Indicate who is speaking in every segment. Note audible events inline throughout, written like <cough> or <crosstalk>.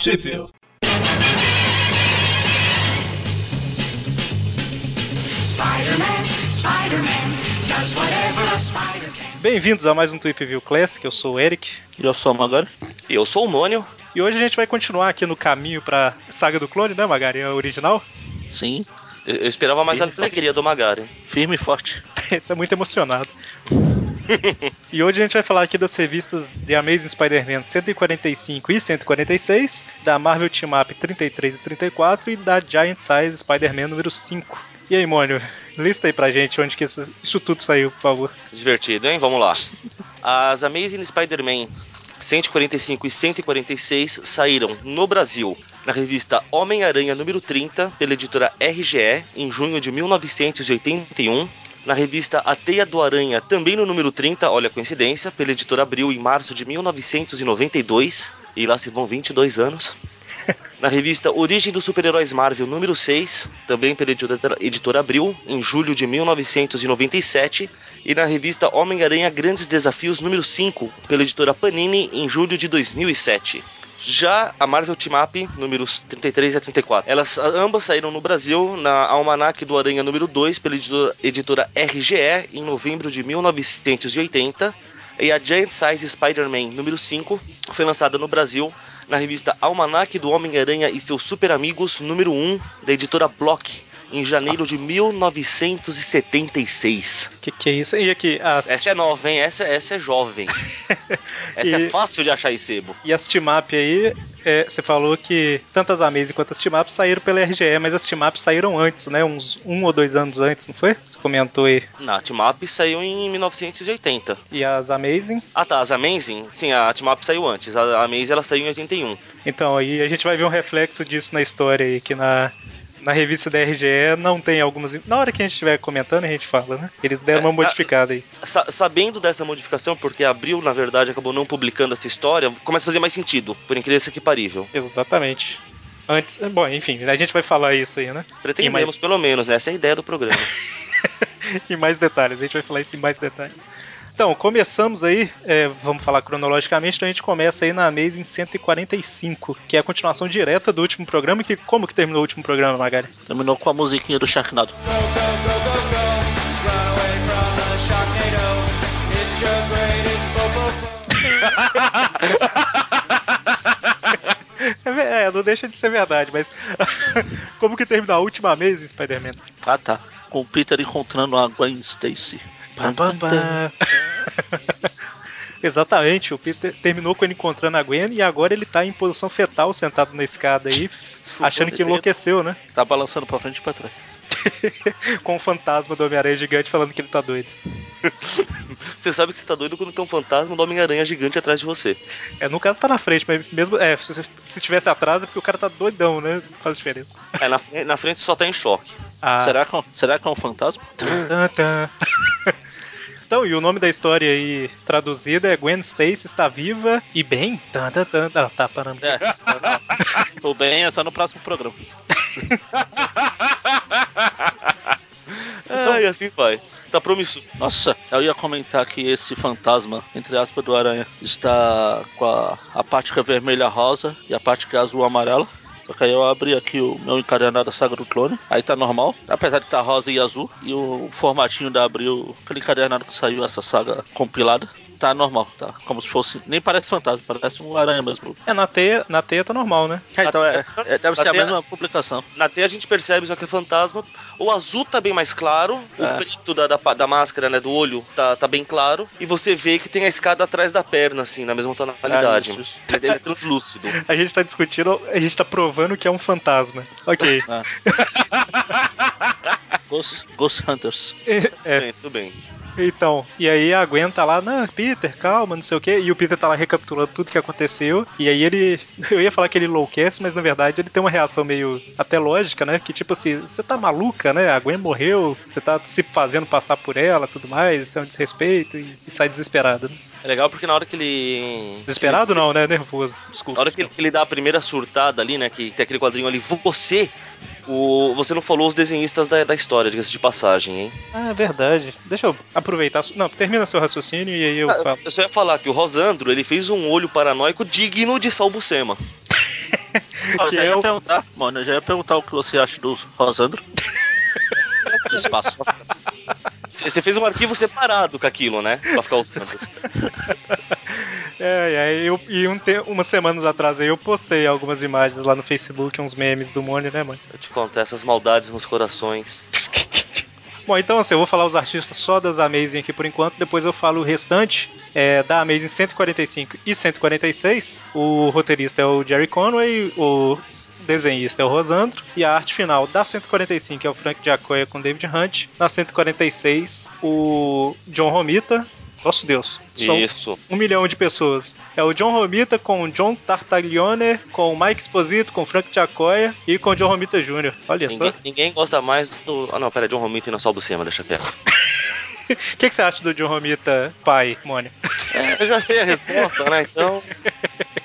Speaker 1: Civil.
Speaker 2: Spider-Man, Spider-Man does whatever a spider can.
Speaker 1: Bem-vindos a mais um Tweep View Classic, eu sou o Eric.
Speaker 3: Eu sou o Magari.
Speaker 4: E eu sou o Mônio.
Speaker 1: E hoje a gente vai continuar aqui no caminho pra Saga do Clone, né, Magari? A original.
Speaker 3: Sim,
Speaker 4: Eu eu esperava mais
Speaker 3: Ih.
Speaker 4: alegria do Magari.
Speaker 3: firme e forte.
Speaker 1: <laughs> tá muito emocionado. e hoje a gente vai falar aqui das revistas The Amazing Spider-Man 145 e 146, da Marvel Team Up 33 e 34 e da Giant Size Spider-Man número 5. E aí, Mônio, lista aí pra gente onde que isso, isso tudo saiu, por favor.
Speaker 4: Divertido, hein? Vamos lá. As Amazing Spider-Man 145 e 146 saíram no Brasil na revista Homem-Aranha número 30, pela editora RGE, em junho de 1981. Na revista A Teia do Aranha, também no número 30, olha a coincidência, pela editora Abril, em março de 1992. E lá se vão 22 anos. Na revista Origem dos Super-Heróis Marvel, número 6, também pela editora, editora Abril, em julho de 1997. E na revista Homem-Aranha Grandes Desafios, número 5, pela editora Panini, em julho de 2007. Já a Marvel Team Up, números 33 a 34, elas a- ambas saíram no Brasil na Almanac do Aranha número 2, pela editora, editora RGE, em novembro de 1980. E a Giant Size Spider-Man número 5 foi lançada no Brasil na revista Almanac do Homem-Aranha e seus Super Amigos, número 1, da editora Block, em janeiro de 1976.
Speaker 1: Que que é isso? E aqui, as,
Speaker 4: Essa é nova, hein? Essa, essa é jovem. Essa
Speaker 1: E-
Speaker 4: é fácil de achar em sebo.
Speaker 1: E as team-up aí, é, você falou que tanto as Amazing quanto as team-up saíram pela RGE, mas as team-up saíram antes, né? Uns um ou dois anos antes, não foi? Você comentou aí.
Speaker 4: Na Timap saiu em 1980.
Speaker 1: E as Amazing.
Speaker 4: Ah tá, as Amazing? Sim, a Timap saiu antes. A Amazing ela saiu em 81.
Speaker 1: Então, aí a gente vai ver um reflexo disso na história aí, que na, na revista da RGE não tem algumas. Na hora que a gente estiver comentando, a gente fala, né? Eles deram uma
Speaker 4: É,
Speaker 1: modificada aí.
Speaker 4: Sa- sabendo dessa modificação, porque Abril, na verdade, acabou não publicando essa história, começa a fazer mais sentido, por incrível que parível.
Speaker 1: Exatamente. Antes. Bom, enfim, a gente vai falar isso aí, né? <laughs>
Speaker 4: Pretendemos,
Speaker 1: mais-
Speaker 4: pelo menos, né? Essa é a ideia do programa.
Speaker 1: em mais detalhes, a gente vai falar isso em mais detalhes. Então, começamos aí, é, vamos falar cronologicamente, então a gente começa aí na Amazing 145, que é a continuação direta do último programa, que como que terminou o último programa, Magali?
Speaker 3: Terminou com a musiquinha do Sharknado.
Speaker 1: É, ve- <laughs> É, não deixa de ser verdade, mas <laughs> como que terminou a última Amazing, Spider-Man?
Speaker 3: Ah tá, com o Peter encontrando a Gwen Stacy.
Speaker 1: Pam, pam, pam. <laughs> Exatamente, o Peter terminou com ele encontrando a Gwen e agora ele tá em posição fetal, sentado na escada aí, achando que enlouqueceu, né? <laughs>
Speaker 3: Tá balançando pra frente e pra trás.
Speaker 1: Com o fantasma do Homem-Aranha gigante falando que ele tá doido.
Speaker 4: <laughs> Você sabe que você tá doido quando tem um fantasma do Homem-Aranha gigante atrás de você.
Speaker 1: É, no caso tá na frente, mas mesmo. É, se, se tivesse atrás é porque o cara tá doidão, né? Não faz diferença.
Speaker 4: É, na, na frente você só tá em choque.
Speaker 1: Ah,
Speaker 3: Será, que, é um- será que é um fantasma?
Speaker 1: Tã, tã. <laughs> Então, e o nome da história aí traduzida é Gwen Stacy está viva e bem? Tã, tã, tã. Ah, tá, parando.
Speaker 3: É, não. Tudo bem, é só no próximo programa.
Speaker 4: Ah, e assim vai. Tá promissor.
Speaker 3: Nossa, eu ia comentar que esse fantasma, entre aspas, do aranha, está com a, a parte que é vermelha rosa e a parte que é azul amarela. Só que aí eu abri aqui o meu encadernado da Saga do Clone, aí tá normal, apesar de tá rosa e azul, e o formatinho da Abril, aquele encadernado que saiu essa saga compilada, tá normal, tá? Como se fosse, nem parece fantasma, parece um aranha mesmo.
Speaker 1: É, na teia, na teia tá normal, né?
Speaker 3: Então é, é- deve ser a
Speaker 4: Até-
Speaker 3: mesma publicação.
Speaker 4: Na T a gente percebe só que é fantasma. O azul tá bem mais claro.
Speaker 3: É.
Speaker 4: O preto da, da, pa- da máscara, né? Do olho tá, tá bem claro. E você vê que tem a escada atrás da perna, assim, na mesma tonalidade.
Speaker 3: Ah, isso, isso.
Speaker 4: Ele <laughs> é translúcido.
Speaker 1: A gente tá discutindo, a gente tá provando que é um fantasma. <laughs> Ok.
Speaker 3: <laughs> Ah. Ghost, Ghost Hunters.
Speaker 1: É,
Speaker 4: Bem, tudo bem.
Speaker 1: Então, e aí a Gwen tá lá, não, Peter, calma, não sei o quê. E o Peter tá lá recapitulando tudo que aconteceu. E aí ele. <laughs> Eu ia falar que ele enlouquece, mas na verdade ele tem uma reação meio até lógica, né? Que tipo assim, você tá maluca, né? A Gwen morreu, você tá se fazendo passar por ela tudo mais, isso é um desrespeito e, e sai desesperado. Né?
Speaker 4: É legal porque na hora que ele.
Speaker 1: Desesperado não, né? Nervoso.
Speaker 4: Na
Speaker 1: Desculpa.
Speaker 4: hora que ele, que ele dá a primeira surtada ali, né? Que tem aquele quadrinho ali, você. O, você não falou os desenhistas da, da história, diga-se de passagem, hein?
Speaker 1: Ah, é verdade. Deixa eu aproveitar. Não, termina seu raciocínio e aí eu
Speaker 4: Ah,
Speaker 1: falo.
Speaker 4: Eu só ia falar que o Rosandro ele fez um olho paranoico digno de Sal Buscema.
Speaker 3: Ah, eu
Speaker 1: Que
Speaker 3: já ia
Speaker 1: é o-
Speaker 3: perguntar, mano, eu já ia perguntar o que você acha do Rosandro.
Speaker 4: Esse espaço. Você você fez um arquivo separado com aquilo, né? Pra ficar usando.
Speaker 1: É, e aí eu, e um te- umas semanas atrás aí eu postei algumas imagens lá no Facebook, uns memes do Mone, né, mano?
Speaker 4: Eu te conto, essas maldades nos corações.
Speaker 1: Bom, então assim, eu vou falar os artistas só das Amazing aqui por enquanto, depois eu falo o restante é, da Amazing 145 e 146. O roteirista é o Jerry Conway, o desenhista é o Rosandro, e a arte final da 145 é o Frank Giacoya com David Hunt, na 146 o John Romita, nosso Deus, são
Speaker 4: Isso.
Speaker 1: um milhão de pessoas. É o John Romita com o John Tartaglione, com o Mike Esposito, com o Frank Giacoya e com o John Romita Jr. Olha só.
Speaker 4: Ninguém, ninguém gosta mais do. Ah, não, pera, John Romita e não Sol Buscema, deixa quieto.
Speaker 1: O que, que você acha do John Romita pai, Mônica?
Speaker 4: É, eu já sei a resposta, né? Então.
Speaker 1: <laughs>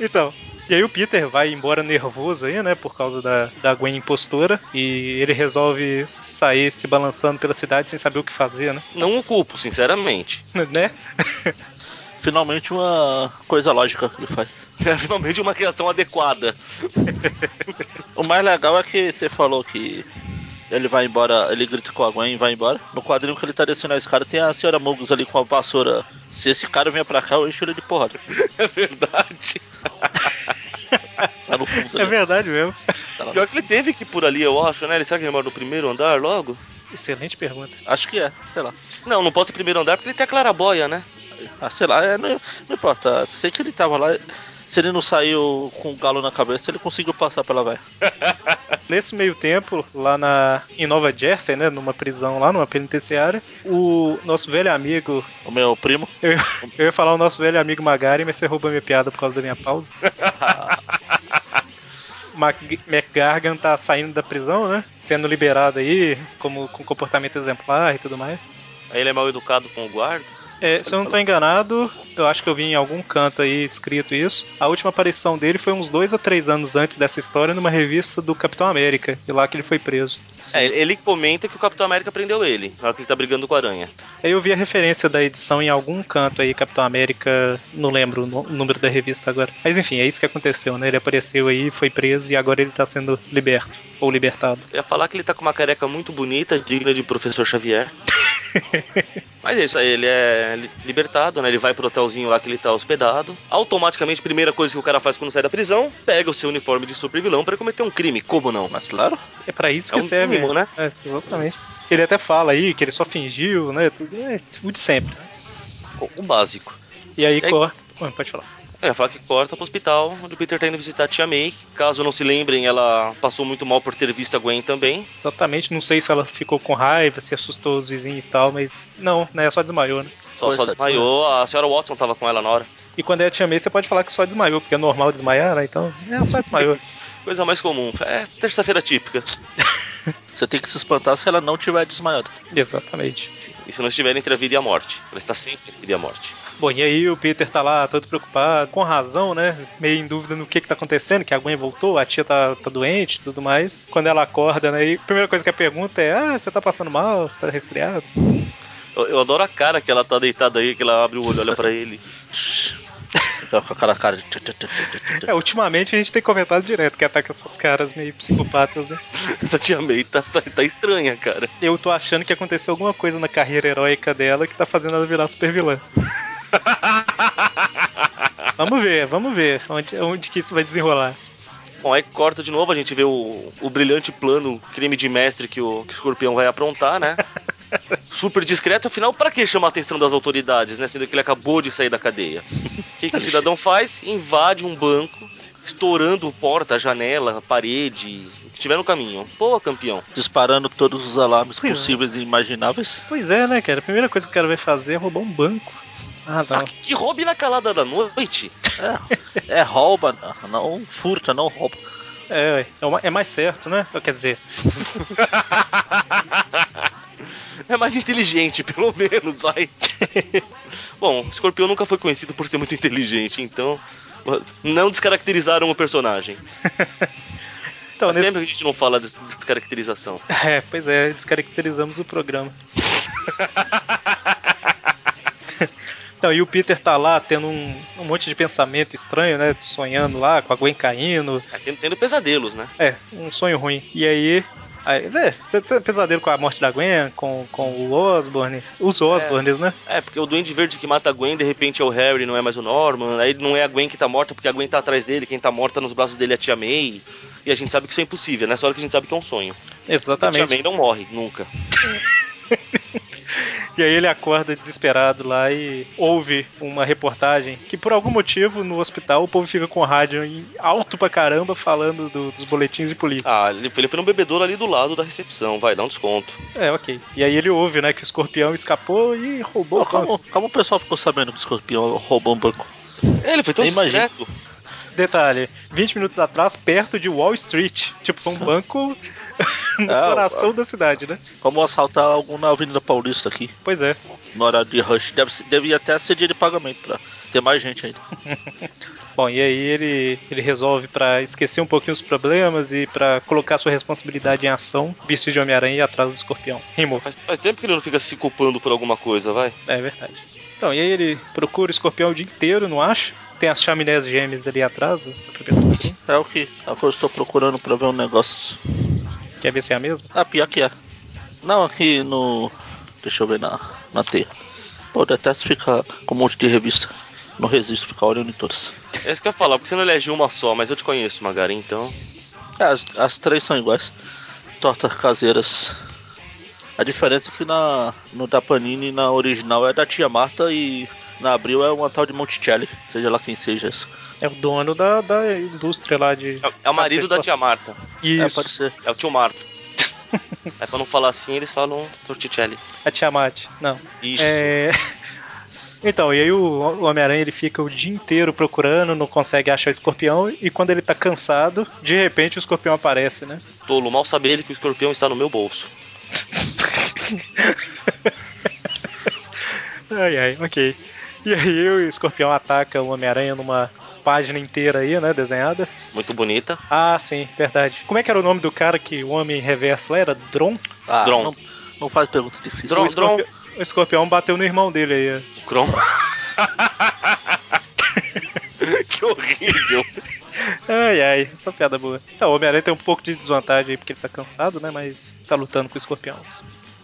Speaker 1: Então. E aí o Peter vai embora nervoso aí, né? Por causa da, da Gwen impostora. E ele resolve sair se balançando pela cidade sem saber o que fazer, né? <laughs>
Speaker 4: Não o culpo, sinceramente.
Speaker 1: né?
Speaker 3: Finalmente uma coisa lógica que ele faz.
Speaker 4: É finalmente uma criação adequada.
Speaker 3: O mais legal é que você falou que ele vai embora, ele grita com a Gwen e vai embora. No quadrinho que ele tá descendo a escada tem a senhora Mogus ali com a vassoura. Se esse cara vier pra cá, eu encho ele de porrada.
Speaker 4: É <laughs> verdade.
Speaker 3: Tá no fundo.
Speaker 1: <laughs> É
Speaker 3: né?
Speaker 1: verdade mesmo.
Speaker 3: Tá lá.
Speaker 4: Pior que ele teve que ir por ali, eu acho, né? Ele sabe que ele mora no primeiro andar logo?
Speaker 1: Excelente pergunta.
Speaker 3: Acho que é, sei lá.
Speaker 4: Não, não pode ser primeiro andar porque ele tem a claraboia, né?
Speaker 3: Ah, sei lá, é, não, não importa. Sei que ele tava lá. Se ele não saiu com o galo na cabeça, ele conseguiu passar pela véia.
Speaker 1: Nesse meio tempo, lá na, em Nova Jersey, né? Numa prisão lá, numa penitenciária, o nosso velho amigo
Speaker 3: O meu primo.
Speaker 1: Eu, eu ia falar o nosso velho amigo Magari, mas você roubou minha piada por causa da minha pausa. Mac- McGargan tá saindo da prisão, né? Sendo liberado aí, como, com comportamento exemplar e tudo mais.
Speaker 4: Aí ele é mal educado com o guarda.
Speaker 1: É, se eu não tô enganado, eu acho que eu vi em algum canto aí escrito isso. A última aparição dele foi uns dois ou três anos antes dessa história numa revista do Capitão América, e lá que ele foi preso.
Speaker 4: É, ele comenta que o Capitão América prendeu ele, na hora que ele tá brigando com a aranha.
Speaker 1: Aí eu vi a referência da edição em algum canto aí, Capitão América, não lembro o no- o número da revista agora. Mas enfim, é isso que aconteceu, né? Ele apareceu aí, foi preso e agora ele tá sendo liberto, ou libertado.
Speaker 4: Eu ia falar que ele tá com uma careca muito bonita, digna de professor Xavier. Mas é isso aí, ele é li- libertado, né? Ele vai pro hotelzinho lá que ele tá hospedado. Automaticamente, primeira coisa que o cara faz quando sai da prisão, pega o seu uniforme de super vilão pra cometer um crime. Como não?
Speaker 3: Mas claro,
Speaker 1: É pra isso que
Speaker 4: É um
Speaker 1: serve.
Speaker 4: mínimo, né?
Speaker 1: É, exatamente. Ele até fala aí que ele só fingiu, né? Tudo, é, o de sempre. né?
Speaker 4: O básico.
Speaker 1: E aí
Speaker 4: É-
Speaker 1: corta. Ah, Pode falar.
Speaker 4: É, fala que corta pro hospital, onde o Peter tá indo visitar a tia May. Caso não se lembrem, ela passou muito mal por ter visto a Gwen também.
Speaker 1: Exatamente, não sei se ela ficou com raiva, se assustou os vizinhos e tal, mas não, né? Só desmaiou, né?
Speaker 4: Só,
Speaker 3: Pois
Speaker 4: só
Speaker 3: é,
Speaker 4: desmaiou. A senhora Watson tava com ela na hora.
Speaker 1: E quando é a Tia May, você pode falar que só desmaiou, porque é normal desmaiar, né? Então, é, só
Speaker 4: <laughs>
Speaker 1: desmaiou.
Speaker 4: Coisa mais comum. É, terça-feira típica.
Speaker 3: você tem que se espantar se ela não tiver desmaiado.
Speaker 1: Exatamente.
Speaker 4: E se não estiver entre a vida e a morte. Ela está sempre entre a vida e a morte.
Speaker 1: Bom, e aí o Peter tá lá todo preocupado, com razão, né? Meio em dúvida no que que tá acontecendo, que a Gwen voltou, a tia tá, tá doente e tudo mais. Quando ela acorda, né? E a primeira coisa que ela pergunta é: Ah, você tá passando mal? Você tá resfriado?
Speaker 4: Eu, eu adoro a cara que ela tá deitada aí, que ela abre o olho, olha pra ele. <laughs>
Speaker 3: Fica com aquela cara de. tu, tu, tu, tu, tu, tu.
Speaker 1: É, ultimamente a gente tem comentado direto que ataca essas caras meio psicopatas, né?
Speaker 4: Essa tia May tá, tá, tá estranha, cara.
Speaker 1: Eu tô achando que aconteceu alguma coisa na carreira heróica dela que tá fazendo ela virar super vilã. <laughs> vamos ver, vamos ver onde, onde que isso vai desenrolar.
Speaker 4: Bom, aí corta de novo, a gente vê o, o brilhante plano, o crime de mestre que o, que o escorpião vai aprontar, né? Super discreto, afinal, pra que chamar a atenção das autoridades, né? Sendo que ele acabou de sair da cadeia. O que, que o cidadão faz? Invade um banco, estourando porta, janela, parede, o que tiver no caminho. Boa, campeão.
Speaker 3: Disparando todos os alarmes
Speaker 1: Pois é.
Speaker 3: possíveis e imagináveis.
Speaker 1: Pois é, né, cara? A primeira coisa que o cara vai fazer é roubar um banco. Ah, não.
Speaker 4: Ah, que- que roube na calada da noite.
Speaker 3: É rouba, não, não furta, não rouba.
Speaker 1: É, ué. é, uma- é mais certo, né? Quer dizer,
Speaker 4: É mais inteligente, <laughs> pelo menos, vai. Bom, o Escorpião nunca foi conhecido por ser muito inteligente, então não descaracterizaram o personagem.
Speaker 1: então,
Speaker 4: Mas
Speaker 1: nesse...
Speaker 4: Sempre que a gente não fala des- descaracterização.
Speaker 1: <laughs> É, pois é, descaracterizamos o
Speaker 4: <laughs>
Speaker 1: programa. Então, e o Peter tá lá tendo um, um monte de pensamento estranho, né? Sonhando lá com a Gwen caindo.
Speaker 4: É, tendo, tendo pesadelos, né?
Speaker 1: É, um sonho ruim. E aí. Aí, né, pesadelo com a morte da Gwen, com, com o Osborne, os Osbornes, né?
Speaker 4: É, porque o Duende Verde que mata a Gwen, de repente é o Harry, não é mais o Norman. Aí não é a Gwen que tá morta, porque a Gwen tá atrás dele. Quem tá morta nos braços dele é a Tia May. E a gente sabe que isso é impossível, né? Só que a gente sabe que é um sonho.
Speaker 1: Exatamente.
Speaker 4: A Tia May não morre, nunca.
Speaker 1: E aí ele acorda desesperado lá e ouve uma reportagem que por algum motivo no hospital o povo fica com o rádio em alto pra caramba falando do- dos boletins de polícia.
Speaker 4: Ah, ele foi, ele foi num bebedouro ali do lado da recepção, vai, dá um desconto.
Speaker 1: É, ok. E aí ele ouve, né, que o escorpião escapou e roubou o banco.
Speaker 3: Como, como o pessoal ficou sabendo que o escorpião roubou um banco?
Speaker 4: Ele foi tão
Speaker 3: Eu imagino.
Speaker 4: discreto.
Speaker 1: Detalhe, 20 minutos atrás, perto de Wall Street. Tipo, foi um banco <laughs> no
Speaker 3: Ah,
Speaker 1: coração da cidade, né?
Speaker 3: Como assaltar algum na Avenida Paulista aqui,
Speaker 1: Pois é.
Speaker 3: no horário de rush. Deve, ser- devia até ser dia de pagamento pra ter mais gente ainda.
Speaker 1: Bom, e aí ele, ele resolve pra esquecer um pouquinho os problemas e pra colocar sua responsabilidade em ação, vestido de Homem-Aranha e ir atrás do escorpião. Rimou.
Speaker 4: Faz, faz tempo que ele não fica se culpando por alguma coisa, vai.
Speaker 1: É verdade. Então, e aí ele procura o escorpião o dia inteiro, não acha? Tem as chaminés gêmeas ali atrás, o proprietário aqui.
Speaker 3: É o que, é o que eu estou procurando pra ver um negócio.
Speaker 1: quer ver se é a mesma?
Speaker 3: Ah, pior que é. Não, aqui no. Deixa eu ver na, na teia. Pô, eu detesto ficar com um monte de revista. Não resisto ficar olhando em todas.
Speaker 4: É isso que eu ia falar, porque você não elege uma só, mas eu te conheço, Magari, então.
Speaker 3: É, As, as três são iguais. Tortas caseiras. A diferença é que na, no da Panini, na original, é da tia Marta e na Abril é uma tal de Monticelli, seja lá quem seja isso.
Speaker 1: É o dono da, da indústria lá de.
Speaker 4: É, é o marido da tia Marta.
Speaker 3: É,
Speaker 1: Isso,
Speaker 3: pode ser.
Speaker 4: É o tio Marto. é pra não falar assim, eles falam Torticelli.
Speaker 1: a tia Mate. Não.
Speaker 4: Isso.
Speaker 1: É... <laughs> Então, e aí o o Homem-Aranha ele fica o dia inteiro procurando, não consegue achar o escorpião, e quando ele tá cansado, de repente o escorpião aparece, né? <laughs>
Speaker 4: Tolo, mal sabe ele que o escorpião está no meu bolso.
Speaker 1: Ai, ai, ok. E aí o escorpião ataca o Homem-Aranha numa página inteira aí, né, desenhada.
Speaker 4: Muito bonita.
Speaker 1: Ah, sim, verdade. Como é que era o nome do cara que o homem reverso lá era? Dron?
Speaker 3: Ah,
Speaker 4: Dron.
Speaker 3: Não, não faz pergunta difícil.
Speaker 4: Dron,
Speaker 1: o, escorpi- o escorpião bateu no irmão dele aí.
Speaker 4: O Kron. que horrível.
Speaker 1: Ai, ai, essa piada boa. Então, o Homem-Aranha tem um pouco de desvantagem aí porque ele tá cansado, né, mas tá lutando com o escorpião.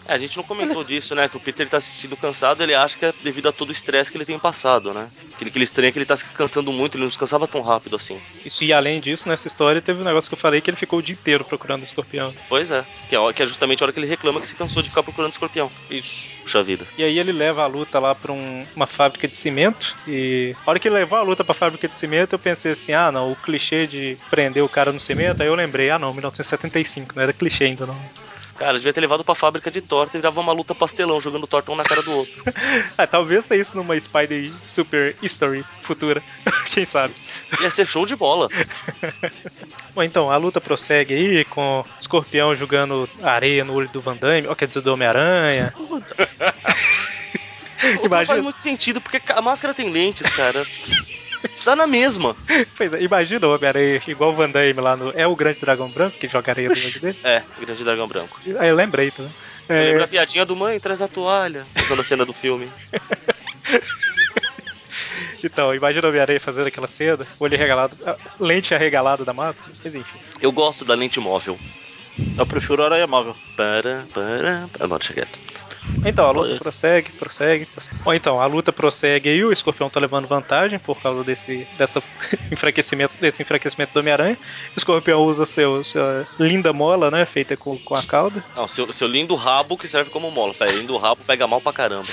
Speaker 4: É, a gente não comentou disso, né? Que o Peter tá assistindo cansado, ele acha que é devido a todo o estresse que ele tem passado, né? Aquele que ele estranha que ele tá se cansando muito, ele não se cansava tão rápido assim.
Speaker 1: Isso, e além disso, nessa história teve um negócio que eu falei que ele ficou o dia inteiro procurando o escorpião.
Speaker 4: Pois é, que é, a- que é justamente a hora que ele reclama que se cansou de ficar procurando escorpião.
Speaker 1: Isso.
Speaker 4: Puxa vida.
Speaker 1: E aí ele leva a luta lá pra um- uma fábrica de cimento. E a hora que ele levou a luta pra fábrica de cimento, eu pensei assim: ah, não, o clichê de prender o cara no cimento. Aí eu lembrei: ah, não, 1975, não era clichê ainda não.
Speaker 4: Cara, devia ter levado pra fábrica de torta e dava uma luta pastelão, jogando torta um na cara do outro.
Speaker 1: <laughs> ah, talvez tenha isso numa Spider Super Stories futura. <laughs> Quem sabe?
Speaker 4: Ia ser show de <laughs> bola.
Speaker 1: Bom, então, a luta prossegue aí com o escorpião jogando areia no olho do Van Damme, ó, quer dizer, do Homem-Aranha.
Speaker 4: Não faz
Speaker 1: <laughs> Imagina,
Speaker 4: muito sentido, porque a máscara tem lentes, cara. Dá na mesma.
Speaker 1: pois é, imagina o Homem-Aranha igual o Van Damme lá no. É o Grande Dragão Branco que joga areia no olho
Speaker 4: <laughs>
Speaker 1: dele?
Speaker 4: É, o grande dragão branco.
Speaker 1: Aí eu lembrei, tá?
Speaker 4: Eu
Speaker 1: É,
Speaker 4: lembro a piadinha do mãe, traz a toalha. Usando a cena do filme.
Speaker 1: Então, imagina o Homem-Aranha fazendo aquela cena, olho arregalado, a lente arregalada da máscara, mas enfim.
Speaker 4: Eu gosto da lente móvel.
Speaker 3: Eu prefiro aranha móvel.
Speaker 4: Para, para. Ah, não, deixa quieto.
Speaker 1: Então, a luta
Speaker 3: Olha.
Speaker 1: prossegue, prossegue, prossegue. Bom, então, a luta prossegue aí, o escorpião tá levando vantagem por causa desse, dessa <laughs> enfraquecimento, desse enfraquecimento do Homem-Aranha. O escorpião usa seu, sua linda mola, né, feita com, com a cauda.
Speaker 4: Não, seu, seu lindo rabo que serve como mola. Pera, lindo rabo pega mal pra <laughs> caramba.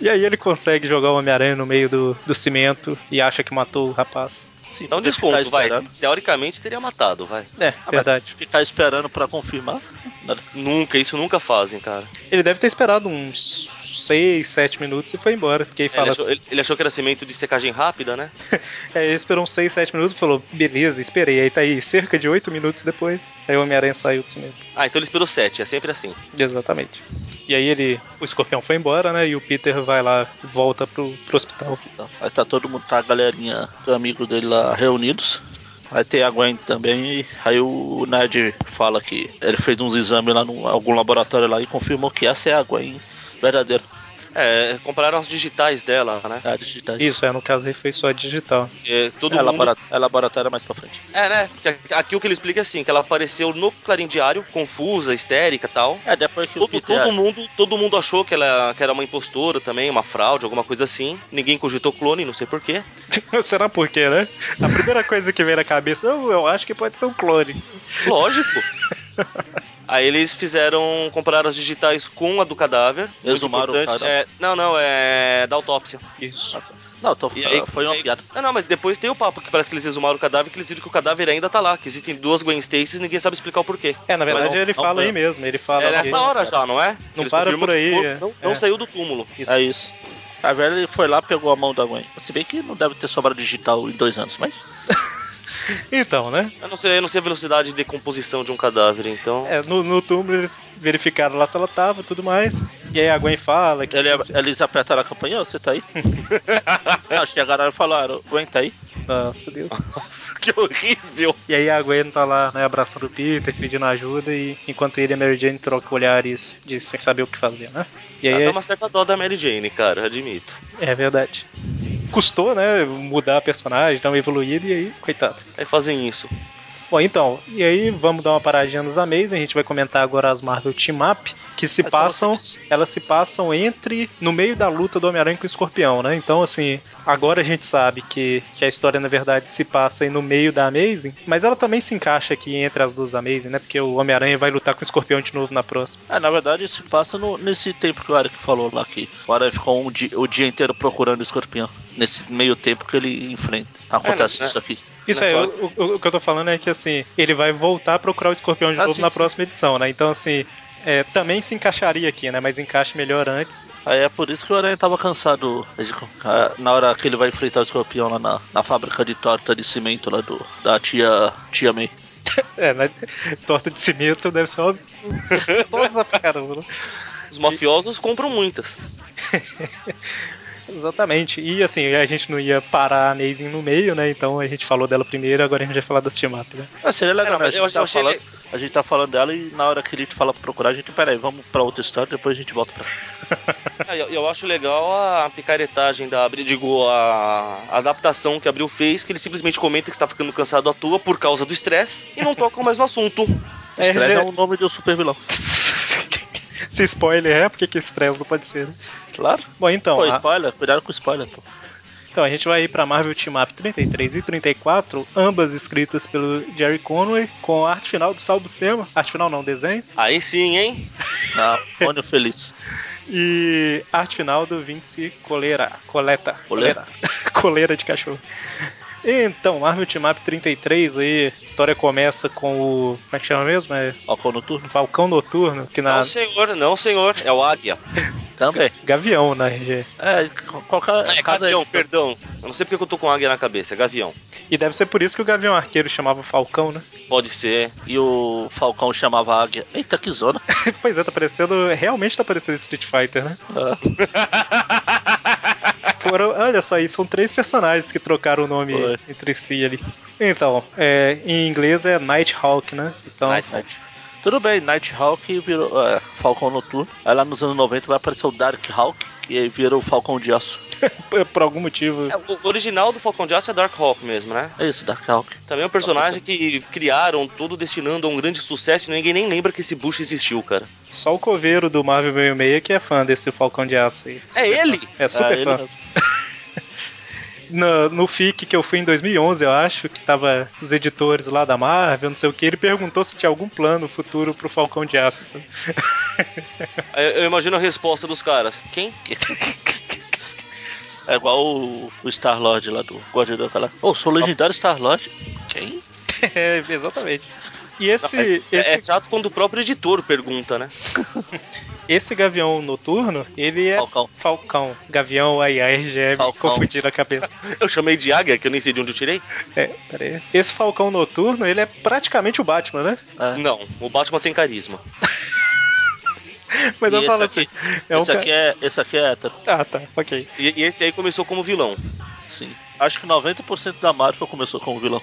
Speaker 1: E aí ele consegue jogar o Homem-Aranha no meio do, do cimento e acha que matou o rapaz.
Speaker 3: Sim,
Speaker 4: Dá um
Speaker 3: porque
Speaker 4: desconto,
Speaker 3: ficar
Speaker 4: vai.
Speaker 3: esperando- Ah,
Speaker 4: Teoricamente teria matado, vai.
Speaker 1: É,
Speaker 3: mas-
Speaker 1: verdade.
Speaker 3: Ficar esperando pra confirmar. Nada.
Speaker 4: Nunca, isso nunca fazem, cara.
Speaker 1: Ele deve ter esperado uns 6, 7 minutos e foi embora. Porque aí
Speaker 4: Ele
Speaker 1: fala assim,
Speaker 4: achou, ele- ele achou que era cimento de secagem rápida, né?
Speaker 1: <laughs> É, ele esperou uns 6, 7 minutos e falou, beleza, esperei. Aí tá aí, cerca de 8 minutos depois, aí o Homem-Aranha saiu do cimento.
Speaker 4: Ah, então ele esperou sete, é sempre assim.
Speaker 1: Exatamente. E aí ele. O escorpião foi embora, né? E o Peter vai lá, volta pro, pro hospital.
Speaker 3: Tá. Aí tá todo mundo, tá a galerinha do amigo dele lá reunidos. Aí tem a Gwen também. e Aí o Ned fala que ele fez uns exames lá em algum laboratório lá e confirmou que essa é a Gwen verdadeira.
Speaker 4: É, compararam as digitais dela, né?
Speaker 3: Ah, digitais.
Speaker 1: Isso, é, no caso aí foi só digital. <laughs>
Speaker 4: Porque todo
Speaker 3: é,
Speaker 4: mundo...
Speaker 3: laboratório, é laboratório mais pra frente.
Speaker 4: É, né? Porque aqui o que ele explica é assim, que ela apareceu no Clarim Diário, confusa, histérica e tal.
Speaker 3: É, depois que o
Speaker 4: Todo,
Speaker 3: Peter.
Speaker 4: todo mundo, todo mundo achou que ela que era uma impostora também, uma fraude, alguma coisa assim. Ninguém cogitou clone, não sei porquê.
Speaker 1: Será por quê, né? A primeira coisa que vem na cabeça, eu, eu acho que pode ser um clone.
Speaker 3: <laughs>
Speaker 4: Lógico. Aí eles fizeram, compararam as digitais com a do cadáver. Muito
Speaker 3: Exumaram o
Speaker 4: importante.
Speaker 3: cadáver.
Speaker 4: É, não, não, é da autópsia.
Speaker 3: Ah,
Speaker 1: Isso.
Speaker 3: Não, tô-
Speaker 4: E aí-
Speaker 3: foi uma piada.
Speaker 4: Não, não, mas depois tem o papo que parece que eles exumaram o cadáver, que eles viram que o cadáver ainda tá lá, que existem duas Gwen Stacy e ninguém sabe explicar o porquê.
Speaker 1: É, na verdade
Speaker 4: Mas
Speaker 1: ele
Speaker 3: não
Speaker 1: fala
Speaker 3: foi.
Speaker 1: aí mesmo, ele fala.
Speaker 4: é
Speaker 1: que-
Speaker 4: nessa hora já, não é?
Speaker 1: Não para
Speaker 4: confirmam
Speaker 1: por aí,
Speaker 4: que o corpo Não, não
Speaker 1: é.
Speaker 4: saiu do túmulo.
Speaker 1: Isso.
Speaker 3: É isso. A velha ele foi lá, pegou a mão da Gwen. Se bem que não deve ter sobrado digital em dois anos, mas.
Speaker 1: Então, né?
Speaker 4: Eu não sei, eu não sei a velocidade de decomposição de um cadáver, então.
Speaker 1: É, no, no túmulo eles verificaram lá se ela tava e tudo mais. E aí a Gwen fala que.
Speaker 3: Ele, é- eles apertaram a campanha, "Ô, você
Speaker 4: <laughs>
Speaker 3: tá aí? não, chegaram e falaram, Gwen tá aí?
Speaker 1: Nossa Deus.
Speaker 4: Nossa, que horrível.
Speaker 1: E aí a Gwen tá lá, né, abraçando o Peter, pedindo ajuda, e enquanto ele e a Mary Jane trocam olhares de sem saber o que fazer, né? E
Speaker 3: Ah, tá
Speaker 4: Ela
Speaker 1: aí
Speaker 4: dá uma certa dó da Mary Jane, cara, admito.
Speaker 1: é verdade. Custou, né, mudar a personagem, dar uma evoluída, e aí, coitado.
Speaker 4: Aí fazem isso.
Speaker 1: Bom, então, e aí vamos dar uma paradinha nos Amazing, a gente vai comentar agora as Marvel Team Up, que se
Speaker 3: Então,
Speaker 1: passam,
Speaker 3: vocês-
Speaker 1: elas se passam entre, no meio da luta do Homem-Aranha com o Escorpião, né? Então, assim, agora a gente sabe que, que a história, na verdade, se passa aí no meio da Amazing, mas ela também se encaixa aqui entre as duas Amazing, né? Porque o Homem-Aranha vai lutar com o Escorpião de novo na próxima.
Speaker 3: É, na verdade, isso passa no- nesse tempo que o Eric falou lá que o Aranha ficou um di- o dia inteiro procurando o escorpião. Nesse meio tempo que ele enfrenta. Acontece
Speaker 4: É, né?
Speaker 3: isso aqui.
Speaker 1: Isso aí,
Speaker 4: Nessa
Speaker 1: o, o- o que eu tô falando é que, assim, ele vai voltar a procurar o Escorpião de
Speaker 3: Ah,
Speaker 1: novo
Speaker 3: sim,
Speaker 1: na
Speaker 3: sim.
Speaker 1: próxima edição, né? Então, assim, é, também se encaixaria aqui, né? Mas encaixa melhor antes.
Speaker 3: Aí é por isso que o Aranha tava cansado de- ah, na hora que ele vai enfrentar o escorpião lá na, na fábrica de torta de cimento lá do, da tia, tia May.
Speaker 1: É, né? <laughs> Torta de cimento deve ser <laughs> uma. Nossa, pra caramba. né?
Speaker 4: Os mafiosos compram muitas.
Speaker 1: Exatamente. E assim, a gente não ia parar a Amazing no meio, né? Então a gente falou dela primeiro, agora a gente vai falar das team up, né? <laughs>
Speaker 3: Ah, seria legal,
Speaker 4: Cara,
Speaker 3: né? A
Speaker 4: mas É, eu
Speaker 3: gente, tá
Speaker 4: achei-
Speaker 3: falando, a gente tá falando dela e na hora que ele fala pra procurar, a gente, peraí, vamos pra outra história, depois a gente volta pra.
Speaker 4: Ah, Eu, eu acho legal a picaretagem da Abril, digo, a a adaptação que a Abril fez, que ele simplesmente comenta que está ficando cansado à toa por causa do estresse e não tocam mais no assunto.
Speaker 1: É,
Speaker 3: Estresse é
Speaker 1: já-
Speaker 3: o nome de um super vilão.
Speaker 1: Se spoiler é, porque que estresse não pode ser, né?
Speaker 3: Claro.
Speaker 1: Bom, então,
Speaker 3: Pô,
Speaker 1: a,
Speaker 3: spoiler, cuidado com spoiler, pô.
Speaker 1: então a gente vai ir pra Marvel Team Up 33 e 34, ambas escritas pelo Jerry Conway, com a arte final do Sal Buscema, arte final não, desenho,
Speaker 4: Aí sim, hein?
Speaker 3: Na Mônio Ah, Feliz.
Speaker 1: e arte final do Vince Coleira. Coleta.
Speaker 3: Coleira.
Speaker 1: <laughs> Coleira de cachorro. Então, Marvel Team Up 33 aí, a história começa com o. Como é que chama mesmo? É
Speaker 3: Falcão Noturno?
Speaker 1: Falcão Noturno, que na.
Speaker 4: Não, senhor, não, senhor. É o Águia.
Speaker 3: Também.
Speaker 1: Gavião né, na RG.
Speaker 3: É, qualquer
Speaker 4: É,
Speaker 3: cada
Speaker 4: Gavião, perdão. Eu não sei porque que eu tô com Águia na cabeça, é Gavião.
Speaker 1: E deve ser por isso que o Gavião Arqueiro chamava Falcão, né? <laughs>
Speaker 4: Pode ser.
Speaker 3: E o Falcão chamava a águia. Eita, que zona.
Speaker 1: pois é, tá parecendo. Realmente tá parecendo Street Fighter, né?
Speaker 3: Ah,
Speaker 1: Foram, olha só aí, são três personagens que trocaram o nome
Speaker 3: Foi.
Speaker 1: entre si ali. Então, é, em inglês é Nighthawk, né? Então,
Speaker 3: Night, Night. Tudo bem, Nighthawk virou é, Falcão Noturno. Aí lá nos anos 90 vai aparecer o Darkhawk, que aí vira o Falcão de Aço.
Speaker 1: por, por algum motivo.
Speaker 4: É, <laughs> o original do Falcão de Aço é Dark Hawk mesmo, né?
Speaker 3: É isso, Darkhawk.
Speaker 4: Também é um personagem que criaram todo destinando a um grande sucesso e ninguém nem lembra que esse Bush existiu, cara.
Speaker 1: Só o coveiro do Marvel 66 que é fã desse Falcão de Aço aí.
Speaker 4: É ele?
Speaker 1: É super
Speaker 3: é ele
Speaker 1: fã.
Speaker 3: mesmo.
Speaker 1: no, no FIC que eu fui em 2011, eu acho, que tava os editores lá da Marvel, não sei o que, ele perguntou se tinha algum plano futuro pro Falcão de Aço.
Speaker 3: <laughs>
Speaker 1: sabe?
Speaker 4: Aí Eu, eu imagino a resposta dos caras. Quem?
Speaker 3: É igual o, o Star-Lord lá do Guardião da Galáxia. Ô, sou o legendário Star-Lord. Quem?
Speaker 1: é, exatamente. E esse,
Speaker 4: É, é
Speaker 1: esse,
Speaker 4: chato quando o próprio editor pergunta, né?
Speaker 1: esse Gavião Noturno, ele é
Speaker 3: Falcão.
Speaker 1: Falcão. Gavião, aí a RGM
Speaker 3: Falcão.
Speaker 1: confundindo a cabeça.
Speaker 4: Eu chamei de águia, que eu nem sei de onde eu tirei.
Speaker 1: É, pera aí. Esse Falcão Noturno, ele é praticamente o Batman, né? <laughs>
Speaker 3: É.
Speaker 4: Não, o Batman tem carisma.
Speaker 1: Mas
Speaker 3: E
Speaker 1: eu
Speaker 3: esse
Speaker 1: falo
Speaker 3: aqui?
Speaker 1: assim, é um
Speaker 3: esse,
Speaker 1: ca-
Speaker 3: aqui é, esse aqui é hétero,
Speaker 1: Ah, tá, ok.
Speaker 4: E, e esse aí começou como vilão.
Speaker 3: sim. acho que 90% da Marvel começou como vilão.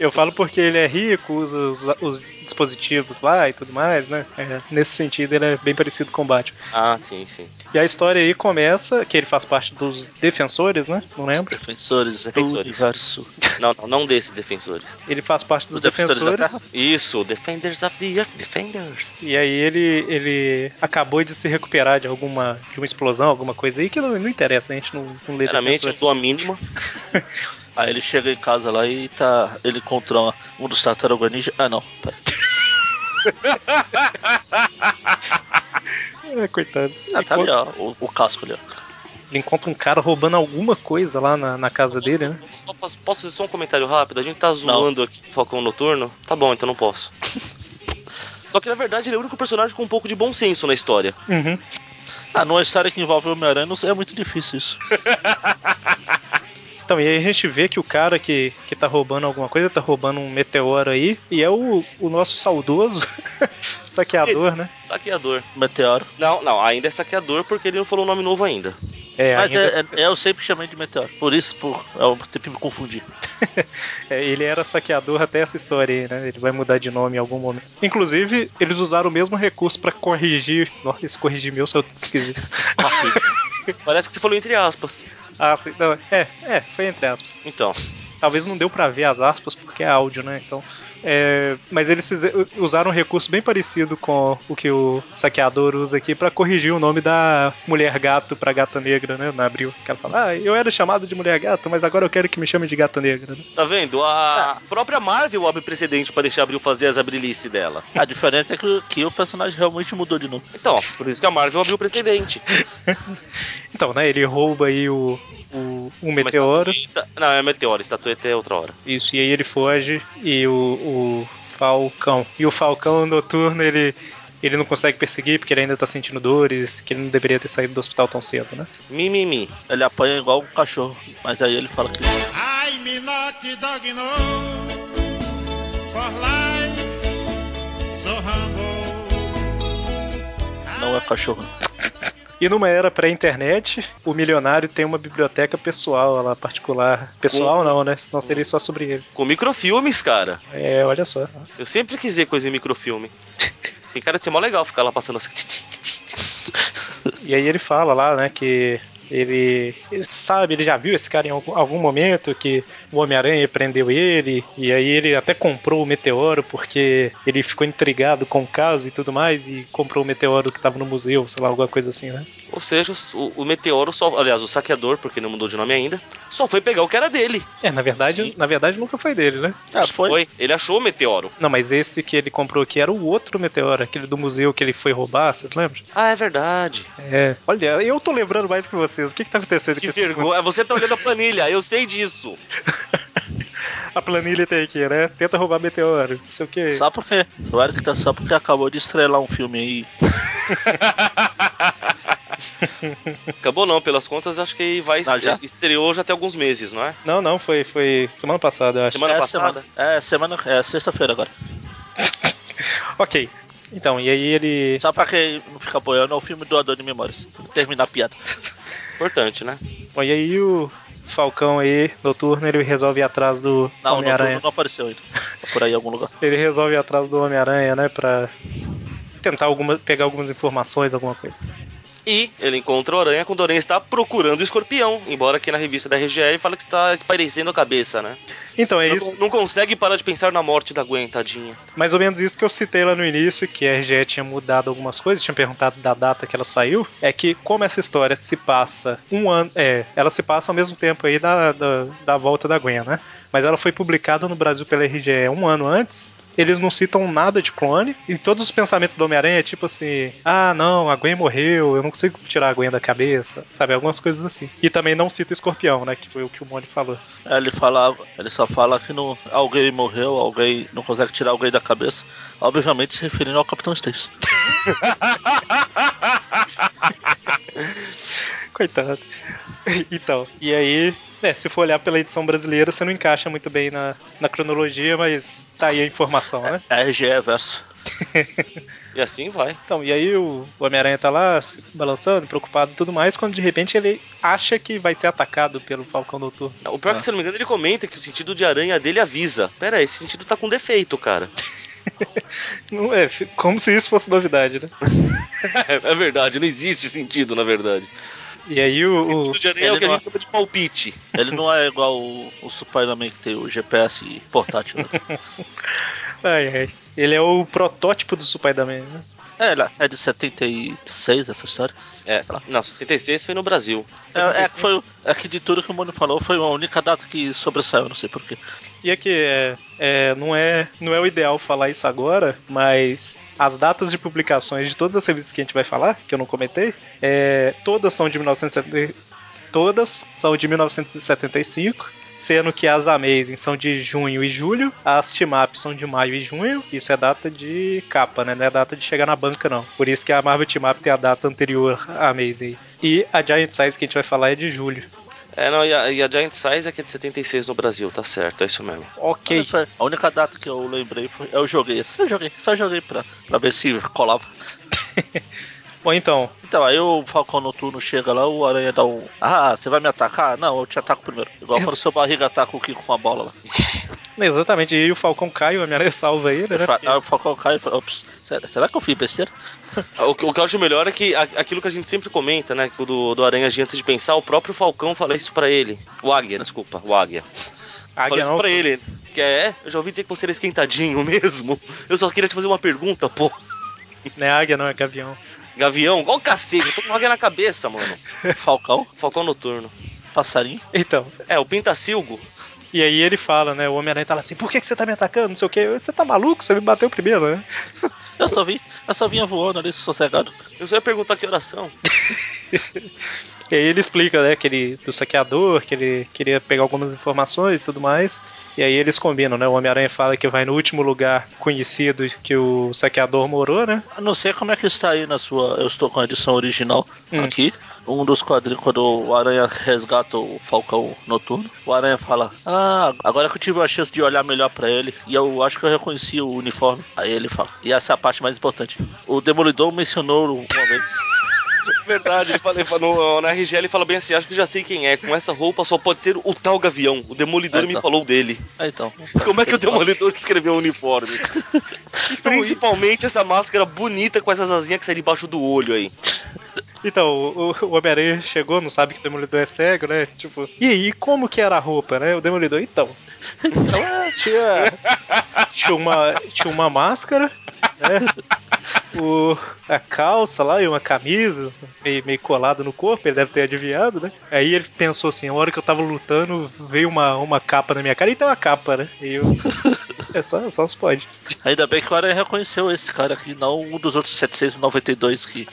Speaker 1: Eu falo porque ele é rico, usa os, os dispositivos lá e tudo mais, né? É, nesse sentido, ele é bem parecido com o Batman.
Speaker 4: Ah, sim, sim.
Speaker 1: E a história aí começa que ele faz parte dos defensores, né? Não lembro.
Speaker 3: Defensores,
Speaker 4: Defensores.
Speaker 3: do universo.
Speaker 4: Não, não, não desses defensores.
Speaker 1: Ele faz parte dos
Speaker 3: Os Defensores da
Speaker 1: defensores.
Speaker 3: Terra?
Speaker 4: Isso, Defenders of the Earth, Defenders.
Speaker 1: E aí ele, ele acabou de se recuperar de alguma de uma explosão, alguma coisa aí que não, não interessa, a gente não, não lê
Speaker 4: Sinceramente, eu
Speaker 1: defensores.
Speaker 4: dou a mínima.
Speaker 3: Aí ele chega em casa lá e tá. Ele encontra uma- um dos tartaruga ninja. Ah não, pera.
Speaker 1: É, coitado.
Speaker 3: Ah,
Speaker 1: Ele
Speaker 3: tá ali,
Speaker 1: encontra-
Speaker 3: ó. O, o casco ali, ó.
Speaker 1: ele encontra um cara roubando alguma coisa lá na, na casa dele, né?
Speaker 4: Só posso, posso fazer só um comentário rápido? A gente tá zoando aqui Falcão Noturno. Tá bom, então não
Speaker 1: <laughs>
Speaker 4: posso. Só que na verdade ele é o único personagem com um pouco de bom senso na história.
Speaker 1: Uhum.
Speaker 3: Ah, numa história que envolve o Homem-Aranha, não sei, é muito difícil isso.
Speaker 1: Então, e aí a gente vê que o cara que, que tá roubando alguma coisa, tá roubando um meteoro aí, e é o, o nosso saudoso <laughs> saqueador, né?
Speaker 4: Saqueador.
Speaker 3: Meteoro.
Speaker 4: Não, não, ainda é saqueador porque ele não falou o nome novo
Speaker 1: <laughs>
Speaker 4: ainda.
Speaker 1: É,
Speaker 3: Mas
Speaker 1: ainda-
Speaker 3: é, é- eu sempre chamei de meteoro. Por isso, por, é, eu sempre me confundi.
Speaker 1: É, ele era saqueador até essa história aí, né? Ele vai mudar de nome em algum momento. Inclusive, eles usaram o mesmo recurso pra corrigir. Nossa, esse corrigir meu saiu <laughs> esquisito.
Speaker 4: Parece que você falou entre aspas.
Speaker 1: Ah, sim, não, é, é, foi entre aspas.
Speaker 4: Então,
Speaker 1: Talvez não deu pra ver as aspas porque é áudio, né? Então. é, mas eles fize- usaram um recurso bem parecido com o que o saqueador usa aqui pra corrigir o nome da mulher gato pra gata negra, né? Na abril. Que ela fala, ah, eu era chamado de mulher gato, mas agora eu quero que me chame de gata negra, né?
Speaker 4: tá vendo? A
Speaker 1: É.
Speaker 4: própria Marvel abre precedente pra deixar Abril fazer as abrilices dela.
Speaker 3: A diferença é que, que o personagem realmente mudou de nome.
Speaker 4: Então, por isso que a Marvel abriu o precedente.
Speaker 1: Então, né? Ele rouba aí o, o, o
Speaker 4: Uma
Speaker 1: meteoro.
Speaker 4: estatueta- Não, é meteoro, estatueta é outra hora.
Speaker 1: Isso, e aí ele foge e o, o Falcão. E o Falcão noturno, ele, ele não consegue perseguir porque ele ainda tá sentindo dores, que ele não deveria ter saído do hospital tão cedo, né?
Speaker 4: Mimimi.
Speaker 3: Ele apanha igual um cachorro, mas aí ele fala que.
Speaker 5: I'm a naughty dog, you know, for life, so humble.
Speaker 3: Não é cachorro.
Speaker 1: E numa era pré-internet, o milionário tem uma biblioteca pessoal lá, particular. Pessoal não, né? Senão seria só sobre ele.
Speaker 4: Com microfilmes, cara.
Speaker 1: É, olha só.
Speaker 4: Eu sempre quis ver coisa
Speaker 3: <laughs>
Speaker 4: em microfilme. Tem cara de ser mó legal ficar lá passando assim.
Speaker 1: E aí ele fala lá, né, que ele, ele sabe, ele já viu esse cara em algum, algum momento que o Homem-Aranha prendeu ele, e aí ele até comprou o meteoro porque ele ficou intrigado com o caso e tudo mais, e comprou o meteoro que tava no museu, sei lá, alguma coisa assim, né?
Speaker 4: Ou seja, o, o meteoro só. Aliás, o saqueador, porque não mudou de nome ainda, só foi pegar o que era dele.
Speaker 1: É, na verdade,
Speaker 4: Sim.
Speaker 1: na verdade nunca foi dele, né?
Speaker 3: Ah, foi.
Speaker 4: Ele achou o meteoro.
Speaker 1: Não, mas esse que ele comprou aqui era o outro meteoro, aquele do museu que ele foi roubar, vocês lembram?
Speaker 4: Ah, é verdade.
Speaker 1: É. Olha, eu tô lembrando mais que vocês. O que que tá acontecendo
Speaker 4: Que
Speaker 1: com esse mundo?
Speaker 4: vergonha. Você tá olhando a planilha, eu sei disso.
Speaker 3: <laughs>
Speaker 1: A planilha tem aqui, né? Tenta roubar meteoro, não sei o quê.
Speaker 3: Só porque. O Eric tá só porque acabou de estrelar um filme aí.
Speaker 4: Acabou não, pelas contas, acho que vai
Speaker 3: Ah, já?
Speaker 4: estreou já tem alguns meses, não é?
Speaker 1: Não, não, foi, foi semana passada, eu acho.
Speaker 4: Semana
Speaker 3: é,
Speaker 4: passada.
Speaker 3: Semana, é, semana. É sexta-feira agora.
Speaker 1: Ok. Então, e aí ele.
Speaker 3: Só pra quem não fica apoiando, é o filme Doador de Memórias. Vou Terminar a piada.
Speaker 4: Importante, né?
Speaker 1: Bom, e aí o Falcão aí, noturno, ele resolve ir atrás do
Speaker 3: Não, não,
Speaker 1: Homem-Aranha.
Speaker 3: não apareceu ainda. Tá por aí em algum lugar.
Speaker 1: Ele resolve ir atrás do Homem-Aranha, né? Pra tentar alguma, pegar algumas informações, alguma coisa.
Speaker 4: E ele encontra o Aranha quando o Aranha está procurando o escorpião. Embora aqui na revista da RGE ele fala que está espairecendo a cabeça, né?
Speaker 1: Então, é
Speaker 4: não,
Speaker 1: isso.
Speaker 4: não consegue parar de pensar na morte da Gwen, tadinha.
Speaker 1: Mais ou menos isso que eu citei lá no início, que a RGE tinha mudado algumas coisas, tinha perguntado da data que ela saiu, é que como essa história se passa um ano, é, ela se passa ao mesmo tempo aí da, da, da volta da Gwen, né? Mas ela foi publicada no Brasil pela RGE um ano antes. Eles não citam nada de clone, e todos os pensamentos do Homem-Aranha é tipo assim: ah, não, a Gwen morreu, eu não consigo tirar a Gwen da cabeça, sabe? Algumas coisas assim. E também não cita o escorpião, né? Que foi o que o Mone falou.
Speaker 3: Aí ele fala, ele só fala que não, alguém morreu, alguém não consegue tirar alguém da cabeça. Obviamente se referindo ao Capitão Stacy.
Speaker 1: Coitado. <laughs> Então, e aí, né, se for olhar pela edição brasileira, você não encaixa muito bem na, na cronologia, mas tá aí a informação, né?
Speaker 3: RGE É verso.
Speaker 4: E assim vai.
Speaker 1: Então, e aí o o Homem-Aranha tá lá se balançando, preocupado e tudo mais, quando de repente ele acha que vai ser atacado pelo Falcão Noturno.
Speaker 4: O pior é que, se eu não me engano, ele comenta que o sentido de aranha dele avisa. Pera, esse sentido tá com defeito, cara.
Speaker 1: Não é, fi- como se isso fosse novidade, né?
Speaker 4: <laughs> é verdade, não existe sentido, na verdade.
Speaker 1: E aí o.
Speaker 4: O <laughs>
Speaker 1: o-
Speaker 4: sentido de aranha é o
Speaker 3: ele
Speaker 4: que a
Speaker 3: não
Speaker 4: gente chama de palpite.
Speaker 3: Ele não é igual o, o Spider-Man que tem o GPS portátil. né?
Speaker 1: ai, ai. Ele é o protótipo do Spider-Man, né?
Speaker 3: É, ele é de 76 essa história.
Speaker 4: É, não, 76 foi no Brasil.
Speaker 3: É, é, que foi, é que de tudo que o Mônio falou, foi a única data que sobressaiu, não sei porquê.
Speaker 1: E aqui, é, é, não, é, não é o ideal falar isso agora, mas as datas de publicações de todas as revistas que a gente vai falar, que eu não comentei, é, todas são de 1970, todas são de 1975, sendo que as Amazing são de junho e julho, as Timap são de maio e junho, isso é data de capa, né? Não é data de chegar na banca, não. Por isso que a Marvel Timap tem a data anterior à Amazing. E a Giant Size que a gente vai falar é de julho.
Speaker 4: É, não, e a, e a Giant Size é que é de 76 no Brasil, tá certo, é isso mesmo.
Speaker 1: Ok.
Speaker 3: Olha só, A única data que eu lembrei foi. Eu joguei, só joguei, só joguei pra, pra ver se colava.
Speaker 1: <laughs> Bom, então,
Speaker 3: Então, aí o Falcão Noturno chega lá, o Aranha dá um. Ah, você vai me atacar? Não, eu te ataco primeiro. Igual quando o seu barriga ataca o Kiko com a bola lá.
Speaker 1: Exatamente, e o Falcão cai, o Homem-Aranha salva ele, né?
Speaker 3: Aí o Falcão cai e fala: "Ops, será- será que eu fiz besteira? <laughs>
Speaker 4: O, que- o que eu acho melhor é que a- aquilo que a gente sempre comenta, né, que o do, do Aranha Gigante, antes de pensar, o próprio Falcão fala isso pra ele. O Águia, desculpa, o Águia. Falei
Speaker 1: Águia
Speaker 4: isso
Speaker 1: não,
Speaker 4: pra ele. Que é, eu já ouvi dizer que você era esquentadinho <laughs> mesmo. Eu só queria te fazer uma pergunta, pô.
Speaker 1: Não é águia, não, é gavião.
Speaker 4: Gavião, igual cacete, eu tô com uma águia na cabeça, mano.
Speaker 3: Falcão,
Speaker 4: Falcão noturno.
Speaker 3: passarinho.
Speaker 1: Então,
Speaker 4: É, o Pintacilgo.
Speaker 1: e aí ele fala, né? O Homem-Aranha tá lá assim: por que, que você tá me atacando? Não sei o quê. Você tá maluco? Você me bateu primeiro, né?
Speaker 3: Eu só vi, eu só vinha voando ali sossegado.
Speaker 4: Eu só ia perguntar que oração.
Speaker 1: E aí ele explica, né, que ele, do saqueador, que ele queria pegar algumas informações e tudo mais. E aí eles combinam, né? O Homem-Aranha fala que vai no último lugar conhecido que o saqueador morou, né?
Speaker 3: Eu não sei como é que está aí na sua. Eu estou com a edição original
Speaker 1: Hum.
Speaker 3: aqui. Um dos quadrinhos, quando o Aranha resgata o Falcão Noturno, o Aranha fala: Ah, agora que eu tive a chance de olhar melhor pra ele, e eu acho que eu reconheci o uniforme. Aí ele fala: E essa é a parte mais importante. O Demolidor mencionou uma vez.
Speaker 4: É Verdade, ele fala, ele fala- no, na RG ele fala bem assim, acho que já sei quem é. Com essa roupa só pode ser o tal Gavião. O Demolidor
Speaker 3: Ah,
Speaker 4: me
Speaker 3: tá.
Speaker 4: falou dele.
Speaker 3: Ah, então.
Speaker 4: Como é que o Demolidor descreveu o <laughs> uniforme? E Principalmente essa máscara bonita com essas asinhas que sai debaixo do olho aí.
Speaker 1: Então, o, o- o Homem-Aranha chegou, não sabe que o Demolidor é cego, né? Tipo, e aí, como que era a roupa, né? O Demolidor, então. Então, é, tinha, tinha, uma, tinha uma máscara, né? O, a calça lá e uma camisa, meio, meio colado no corpo, ele deve ter adivinhado, né? Aí ele pensou assim: a hora que eu tava lutando, veio uma, uma capa na minha cara, e tem uma capa, né? E eu. É só, só se pode.
Speaker 3: Ainda bem que o Aranha reconheceu esse cara aqui, não um dos outros 792 que.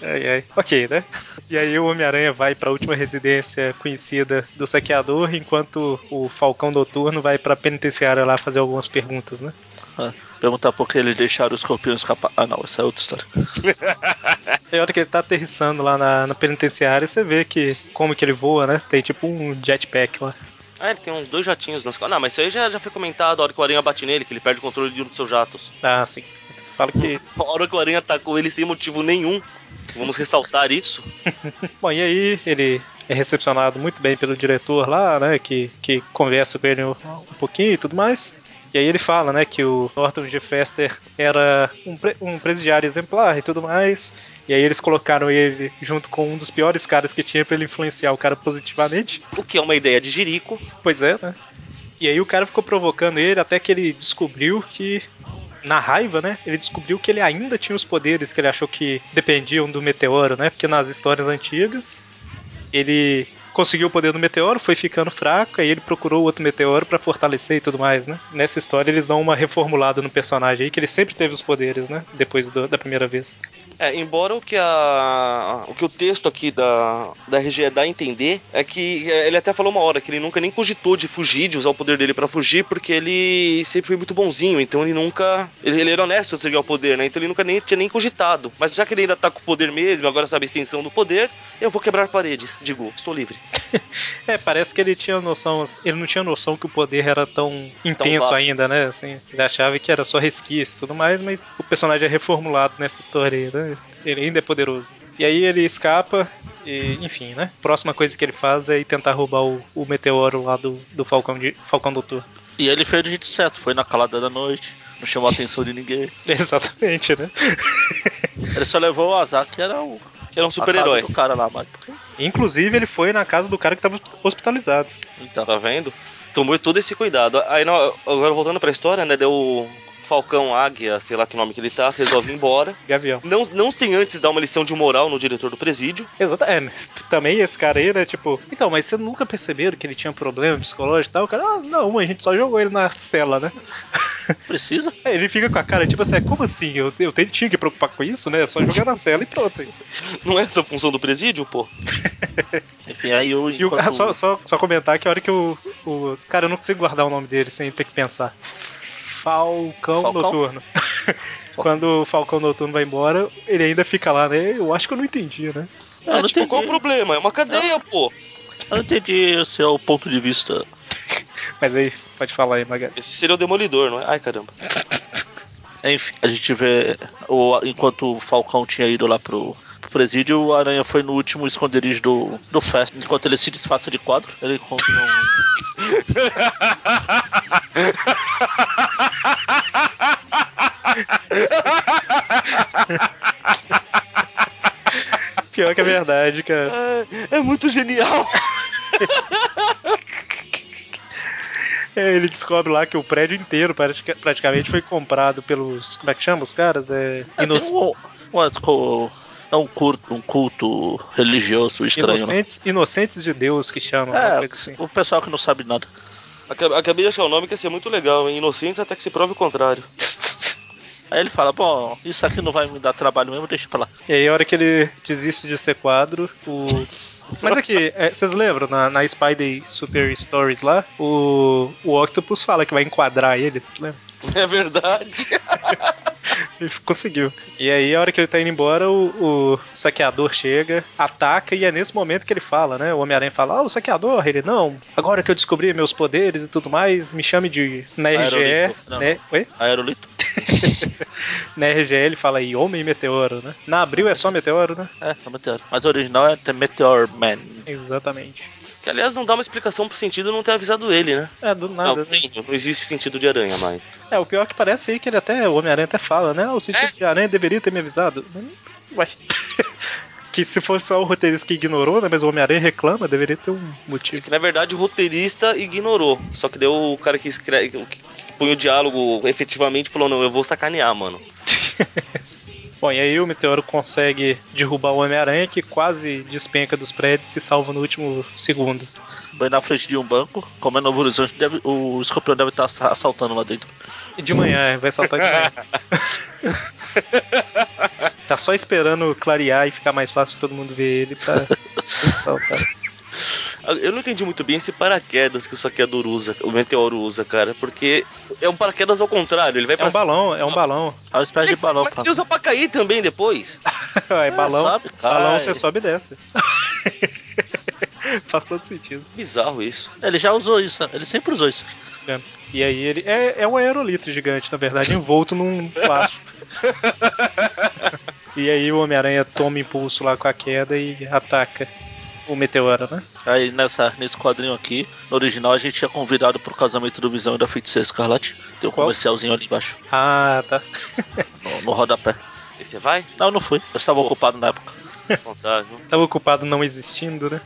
Speaker 1: Ai, ai. Ok, né? E aí o Homem-Aranha vai pra última residência conhecida do saqueador, enquanto o Falcão Noturno vai pra penitenciária lá fazer algumas perguntas, né?
Speaker 3: ah, perguntar por que eles deixaram o escorpião escapar. Ah, não, essa é outra história.
Speaker 1: E a hora que ele tá aterrissando lá na, na penitenciária, você vê que como que ele voa, né? Tem tipo um jetpack lá.
Speaker 4: Ah, ele tem uns dois jatinhos nas costas. Não, mas isso aí já, já foi comentado a hora que o Aranha bate nele, que ele perde o controle de um dos seus jatos.
Speaker 1: Ah, sim. Fala que isso.
Speaker 4: A hora que o Aranha atacou ele sem motivo nenhum. Vamos ressaltar isso.
Speaker 1: <laughs> Bom, e aí ele é recepcionado muito bem pelo diretor lá, né? Que, que conversa com ele um, um pouquinho e tudo mais. E aí ele fala, né, que o Norton G. Fester era um, pre- um presidiário exemplar e tudo mais. E aí eles colocaram ele junto com um dos piores caras que tinha pra ele influenciar o cara positivamente.
Speaker 4: O que é uma ideia de Jerico.
Speaker 1: Pois é, né? E aí o cara ficou provocando ele até que ele descobriu que. Na raiva, né? Ele descobriu que ele ainda tinha os poderes que ele achou que dependiam do meteoro, né? Porque nas histórias antigas ele conseguiu o poder do meteoro, foi ficando fraco, aí ele procurou outro meteoro pra fortalecer e tudo mais, né? Nessa história eles dão uma reformulada no personagem aí, que ele sempre teve os poderes, né? Depois do- da primeira vez.
Speaker 4: É, embora o que, a, o que o texto aqui da, da RGE dá a entender é que é, ele até falou uma hora que ele nunca nem cogitou de fugir, de usar o poder dele pra fugir, porque ele sempre foi muito bonzinho, então ele nunca. Ele, ele era honesto de seguir o poder, né? Então ele nunca nem, tinha nem cogitado. Mas já que ele ainda tá com o poder mesmo, agora sabe a extensão do poder, eu vou quebrar paredes. Digo, estou livre.
Speaker 1: É, parece que ele tinha noção, ele não tinha noção que o poder era tão intenso
Speaker 4: vasto.
Speaker 1: ainda, né? Assim, ele achava que era só resquício e tudo mais, mas o personagem é reformulado nessa história aí, né? Ele ainda é poderoso. E aí ele escapa e, enfim, né? Próxima coisa que ele faz é ir tentar roubar o, o meteoro lá do, do Falcão, de, Falcão Doutor. <laughs>
Speaker 3: E ele fez do jeito certo, foi na calada da noite, não chamou a atenção de ninguém.
Speaker 1: Exatamente, né? <laughs>
Speaker 3: Ele só levou o azar que era o.
Speaker 4: Que era um
Speaker 3: a
Speaker 4: super-herói.
Speaker 3: casa do cara lá, mas. porque-
Speaker 1: Inclusive, ele foi na casa do cara que tava hospitalizado.
Speaker 3: Então.
Speaker 4: Tá vendo? Tomou todo esse cuidado. Aí, não, agora voltando pra história, né? Deu o Falcão Águia, sei lá que nome que ele tá, resolve ir embora.
Speaker 1: Gavião.
Speaker 4: Não, não sem antes dar uma lição de moral no diretor do presídio.
Speaker 1: Exato. É, né? também esse cara aí, né? Tipo, então, mas você nunca perceberam que ele tinha um problema psicológico e tal? O cara, ah, não, a gente só jogou ele na cela, né?
Speaker 3: Precisa?
Speaker 1: É, ele fica com a cara, tipo assim, "É, como assim? Eu, eu tenho- tinha que preocupar com isso, né? É só jogar na cela e pronto.
Speaker 4: Não é essa a função do presídio, pô?
Speaker 3: Enfim, aí eu.
Speaker 1: E o,
Speaker 3: enquanto-
Speaker 1: ah, <laughs> só, só, só comentar que a hora que o, o. Cara, eu não consigo guardar o nome dele sem ter que pensar. Falcão,
Speaker 3: Falcão?
Speaker 1: Noturno. <laughs> Quando o Falcão Noturno vai embora, ele ainda fica lá, né? Eu acho que eu não entendi, né?
Speaker 3: Eu não
Speaker 4: É, tipo,
Speaker 3: entendi.
Speaker 4: qual o problema? É uma cadeia, pô.
Speaker 3: Eu não entendi o seu ponto de vista.
Speaker 1: Mas aí, pode falar aí, Magali.
Speaker 4: Esse seria o demolidor, não é? Ai, caramba.
Speaker 3: Enfim, a gente vê. O, enquanto o Falcão tinha ido lá pro, pro presídio, o Aranha foi no último esconderijo do, do Fest. Enquanto ele se disfarça de quadro, ele encontra um.
Speaker 1: Pior que é verdade, cara.
Speaker 4: É, é muito genial.
Speaker 1: É, ele descobre lá que o prédio inteiro pratica- praticamente foi comprado pelos. Como é que chama os caras? É.
Speaker 3: É,
Speaker 1: inoc-
Speaker 3: tem um, umas co- é um culto, um culto religioso estranho. né?
Speaker 1: inocentes, inocentes de Deus que chamam. uma
Speaker 3: É,
Speaker 1: coisa assim.
Speaker 3: o pessoal que não sabe nada.
Speaker 4: Aca- Acabei de achar o nome que ia ser muito legal, hein? Inocentes até que se prove o contrário.
Speaker 3: Aí ele fala, bom, isso aqui não vai me dar trabalho mesmo, deixa pra lá.
Speaker 1: E aí, a hora que ele desiste de ser quadro,
Speaker 3: <laughs>
Speaker 1: o. Mas aqui, é, vocês lembram na, na Spidey Super Stories lá? O, o Octopus fala que vai enquadrar ele, vocês lembram?
Speaker 4: <laughs> É verdade.
Speaker 1: Ele conseguiu. E aí, a hora que ele tá indo embora, o, o saqueador chega, ataca, e é nesse momento que ele fala, né? O Homem-Aranha fala: Ah, o saqueador, ele não. Agora que eu descobri meus poderes e tudo mais, me chame de. Na RGE.
Speaker 3: Aerolito. Não,
Speaker 1: Né? Oi?
Speaker 3: Aerolito.
Speaker 1: Na RGE ele fala aí: Homem e Meteoro, né? Na abril é só Meteoro, né?
Speaker 3: É, é meteoro. Mas o original é The Meteor Man.
Speaker 1: Exatamente.
Speaker 4: Que, aliás, não dá uma explicação pro sentido não ter avisado ele, né?
Speaker 1: É, do nada.
Speaker 4: não,
Speaker 1: né?
Speaker 4: tem, não existe sentido de aranha, mãe.
Speaker 1: É, o pior que parece aí que ele até, o Homem-Aranha até fala, né? Ah, O sentido de aranha deveria ter me avisado. Ué. <laughs> que se fosse só o roteirista que ignorou, né? Mas o Homem-Aranha reclama, deveria ter um motivo.
Speaker 4: Que, na verdade, o roteirista ignorou. Só que deu o cara que escreve... Que que põe o diálogo efetivamente falou, não, eu vou sacanear, mano.
Speaker 1: Bom, e aí o meteoro consegue derrubar o Homem-Aranha, que quase despenca dos prédios e salva no último segundo.
Speaker 3: Bem na frente de um banco, como é Novo Horizonte, deve- o escorpião deve estar assa- assaltando lá dentro.
Speaker 1: E de manhã, é, vai saltar de manhã. tá só esperando clarear e ficar mais fácil todo mundo ver ele pra saltar.
Speaker 4: Ah, Eu não entendi muito bem esse paraquedas que o saqueador usa, o meteoro usa, cara. Porque é um paraquedas ao contrário. Ele vai
Speaker 1: É um balão, é um balão. <laughs>
Speaker 3: Aí os pés de balão,
Speaker 4: Mas ele
Speaker 3: cara.
Speaker 4: usa pra cair também depois. Ah,
Speaker 1: É, balão,
Speaker 3: sobe, cai.
Speaker 1: balão você sobe e desce. <laughs> Faz todo sentido.
Speaker 4: Bizarro isso.
Speaker 3: Ele já usou isso, né? ele sempre usou isso.
Speaker 1: né? E aí ele. É, é um aerolito gigante, na verdade, envolto num
Speaker 3: <laughs>
Speaker 1: plástico. e aí o Homem-Aranha toma impulso lá com a queda e ataca o meteoro, né?
Speaker 3: Aí nessa, nesse quadrinho aqui, no original a gente tinha convidado pro casamento do Visão e da Feiticeira Escarlate. Tem um
Speaker 1: Qual?
Speaker 3: comercialzinho ali embaixo,
Speaker 1: Ah, tá. <laughs>
Speaker 3: no, no rodapé.
Speaker 4: E você vai?
Speaker 3: Não, não fui. Eu estava ocupado na época.
Speaker 4: Então tá, viu?
Speaker 1: Tava ocupado não existindo, né?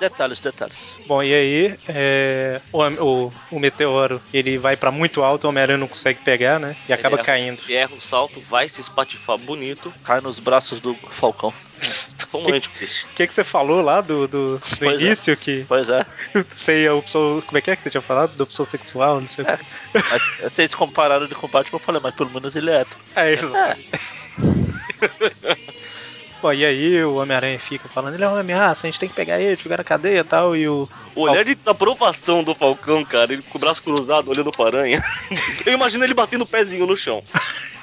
Speaker 3: Detalhes, detalhes.
Speaker 1: Bom, e aí é, o, o, o meteoro ele vai pra muito alto, o Homem-Aranha não consegue pegar, né? E acaba
Speaker 4: Ele é erra-
Speaker 1: caindo.
Speaker 4: ele Erra o um salto, vai se
Speaker 1: <laughs>
Speaker 4: espatifar bonito.
Speaker 3: Cai nos braços do Falcão.
Speaker 4: Tão romântico isso.
Speaker 1: O que, que você falou lá do, do, do
Speaker 3: é.
Speaker 1: início que <laughs>
Speaker 3: Pois é. <laughs>
Speaker 1: sei a opção. Como é que é que você tinha falado? Da opção sexual, não sei o que.
Speaker 3: é, Mas, vocês compararam ele com o Batman, eu falei, mas pelo menos ele é hétero.
Speaker 1: É, exato. <laughs> Pô, e aí o Homem-Aranha fica falando, ele é uma ameaça, a gente tem que pegar ele, jogar na cadeia e tal, e o...
Speaker 4: O olhar de desaprovação do Falcão, cara, ele com o braço cruzado, olhando
Speaker 1: <laughs>
Speaker 4: pra aranha. Eu imagino ele batendo o pezinho no chão.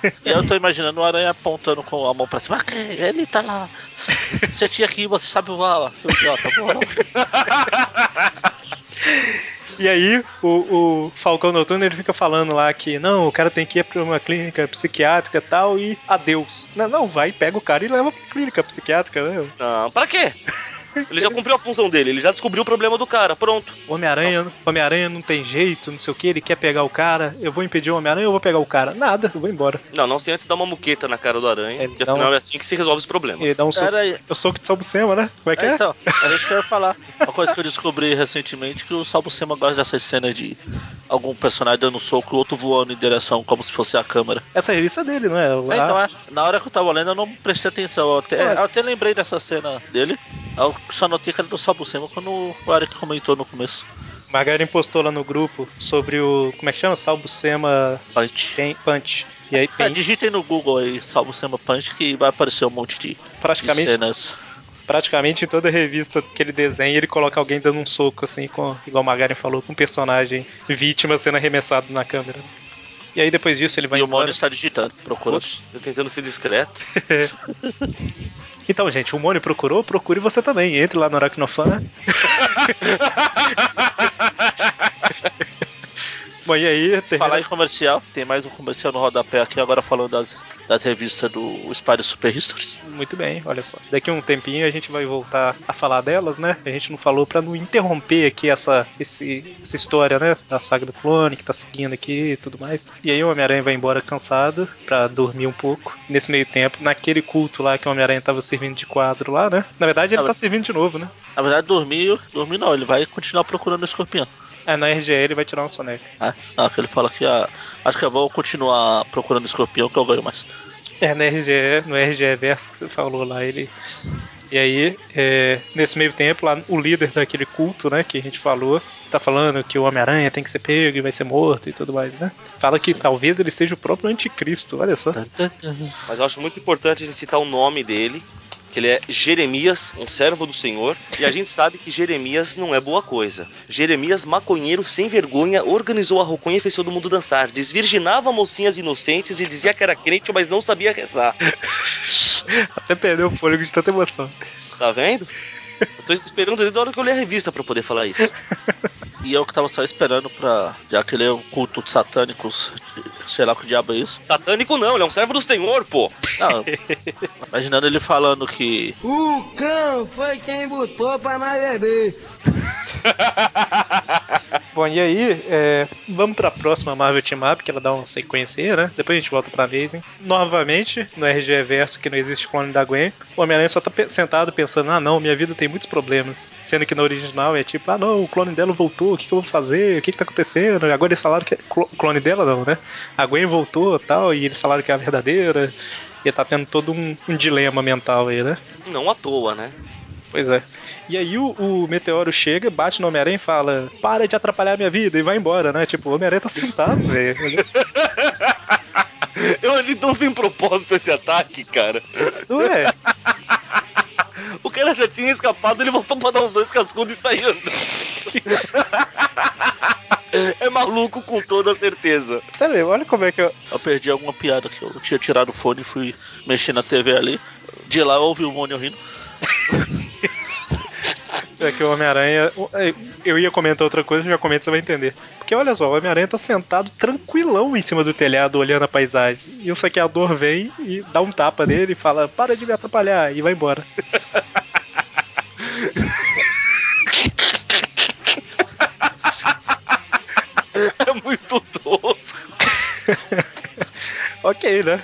Speaker 3: E aí eu tô imaginando o aranha apontando com a mão pra cima. "Ah, que- Ele tá lá. Você tinha que ir, você sabe voar, seu idiota. Voa.
Speaker 1: E aí o, o Falcão Noturno ele fica falando lá que, não, o cara tem que ir pra uma clínica psiquiátrica e tal, e adeus. Não, não, vai, pega o cara e leva pra clínica psiquiátrica, né?
Speaker 4: Não, Ah,
Speaker 1: <laughs>
Speaker 4: pra quê? Ele já cumpriu a função dele, ele já descobriu o problema do cara, pronto.
Speaker 1: O Homem-Aranha Homem não tem jeito, não sei o que, ele quer pegar o cara, eu vou impedir o Homem-Aranha, eu vou pegar o cara. Nada, eu vou embora.
Speaker 4: Não, não se antes dar uma muqueta na cara do aranha,
Speaker 1: É,
Speaker 4: que
Speaker 1: dá um-
Speaker 4: afinal é assim que se resolve os problemas.
Speaker 1: Ele dá um soco.
Speaker 3: Pera aí.
Speaker 1: Eu soco de salbucema, né? Como é que
Speaker 3: É,
Speaker 1: é?
Speaker 3: então, era isso que eu ia falar. Uma coisa que eu descobri recentemente que o Salvo Sema gosta dessas cenas de algum personagem dando um soco e o outro voando em direção como se fosse a câmera.
Speaker 1: Essa revista é dele, não é? Lá-
Speaker 3: É, então, é, na hora que eu tava lendo eu não prestei atenção. Eu até, eu até lembrei dessa cena dele. Eu só notei que era do Salvo Sema quando o Eric comentou no começo.
Speaker 1: Margarine postou lá no grupo sobre o. Como é que chama? Salbucema
Speaker 3: Punch.
Speaker 1: Pen- Punch. E aí
Speaker 3: É, <laughs>
Speaker 1: tem
Speaker 3: digitem no Google aí Salvo Sema Punch que vai aparecer um monte de, de
Speaker 1: praticamente,
Speaker 3: cenas.
Speaker 1: praticamente em toda revista que ele desenha, ele coloca alguém dando um soco, assim, com, igual o Magaren falou, com um personagem vítima sendo arremessado na câmera. E aí depois disso ele vai
Speaker 3: E o
Speaker 1: embora.
Speaker 3: Mônio está digitando, procurando.
Speaker 4: Poxa, eu tentando ser discreto.
Speaker 1: <laughs> Então, gente, o Mônio procurou, procure você também. Entre lá no Aracnofan. né?
Speaker 3: <laughs>
Speaker 1: Bom, e aí,
Speaker 3: Falar
Speaker 1: termina...
Speaker 3: em comercial, tem mais um comercial no rodapé aqui, agora falando das, das revistas do Spider Super Histories.
Speaker 1: muito bem, olha só. Daqui a um tempinho a gente vai voltar a falar delas, né? A gente não falou pra não interromper aqui essa, esse, essa história, né? Da saga do clone que tá seguindo aqui e tudo mais. E aí o Homem-Aranha vai embora cansado pra dormir um pouco. Nesse meio tempo, naquele culto lá que o Homem-Aranha tava servindo de quadro lá, né? Na verdade, ele
Speaker 3: Ah,
Speaker 1: tá servindo de novo, né?
Speaker 3: Na verdade, dormiu, dormiu não, ele vai continuar procurando o escorpião.
Speaker 1: É, na RGE ele vai tirar um soneca.
Speaker 3: Ah, não, que ele fala que ah, acho que eu vou continuar procurando o escorpião que eu ganho mais.
Speaker 1: É, na RGE, no RGE Verso que você falou lá, ele. E aí, é, nesse meio tempo, lá, o líder daquele culto, né, que a gente falou, tá falando que o Homem-Aranha tem que ser pego e vai ser morto e tudo mais, né? Fala que talvez ele seja o próprio anticristo, olha só.
Speaker 3: Tan, tan, tan.
Speaker 4: Mas eu acho muito importante a gente citar o nome dele, que ele é Jeremias, um servo do Senhor, e a gente sabe que Jeremias não é boa coisa. Jeremias, maconheiro sem vergonha, organizou a roconha e fez todo mundo dançar, desvirginava mocinhas inocentes e dizia que era crente, mas não sabia rezar.
Speaker 1: Até perdeu o fôlego de tanta emoção.
Speaker 4: Tá vendo? Eu tô esperando desde a hora que eu ler a revista pra poder falar isso.
Speaker 3: E eu que tava só esperando pra. Já que ele é um culto satânico, sei lá que diabo é isso.
Speaker 4: Satânico não, ele é um servo do Senhor, pô.
Speaker 1: <laughs>
Speaker 3: Não, imaginando ele falando que.
Speaker 6: O cão foi quem botou pra nós beber.
Speaker 1: Bom, e aí, é, vamos pra próxima Marvel Team Up, que ela dá uma sequência aí, né? Depois a gente volta pra Amazing. Novamente, no RG Verso, que não existe clone da Gwen, o Homem-Aranha só tá pe- sentado pensando, ah não, minha vida tem muitos problemas. Sendo que no original é tipo, ah não, o clone dela voltou, o que, que eu vou fazer? O que, que tá acontecendo? Agora eles falaram que é clo- clone dela não, né? A Gwen voltou tal, e eles falaram que é a verdadeira. E tá tendo todo um- um dilema mental aí, né?
Speaker 4: Não à toa, né?
Speaker 1: Pois é. E aí o, o meteoro chega, bate no Homem-Aranha e fala: Para de atrapalhar a minha vida e vai embora, né? Tipo, o Homem-Aranha tá sentado, velho.
Speaker 4: Eu achei tão sem propósito esse ataque, cara.
Speaker 1: Não é?
Speaker 4: O cara já tinha escapado, ele voltou pra dar uns dois cascudos e saiu andando. <laughs> é maluco com toda certeza.
Speaker 1: Sério, mesmo, olha como é que eu.
Speaker 3: Eu perdi alguma piada que eu tinha tirado o fone e fui mexer na TV ali. De lá eu ouvi o Mônio rindo.
Speaker 1: É que o Homem-Aranha. Eu ia comentar outra coisa, já comento, você vai entender. Porque olha só, o Homem-Aranha tá sentado tranquilão em cima do telhado, olhando a paisagem. E o saqueador vem e dá um tapa nele e fala: Para de me atrapalhar e vai embora.
Speaker 4: É muito tosco.
Speaker 1: Ok, né?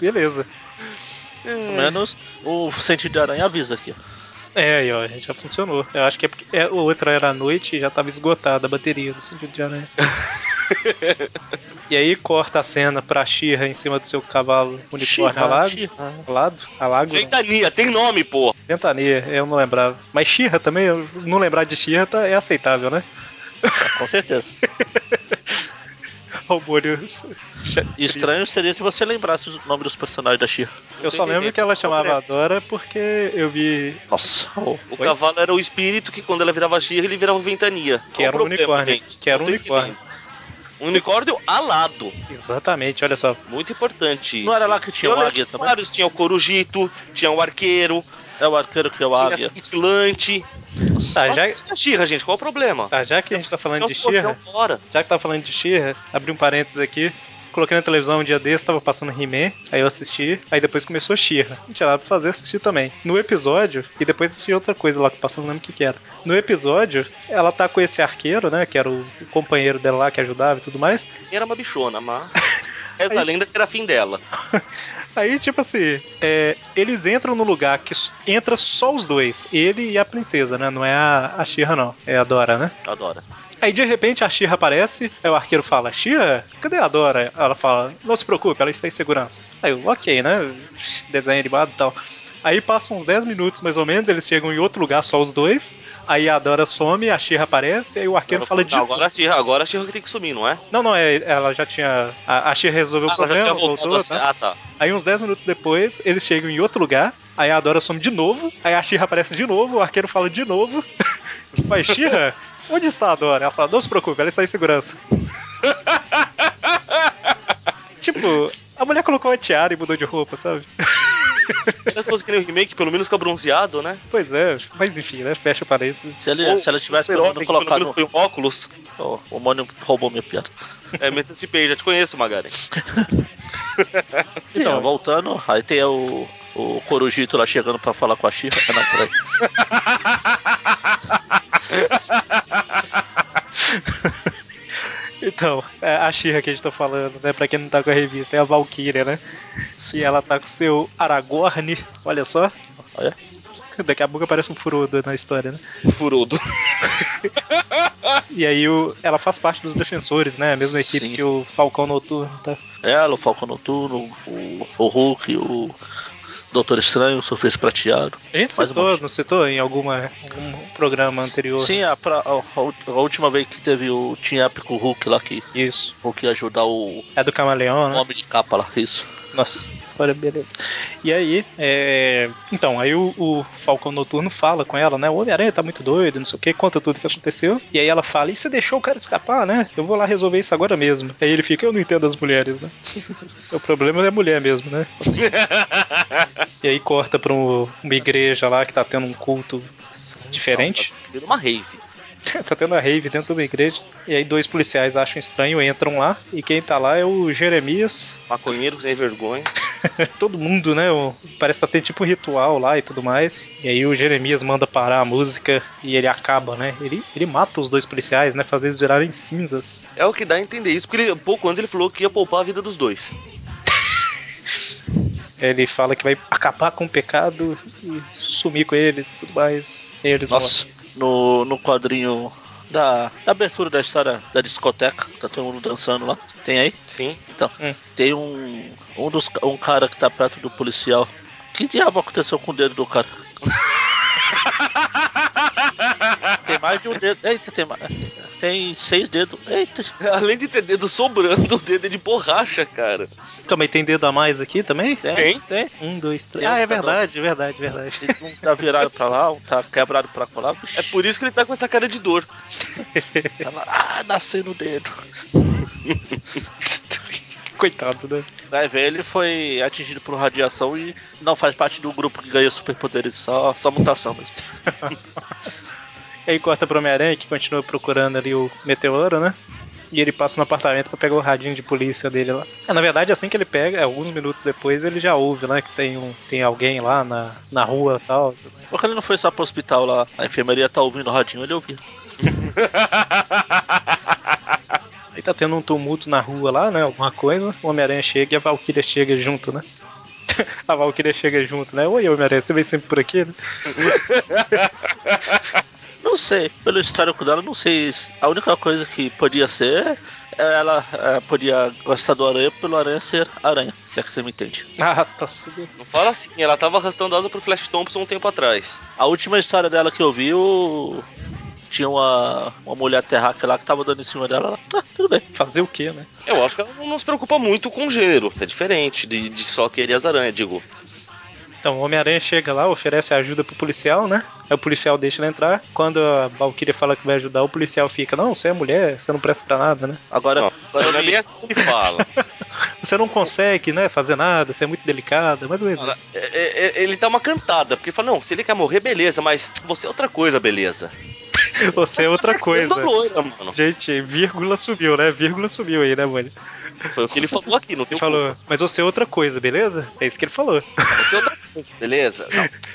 Speaker 1: Beleza.
Speaker 3: Pelo menos o sentido de aranha avisa aqui.
Speaker 1: É, aí, ó, já funcionou. Eu acho que é porque é, outra era à noite e já tava esgotada a bateria no sentido de <laughs> aranha. e aí corta a cena pra Xirra em cima do seu cavalo unicórnio
Speaker 3: Xirra,
Speaker 1: alado.
Speaker 3: xirra.
Speaker 1: Alado? né? Alago? não.
Speaker 4: Ventania, tem nome, pô.
Speaker 1: Ventania, eu não lembrava. Mas Xirra também, eu não <laughs>
Speaker 3: Ah, <laughs>
Speaker 1: lembrar de Xirra tá, é aceitável, né?
Speaker 3: Com certeza.
Speaker 1: Albônio.
Speaker 3: Estranho seria se você lembrasse o nome dos personagens da Shira.
Speaker 1: Eu só lembro que ela chamava Dora porque eu vi.
Speaker 3: Nossa, o-
Speaker 4: O cavalo era o espírito que quando ela virava Xirra, ele virava ventania.
Speaker 1: Que
Speaker 4: Qual
Speaker 1: era
Speaker 4: o
Speaker 1: um
Speaker 4: problema,
Speaker 1: unicórnio.
Speaker 4: gente?
Speaker 1: Que era um
Speaker 4: Não tô
Speaker 1: unicórnio.
Speaker 4: entendendo. Um unicórnio alado.
Speaker 1: Exatamente, olha só.
Speaker 4: Muito importante.
Speaker 3: Não era lá que tinha
Speaker 4: Eu
Speaker 3: o
Speaker 4: lembro
Speaker 3: Águia
Speaker 4: de
Speaker 3: também?
Speaker 4: Vários, tinha o corujito, tinha o arqueiro,
Speaker 3: É o arqueiro que é o
Speaker 4: tinha a
Speaker 3: Águia.
Speaker 4: cintilante.
Speaker 1: Tá,
Speaker 4: Nossa, Então,
Speaker 1: já,
Speaker 4: tinha Xirra, gente, qual o problema?
Speaker 1: tá, já que a gente tá falando
Speaker 4: Tinha
Speaker 1: de
Speaker 4: os colchão
Speaker 1: Shira,
Speaker 4: fora.
Speaker 1: já que tá falando de Shira, abri um parênteses aqui. Coloquei na televisão um dia desse, tava passando He-Man, aí eu assisti, aí depois começou She-Ra. Não tinha nada pra fazer, assisti também. No episódio, e depois assisti outra coisa lá que passou, não lembro o que que era. No episódio, ela tá com esse arqueiro, né, que era o o companheiro dela lá que ajudava e tudo mais.
Speaker 4: Era uma
Speaker 1: <laughs>
Speaker 4: bichona, mas. Essa
Speaker 1: Aí-
Speaker 4: lenda que era fim dela.
Speaker 1: Aí, tipo assim, é, eles entram no lugar que s- entra só os dois, ele e a princesa, né? Não é a, a She-Ra, não. É a Dora, né?
Speaker 4: Adora.
Speaker 1: Aí, de repente, a She-Ra aparece, aí o arqueiro fala, She-Ra, cadê a Dora? Ela fala, não se preocupe, ela está em segurança. Aí eu, ok, né? Desenho animado e tal. Aí passam uns 10 minutos, mais ou menos, eles chegam em outro lugar, só os dois. Aí a Dora some, a She-Ra aparece, aí o arqueiro fala de...
Speaker 4: Não, agora a Xirra, agora a Xirra que tem que sumir, não é?
Speaker 1: Não, não, é, ela já tinha... A, a She-Ra resolveu o
Speaker 4: Ah, ela já
Speaker 1: problema,
Speaker 4: tinha voltado
Speaker 1: voltou,
Speaker 4: a
Speaker 1: tá?
Speaker 4: ser- Ah, tá.
Speaker 1: Aí uns 10 minutos depois, eles chegam em outro lugar, aí a Dora some de novo, aí a Shira aparece de novo, o arqueiro fala de novo. <laughs> Vai, Shira, onde está a Dora? Ela fala, não se preocupe, ela está em segurança. <laughs> tipo, a mulher colocou a tiara e mudou de roupa, sabe?
Speaker 4: Se fosse que nem o remake, pelo menos fica bronzeado, né?
Speaker 1: Pois é, mas enfim, né? Fecha o parênteses.
Speaker 3: Se, ele, se ela tivesse pelo menos colocado.
Speaker 4: colocado um óculos.
Speaker 3: Ó, o Mônio roubou minha piada.
Speaker 4: É, me antecipei, já te conheço, Magari.
Speaker 3: Então, voltando, aí tem o, o Corujito lá chegando pra falar com a Chica. Não, peraí.
Speaker 1: Então, é, a Shira que a gente tá falando, né? Pra quem não tá com a revista, é a Valkyria, né? E ela tá com o seu Aragorn, olha só.
Speaker 3: Olha.
Speaker 1: <laughs> Daqui a pouco aparece um furudo na história, né?
Speaker 3: Um
Speaker 4: Furudo.
Speaker 1: E aí o- ela faz parte dos defensores, né? A mesma equipe
Speaker 3: Sim.
Speaker 1: que o Falcão Noturno, tá?
Speaker 3: é Ela, o Falcão Noturno, o, o Hulk, o Doutor Estranho, o Surfista Prateado.
Speaker 1: A gente
Speaker 3: Mais um
Speaker 1: citou,
Speaker 3: monte.
Speaker 1: não citou em alguma, algum programa anterior?
Speaker 3: Sim, a, pra- a- a ult- a última vez que teve o Team Up com o Hulk lá, que
Speaker 1: Isso.
Speaker 3: o Hulk ia ajudar o,
Speaker 1: É do Camaleão,
Speaker 3: o
Speaker 1: né?
Speaker 3: um Homem de Capa lá, isso.
Speaker 1: Nossa, história beleza. E aí, é... então, aí o, o Falcão Noturno fala com ela, né? O Homem-Aranha tá muito doido, não sei o que, conta tudo que aconteceu. E aí ela fala, e você deixou o cara escapar, né? Eu vou lá resolver isso agora mesmo. Aí ele fica, eu não entendo as mulheres, né? <laughs> o problema é a mulher mesmo, né? e aí corta pra um- uma igreja lá que tá tendo um culto diferente. <laughs>
Speaker 4: Virou uma rave.
Speaker 1: tá tendo a rave dentro de uma igreja. E aí dois policiais acham estranho, entram lá. E quem tá lá é o Jeremias.
Speaker 4: Maconheiro sem vergonha.
Speaker 1: Todo mundo, né? o- Parece que tá tendo tipo um ritual lá e tudo mais. E aí o Jeremias manda parar a música e ele acaba, né? Ele, ele mata os dois policiais, né? Fazendo eles virarem cinzas.
Speaker 4: É o que dá a entender isso, porque ele- um pouco antes ele falou que ia poupar a vida dos dois.
Speaker 1: Ele fala que vai acabar com o pecado e sumir com eles e tudo mais. E aí eles
Speaker 3: Nossa, no, no quadrinho da, da abertura da história da discoteca, tá todo mundo dançando lá. Tem aí?
Speaker 4: Sim.
Speaker 3: Então,
Speaker 1: Hum.
Speaker 3: tem um um, dos, ca- um cara que tá perto do policial. Que diabo aconteceu com o dedo do cara? tem mais de um dedo. Eita, tem mais. Tem seis dedos. Eita.
Speaker 4: <laughs> Além de ter dedo sobrando, <laughs> o dedo é de borracha, cara.
Speaker 1: morrem. Calma aí, tem dedo a mais aqui também?
Speaker 3: Tem,
Speaker 4: Tem?
Speaker 3: tem.
Speaker 1: Um, dois, três.
Speaker 3: Tem um
Speaker 1: Ah, é
Speaker 3: cada um.
Speaker 1: verdade, verdade, verdade.
Speaker 3: Um tá virado pra lá, um tá quebrado pra lá. Vixe,
Speaker 4: É por isso que ele tá com essa cara
Speaker 1: <laughs>
Speaker 4: de dor.
Speaker 3: tá lá. Ah, nasceu no dedo.
Speaker 1: <laughs> Coitado, né?
Speaker 3: Vai ver, ele foi atingido por radiação e não faz parte do grupo que ganha superpoderes, só, só mutação mesmo.
Speaker 1: E aí corta pro Homem-Aranha, que continua procurando ali o meteoro, né? E ele passa no apartamento pra pegar o radinho de polícia dele lá. É, na verdade, assim que ele pega, alguns minutos depois, ele já ouve, né? Que tem, um, tem alguém lá na, na rua e tal.
Speaker 3: Porque ele não foi só pro hospital lá, a enfermaria tá ouvindo o radinho, ele ouviu.
Speaker 1: Aí tá tendo um tumulto na rua lá, né? Alguma coisa. O Homem-Aranha chega e a Valkyria chega junto, né? <laughs> A Valkyria chega junto, né? Oi, Homem-Aranha, você vem sempre por aqui? né?
Speaker 3: Não sei, pelo histórico dela, não sei. se- A única coisa que podia ser, é ela é, podia gostar do aranha pelo aranha ser aranha, se é que você me entende.
Speaker 1: Ah, tá subindo.
Speaker 4: Não fala assim, ela tava arrastando asa pro Flash Thompson um tempo atrás.
Speaker 3: A última história dela que eu vi, o, tinha uma, uma mulher terráquea lá que tava dando em cima dela. Ela, ah, tudo bem.
Speaker 1: Fazer o quê, né?
Speaker 4: Eu acho que ela não se preocupa muito com o gênero. É diferente de, de só querer as aranhas, digo.
Speaker 1: Então, o Homem-Aranha chega lá, oferece ajuda pro policial, né? Aí o policial deixa ele entrar. Quando a Valkyria fala que vai ajudar, o policial fica: Não, você é mulher, você não presta pra nada, né?
Speaker 3: Agora,
Speaker 4: Não,
Speaker 3: agora eu
Speaker 4: não é
Speaker 3: me-
Speaker 4: bem assim que fala.
Speaker 1: Você não consegue, né, fazer nada, você é muito delicada, mais ou menos.
Speaker 4: Ela-
Speaker 1: isso.
Speaker 4: é- é- ele dá uma cantada, porque ele fala: Não, se ele quer morrer, beleza, mas você é outra coisa, beleza.
Speaker 1: Você é outra coisa.
Speaker 4: <laughs> Eu tô loira, mano.
Speaker 1: Gente, vírgula subiu, né? Vírgula subiu aí, né, mano?
Speaker 4: Foi o que ele falou aqui, não tem
Speaker 1: Ele
Speaker 4: um o-
Speaker 1: falou, mas você é outra coisa, beleza? É isso que ele falou.
Speaker 4: Você é outra coisa, beleza?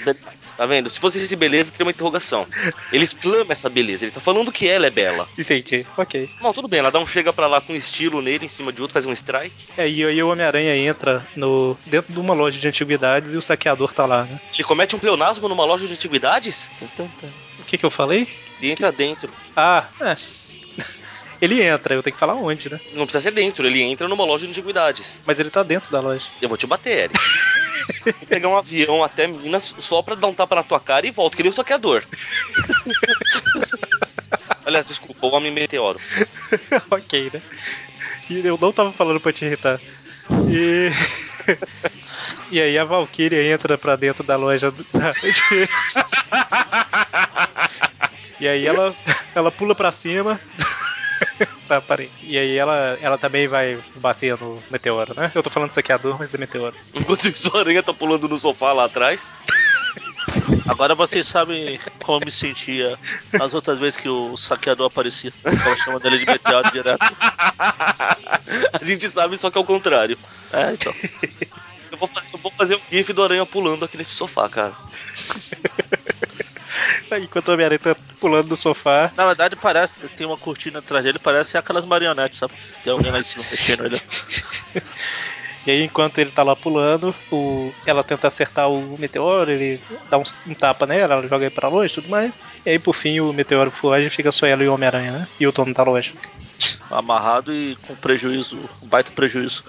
Speaker 4: Não. Tá vendo? Se fosse esse beleza, teria uma interrogação. Ele exclama essa beleza, ele tá falando que ela é bela.
Speaker 1: Entendi, ok.
Speaker 4: Não, tudo bem, ela dá um chega pra lá com estilo nele, em cima de outro, faz um strike.
Speaker 1: É, E aí o Homem-Aranha entra no dentro de uma loja de antiguidades e o saqueador tá lá, né?
Speaker 4: Ele comete um pleonasmo numa loja de antiguidades
Speaker 3: Tum, tum, tum.
Speaker 1: O que que eu falei?
Speaker 4: e entra dentro.
Speaker 1: Ah, é. <laughs> Ele entra, eu tenho que falar onde, né?
Speaker 4: Não precisa ser dentro, ele entra numa loja de antiguidades.
Speaker 1: Mas ele tá dentro da loja. <laughs>
Speaker 4: Eu vou te bater, Eric. Vou <laughs> pegar um avião até Minas só pra dar um tapa na tua cara e volto, que nem o saqueador. <laughs> Aliás, desculpa, o homem meteoro.
Speaker 1: ok, né? E eu não tava falando pra te irritar. E. <laughs> e aí a Valkyria entra pra dentro da loja do- da- <laughs> de- E aí ela, ela pula pra cima. <laughs> tá, parei. E aí ela, ela também vai bater no meteoro, né? Eu tô falando saqueador, mas é meteoro.
Speaker 4: Enquanto isso, a aranha tá pulando no sofá lá atrás.
Speaker 3: Agora vocês sabem como eu me sentia nas outras vezes que o saqueador aparecia. Eu tava chamando ele de meteoro direto.
Speaker 4: A gente sabe, só que é o contrário.
Speaker 3: É, então.
Speaker 4: Eu vou fazer, eu vou fazer um gif do aranha pulando aqui nesse sofá, cara.
Speaker 1: Aí, Enquanto o Homem-Aranha tá pulando do sofá.
Speaker 3: Na verdade, parece, tem uma cortina atrás dele, parece aquelas marionetes, sabe? Tem alguém lá em cima mexendo ele.
Speaker 1: E aí, enquanto ele tá lá pulando, o... ela tenta acertar o meteoro, ele dá um, um tapa nela, ela joga ele pra longe e tudo mais. E aí, por fim, o meteoro foge e fica só ela e o Homem-Aranha, né? E o dono da loja.
Speaker 3: Amarrado e com prejuízo, um baita prejuízo.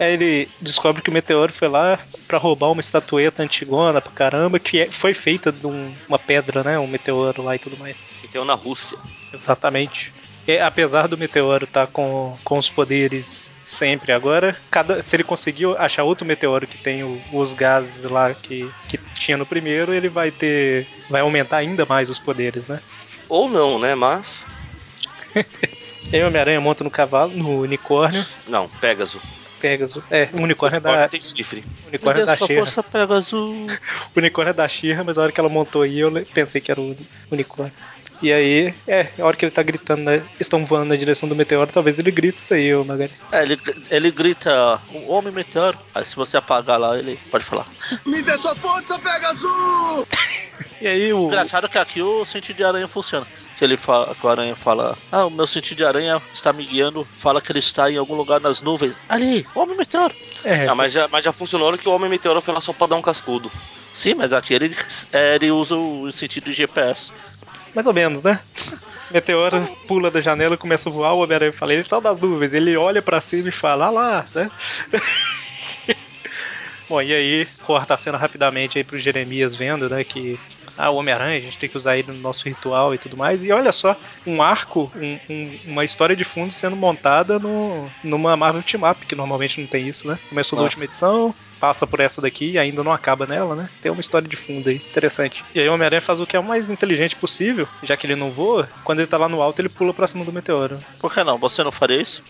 Speaker 1: Aí ele descobre que o meteoro foi lá pra roubar uma estatueta antigona pra caramba, que é- foi feita de um- uma pedra, né? Um meteoro lá e tudo mais.
Speaker 4: Que tem um na Rússia.
Speaker 1: Exatamente. E, apesar do meteoro estar com, com os poderes sempre agora, cada, se ele conseguiu achar outro meteoro que tem o- os gases lá que, que tinha no primeiro, ele vai ter. vai aumentar ainda mais os poderes, né?
Speaker 4: Ou não, né? Mas.
Speaker 1: E aí o Homem-Aranha monta no cavalo, no unicórnio,
Speaker 4: Não, Pégaso.
Speaker 1: pega os. É, o unicórnio é da.
Speaker 4: Tem chifre.
Speaker 1: o unicórnio é da Xirra.
Speaker 3: força pega azul.
Speaker 1: O unicórnio é da Xirra, mas a hora que ela montou aí, eu le- pensei que era o uni- unicórnio. E aí, é, a hora que ele tá gritando, né? Estão voando na direção do meteoro, talvez ele grite isso aí, ô Magari.
Speaker 3: É, ele, ele grita, um homem meteoro. Aí se você apagar lá, ele pode falar.
Speaker 5: Me dê sua força, pega azul!
Speaker 1: E aí o.
Speaker 3: Engraçado que aqui o sentido de aranha funciona. Que ele fala, que o aranha fala, ah, o meu sentido de aranha está me guiando, fala que ele está em algum lugar nas nuvens. Ali, homem meteoro.
Speaker 1: É,
Speaker 4: Ah, mas já, mas já funcionou na hora que o homem meteoro foi lá só pra dar um cascudo.
Speaker 3: Sim, mas aqui ele, é, ele usa o sentido de GPS.
Speaker 1: Mais ou menos, né? <laughs> Meteoro pula da janela, começa a voar, o Homem-Aranha fala, ele tá das nuvens, ele olha pra cima e fala, ah lá, né? <laughs> Bom, e aí corta a cena rapidamente aí pro Jeremias vendo, né, que ah, o Homem-Aranha, a gente tem que usar ele no nosso ritual e tudo mais. E olha só, um arco, um- um- uma história de fundo sendo montada no, numa Marvel Team Up, que normalmente não tem isso, né? Começou na
Speaker 3: Ah.
Speaker 1: última edição, passa por essa daqui e ainda não acaba nela, né? Tem uma história de fundo aí, interessante. E aí o Homem-Aranha faz o que é o mais inteligente possível, já que ele não voa, quando ele tá lá no alto, ele pula pra cima do meteoro.
Speaker 3: Por que não? Você não faria isso?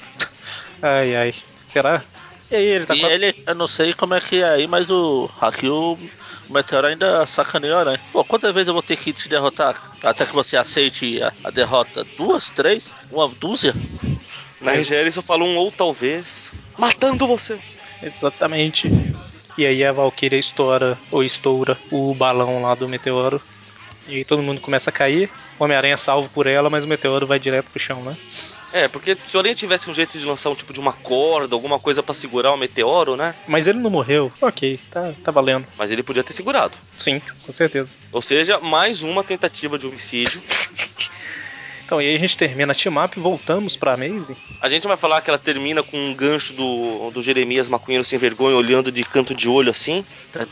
Speaker 1: Ai, ai. Será? E aí ele tá
Speaker 3: e
Speaker 1: com a-
Speaker 3: ele, eu não sei como é que é aí, mas o aqui o Meteoro ainda sacaneou, né? Pô, quantas vezes eu vou ter que te derrotar? Até que você aceite a, a derrota? Duas, três? Uma dúzia?
Speaker 4: Na RGL eles só falam um ou talvez. Matando você.
Speaker 1: Exatamente. E aí a Valkyria estoura ou estoura o balão lá do meteoro. E aí todo mundo começa a cair. O Homem-Aranha é salvo por ela, mas o meteoro vai direto pro chão, né?
Speaker 4: É, porque se o Aranha tivesse um jeito de lançar um tipo de uma corda, alguma coisa pra segurar o meteoro, né?
Speaker 1: Mas ele não morreu. Ok, tá, tá valendo.
Speaker 4: Mas ele podia ter segurado.
Speaker 1: Sim, com certeza.
Speaker 4: Ou seja, mais uma tentativa de homicídio.
Speaker 1: Então, e aí a gente termina a team up, voltamos pra Amazing.
Speaker 4: A gente vai falar que ela termina com um gancho do, do Jeremias Maconheiro sem vergonha, olhando de canto de olho assim.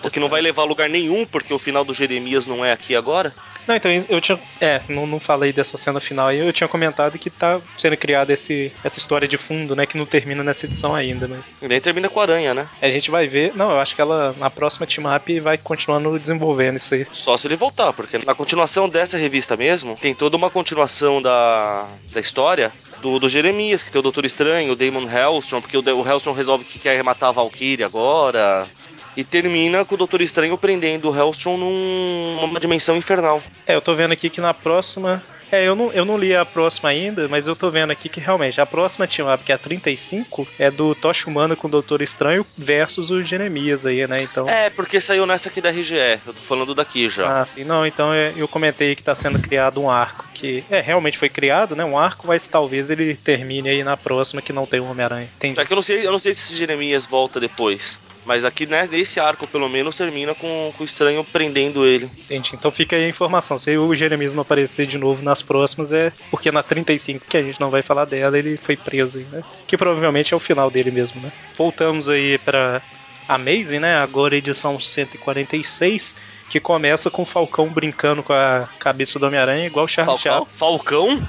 Speaker 4: O que não vai levar a lugar nenhum, porque o final do Jeremias não é aqui agora.
Speaker 1: Não, então, eu tinha. É, não, não falei dessa cena final aí, eu tinha comentado que tá sendo criada esse, essa história de fundo, né? Que não termina nessa edição ainda, mas.
Speaker 4: E daí termina com a aranha, né?
Speaker 1: A gente vai ver. Não, eu acho que ela, na próxima team up, vai continuando desenvolvendo isso aí.
Speaker 4: Só se ele voltar, porque na continuação dessa revista mesmo, tem toda uma continuação da, da história do, do Jeremias, que tem o Doutor Estranho, o Damon Hellstrom, porque o, o Hellstrom resolve que quer matar a Valkyrie agora. E termina com o Doutor Estranho prendendo o Hellstrom num- numa dimensão infernal.
Speaker 1: É, eu tô vendo aqui que na próxima. É, eu não, eu não li a próxima ainda, mas eu tô vendo aqui que realmente a próxima team up, que é a 35, é do Tocha Humana com o Doutor Estranho versus o Jeremias aí, né? Então.
Speaker 4: É, porque saiu nessa aqui da RGE. Eu tô falando daqui já.
Speaker 1: Ah, sim, não, então é, eu comentei que tá sendo criado um arco que. É, realmente foi criado, né? Um arco, mas talvez ele termine aí na próxima que não tem o Homem-Aranha. Entendi.
Speaker 4: Já que eu não sei, eu não sei se esse Jeremias volta depois. Mas aqui né, nesse arco, pelo menos, termina com, com o estranho prendendo ele.
Speaker 1: Entendi. Então fica aí a informação. Se o Jeremias não aparecer de novo nas próximas, é porque na 35, que a gente não vai falar dela, ele foi preso aí, né? Que provavelmente é o final dele mesmo, né? Voltamos aí pra Amazing, né? Agora edição 146, que começa com o Falcão brincando com a cabeça do Homem-Aranha, igual o Charles
Speaker 4: Falcão? Falcão?
Speaker 1: Chaplin.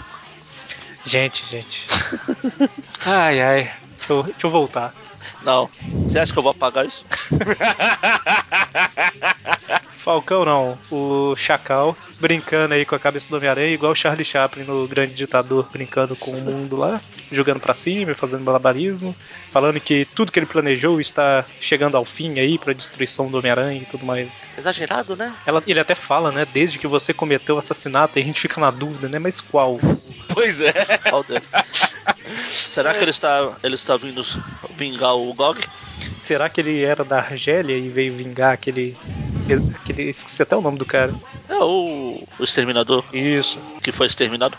Speaker 1: Gente, gente. ai, ai. Deixa eu, deixa eu voltar.
Speaker 3: Não. Você acha que eu vou apagar isso?
Speaker 1: Falcão não, o Chacal brincando aí com a cabeça do Homem-Aranha, igual o Charlie Chaplin no Grande Ditador, brincando com o mundo lá, jogando pra cima, fazendo malabarismo, falando que tudo que ele planejou está chegando ao fim aí pra destruição do Homem-Aranha e tudo mais.
Speaker 4: Exagerado, né?
Speaker 1: Ela- ele até fala, né, desde que você cometeu o assassinato, aí a gente fica na dúvida, né, mas qual?
Speaker 4: Pois é.
Speaker 3: Qual deles? Será que ele está, ele está vindo vingar o Gog?
Speaker 1: Será que ele era da Argélia e veio vingar aquele... aquele esqueci até o nome do cara.
Speaker 3: É o, o exterminador
Speaker 1: Isso.
Speaker 3: que foi exterminado?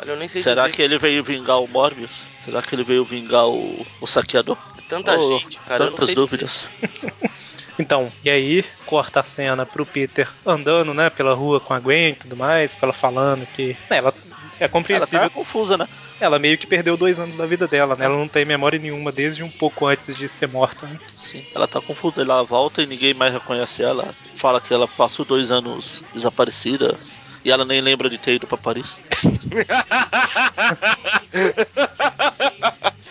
Speaker 4: Olha, eu nem sei
Speaker 3: Será
Speaker 4: dizer.
Speaker 3: que ele veio vingar o Morbius? Será que ele veio vingar o, o saqueador?
Speaker 4: Tanta
Speaker 3: Oh,
Speaker 4: gente, cara. eu não
Speaker 3: Tantas
Speaker 4: sei dizer.
Speaker 3: dúvidas.
Speaker 1: Então, e aí corta a cena pro Peter andando, né, pela rua com a Gwen e tudo mais, pra ela falando que. né, ela é
Speaker 3: Ela
Speaker 1: compreensível.
Speaker 3: tá
Speaker 1: Ela,
Speaker 3: confusa, né?
Speaker 1: meio que perdeu dois anos da vida dela, né? Ela não tem memória nenhuma desde um pouco antes de ser morta, né?
Speaker 3: Sim, ela tá confusa. Ela volta e ninguém mais reconhece ela. Fala que ela passou dois anos desaparecida e ela nem lembra de ter ido pra Paris.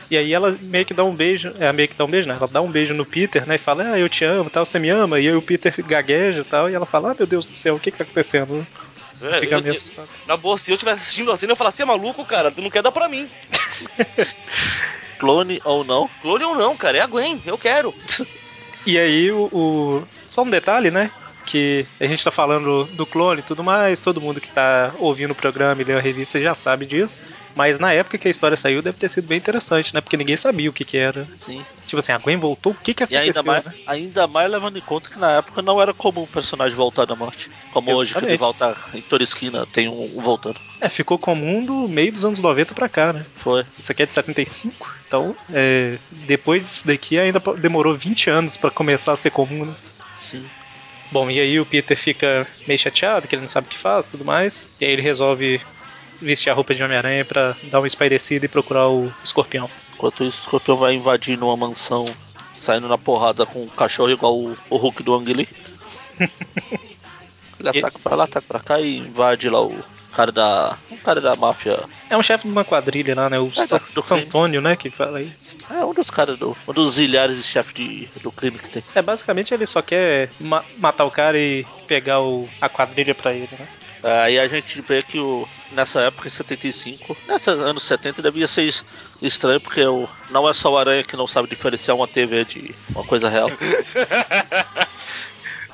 Speaker 1: E aí ela meio que dá um beijo, é meio que dá um beijo, né? Ela dá um beijo no Peter, né? E fala, ah, eu te amo, tal, você me ama. E aí o Peter gagueja e tal, e ela fala, ah, meu Deus do céu, o que que tá acontecendo?
Speaker 4: É,
Speaker 1: Fica
Speaker 4: eu-
Speaker 1: meio
Speaker 4: eu-
Speaker 1: assustado.
Speaker 4: na boa, se eu estivesse assistindo a cena, eu ia falar, você é maluco, cara? Tu não quer dar pra mim.
Speaker 3: Clone ou não?
Speaker 4: Clone ou não, cara, é a Gwen, eu quero.
Speaker 1: E aí, o, o- Só um detalhe, né? Que a gente tá falando do clone e tudo mais, todo mundo que tá ouvindo o programa e leu a revista já sabe disso. Mas na época que a história saiu, deve ter sido bem interessante, né? Porque ninguém sabia o que que era.
Speaker 3: Sim.
Speaker 1: Tipo assim, a Gwen voltou, o que que
Speaker 3: E
Speaker 1: aconteceu?
Speaker 3: ainda mais,
Speaker 1: né?
Speaker 3: ainda mais levando em conta que na época não era comum o personagem voltar da morte. Como hoje, que ele
Speaker 1: Exatamente.
Speaker 3: volta em toda esquina, tem um, um voltando.
Speaker 1: É, ficou comum do meio dos anos 90 pra cá, né?
Speaker 3: Foi.
Speaker 1: Isso aqui é de 75, então é, depois disso daqui ainda po- demorou 20 anos pra começar a ser comum, né?
Speaker 3: Sim.
Speaker 1: Bom, e aí o Peter fica meio chateado, que ele não sabe o que faz tudo mais. E aí ele resolve s- vestir a roupa de Homem-Aranha pra dar uma espairecida e procurar o escorpião.
Speaker 3: Enquanto isso, o escorpião vai invadindo uma mansão, saindo na porrada com um cachorro igual o, o Hulk do
Speaker 1: <laughs>
Speaker 3: Ang Lee. Ele
Speaker 1: E-
Speaker 3: ataca pra lá, ataca pra cá e invade lá o cara da. Um cara da máfia.
Speaker 1: É um chefe de uma quadrilha lá, né? O
Speaker 3: É,
Speaker 1: San-
Speaker 3: do crime.
Speaker 1: Santônio, né? Que fala aí.
Speaker 3: É um dos caras do. Um dos milhares de chefe de, do crime que tem.
Speaker 1: É, basicamente ele só quer ma- matar o cara e pegar o- a quadrilha pra ele, né?
Speaker 3: Aí a gente vê que o, nessa época, em 75, nessa anos 70, devia ser es- estranho, porque o, não é só o Aranha que não sabe diferenciar uma TV de uma coisa
Speaker 4: <laughs>
Speaker 3: real.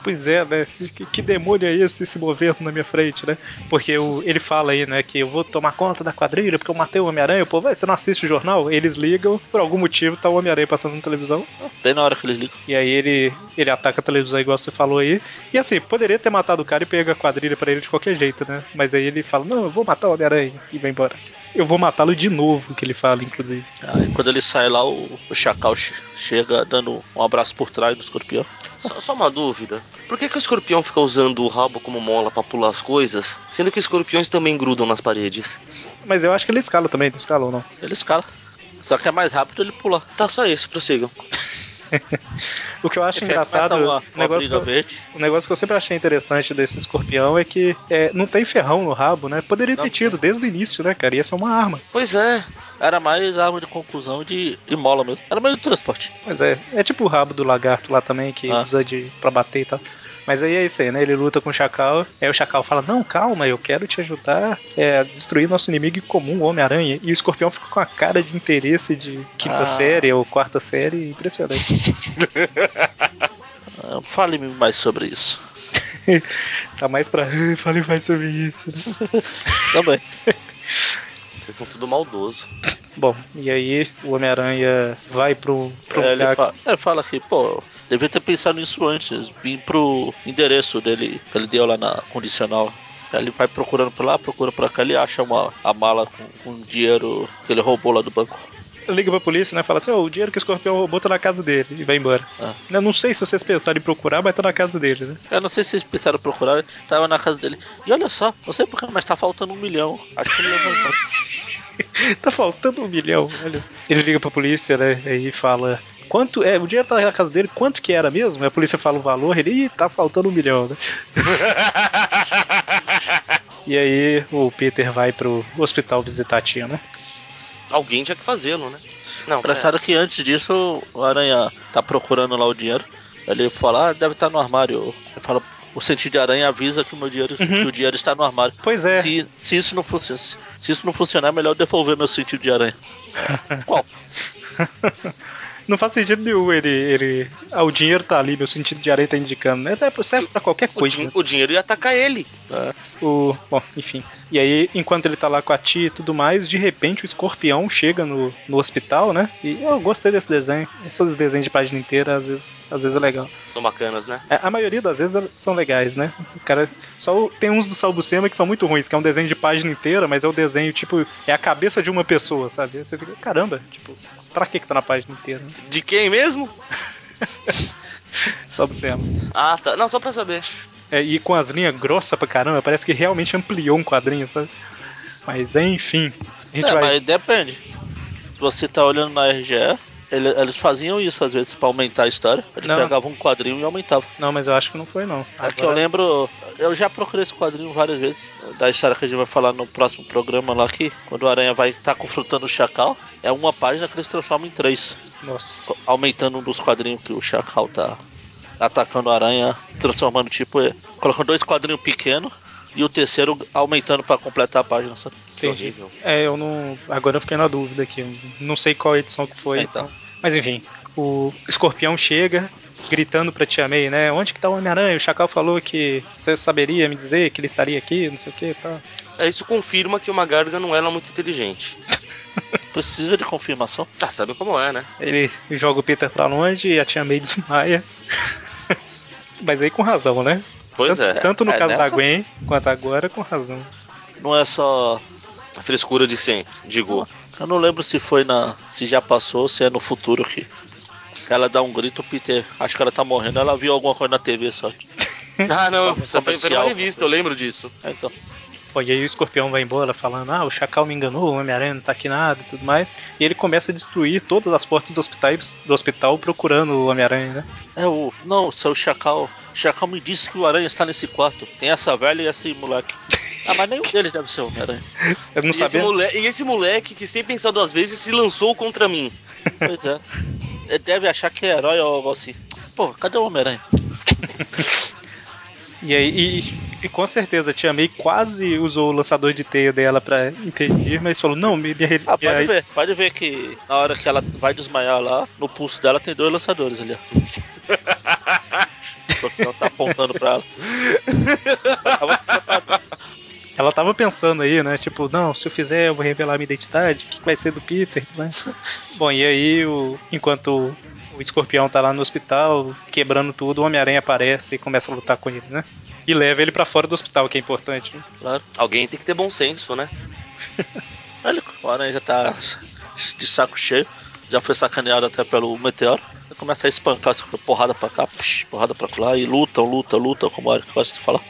Speaker 1: Pois é, né? Que, que demônio é esse se movendo na minha frente, né? Porque o, ele fala aí, né, que eu vou tomar conta da quadrilha porque eu matei o Homem-Aranha. Pô, vai, você não assiste o jornal? Eles ligam, por algum motivo tá o Homem-Aranha passando na televisão.
Speaker 3: Bem na hora que eles ligam.
Speaker 1: E aí ele, ele ataca a televisão igual você falou aí. E assim, poderia ter matado o cara e pega a quadrilha pra ele de qualquer jeito, né? Mas aí ele fala, não, eu vou matar o Homem-Aranha e vai embora. Eu vou matá-lo de novo, que ele fala, inclusive.
Speaker 3: Aí, quando ele sai lá, o, o Chacal che- chega dando um abraço por trás do escorpião.
Speaker 4: Só, só uma dúvida. Por que, que o escorpião fica usando o rabo como mola pra pular as coisas, sendo que escorpiões também grudam nas paredes?
Speaker 1: Mas eu acho que ele escala também, não escala ou não.
Speaker 3: Ele escala. Só que é mais rápido ele pular.
Speaker 4: Tá, só isso, prossigam.
Speaker 1: O que eu acho
Speaker 3: Ele
Speaker 1: engraçado,
Speaker 3: começa Uma,
Speaker 1: o
Speaker 3: uma
Speaker 1: negócio que
Speaker 3: briga
Speaker 1: eu-
Speaker 3: verde.
Speaker 1: O negócio que eu sempre achei interessante desse escorpião é que é, não tem ferrão no rabo, né? Poderia ter tido desde o início, né, cara? Ia ser uma arma.
Speaker 4: Pois é.
Speaker 3: Era mais arma de conclusão de, de mola mesmo. Era meio de transporte.
Speaker 1: Pois é, é tipo o rabo do lagarto lá também, que
Speaker 3: Ah.
Speaker 1: usa de pra bater e tal. Mas aí é isso aí, né? Ele luta com o Chacal, aí o Chacal fala, não, calma, eu quero te ajudar é, a destruir nosso inimigo comum, o Homem-Aranha. E o Escorpião fica com a cara de interesse de quinta
Speaker 3: Ah.
Speaker 1: série ou quarta série, impressionante. <laughs>
Speaker 3: Ah, Fale-me mais sobre isso.
Speaker 1: tá mais pra, "Ah, fale mais sobre isso,
Speaker 3: <laughs>
Speaker 1: né?
Speaker 3: Também.
Speaker 4: Vocês são tudo <laughs> maldoso.
Speaker 1: Bom, e aí o Homem-Aranha vai pro, pro
Speaker 3: É, ele,
Speaker 1: lugar
Speaker 3: fala, ele fala aqui, pô, devia ter pensado nisso antes. Vim pro endereço dele, que ele deu lá na condicional. Aí Ele vai procurando por lá, procura por cá, ele acha uma, a mala com, com dinheiro que ele roubou lá do banco.
Speaker 1: liga pra polícia, né? Fala assim, ó, o dinheiro que o escorpião roubou tá na casa dele e vai embora.
Speaker 3: Ah.
Speaker 1: Eu não sei se vocês pensaram em procurar, mas tá na casa dele, né?
Speaker 3: Eu não sei se vocês pensaram em procurar, tava na casa dele. E olha só, não sei porquê, mas tá faltando um milhão. Acho que ele levantou.
Speaker 1: <laughs> Tá faltando um milhão, olha. Ele liga pra polícia, né? E fala. Quanto é? O dinheiro tá na casa dele, quanto que era mesmo? Aí A polícia fala o valor, ele, ih, tá faltando um milhão, né? E aí o Peter vai pro hospital visitar a tia, né? <laughs>
Speaker 4: Alguém tinha que fazê-lo, né? Não,
Speaker 1: É.
Speaker 3: Engraçado que antes disso o Aranha tá procurando lá o dinheiro. Ele fala, ah, deve estar no armário. Ele fala, o sentido de aranha avisa que, o meu dinheiro, que o dinheiro está no armário.
Speaker 1: Uhum. Pois é.
Speaker 3: Se, se isso não funcionar, se, se isso não funcionar, é melhor devolver meu sentido de aranha. Qual?
Speaker 1: Não faz sentido nenhum ele. ele ah, o dinheiro tá ali, meu sentido de areia tá indicando, né? Até serve pra qualquer
Speaker 4: O,
Speaker 1: coisa. né.
Speaker 4: din- o dinheiro ia atacar ele.
Speaker 3: Tá.
Speaker 1: O, bom, enfim. E aí, enquanto ele tá lá com a tia e tudo mais, de repente o escorpião chega no, no hospital, né? E eu gostei desse desenho. Esses desenhos de página inteira, às vezes, às vezes é legal.
Speaker 4: São bacanas, né?
Speaker 1: É, A maioria das vezes são legais, né? O cara. Só o- tem uns do Salbucema que são muito ruins, que é um desenho de página inteira, mas é o desenho, tipo, é a cabeça de uma pessoa, sabe? Aí Você fica, caramba, tipo, pra que que tá na página inteira? Né?
Speaker 4: De quem mesmo?
Speaker 1: Salbucema.
Speaker 4: Ah, tá. Não, só pra saber.
Speaker 1: É, e com as linhas grossas pra caramba, parece que realmente ampliou um quadrinho, sabe? Mas enfim. A gente
Speaker 3: É,
Speaker 1: vai.
Speaker 3: mas depende. Se você tá olhando na RGE, ele- eles faziam isso às vezes pra aumentar a história. Eles
Speaker 1: Não.
Speaker 3: pegavam um quadrinho e aumentavam.
Speaker 1: Não, mas eu acho que não foi, não.
Speaker 3: Aqui É eu lembro, eu já procurei esse quadrinho várias vezes, da história que a gente vai falar no próximo programa lá que quando o Aranha vai estar confrontando o Chacal, é uma página que eles transformam em três,
Speaker 1: Nossa.
Speaker 3: co- aumentando um dos quadrinhos que o Chacal tá atacando o Aranha, transformando tipo, eh, colocando dois quadrinhos pequenos e o terceiro aumentando pra completar a página, sabe?
Speaker 4: Que
Speaker 1: Entendi.
Speaker 4: horrível.
Speaker 1: É, eu não. Agora eu fiquei na dúvida aqui. eu Não sei qual edição que foi.
Speaker 3: É, então.
Speaker 1: Mas enfim, o escorpião chega gritando pra Tia May, né? Onde que tá o Homem-Aranha? O Chacal falou que você saberia me dizer que ele estaria aqui, não sei o que. Tá.
Speaker 4: É, Isso confirma que o Magarga não era muito inteligente.
Speaker 3: então, Precisa de confirmação.
Speaker 4: Ah, sabe como é, né?
Speaker 1: Ele joga o Peter pra longe e a Tia May <laughs> desmaia. Mas aí com razão, né?
Speaker 4: Pois
Speaker 1: tanto,
Speaker 4: é.
Speaker 1: Tanto no
Speaker 3: É,
Speaker 1: caso da
Speaker 3: nessa-
Speaker 1: Gwen quanto agora, com razão.
Speaker 3: Não é só
Speaker 4: A frescura de sempre, digo.
Speaker 3: Eu não lembro se foi na. se já passou, se é no futuro que ela dá um grito, o Peter. Acho que ela tá morrendo, ela viu alguma coisa na TV só.
Speaker 4: <laughs> Ah, não, isso foi, foi numa
Speaker 3: Comercial.
Speaker 4: revista, eu lembro disso.
Speaker 3: É, Então,
Speaker 1: Bom, e aí o escorpião vai embora falando, ah, o Chacal me enganou, o Homem-Aranha não tá aqui nada e tudo mais. E ele começa a destruir todas as portas do hospital, do hospital procurando o Homem-Aranha, né?
Speaker 3: é o. Não, seu Chacal. Chacal me disse que o Aranha está nesse quarto. Tem essa velha e esse moleque. Ah, mas nenhum deles deve ser o Homem-Aranha.
Speaker 1: Eu não
Speaker 4: E esse,
Speaker 1: sabia.
Speaker 4: moleque, e esse moleque que sem pensar duas vezes se lançou contra mim.
Speaker 3: Pois é. Ele deve achar que é herói ou algo assim. Pô, cadê o Homem-Aranha?
Speaker 1: E aí, e, e com certeza, a Tia May quase usou o lançador de teia dela pra impedir, mas falou, não, me, me,
Speaker 3: Ah,
Speaker 1: me-
Speaker 3: pode ver, pode ver que na hora que ela vai desmaiar lá, no pulso dela tem dois lançadores ali, ó. <laughs> Porque ela tá apontando pra ela.
Speaker 1: ela tava pensando aí, né? Tipo, não, se eu fizer, eu vou revelar minha identidade, o que que vai ser do Peter?
Speaker 3: <laughs>
Speaker 1: Mas... Bom, e aí, o, enquanto o escorpião tá lá no hospital, quebrando tudo, o Homem-Aranha aparece e começa a lutar com ele, né? E leva ele pra fora do hospital, que é importante. né?
Speaker 3: Claro.
Speaker 4: Alguém tem que ter bom senso, né?
Speaker 3: Ele, O Aranha já tá de saco cheio. Já foi sacaneado até pelo Meteoro. Ele Começa a espancar, tipo, porrada pra cá, psh, porrada pra lá. E lutam, lutam, lutam, como o Eric gosta de falar.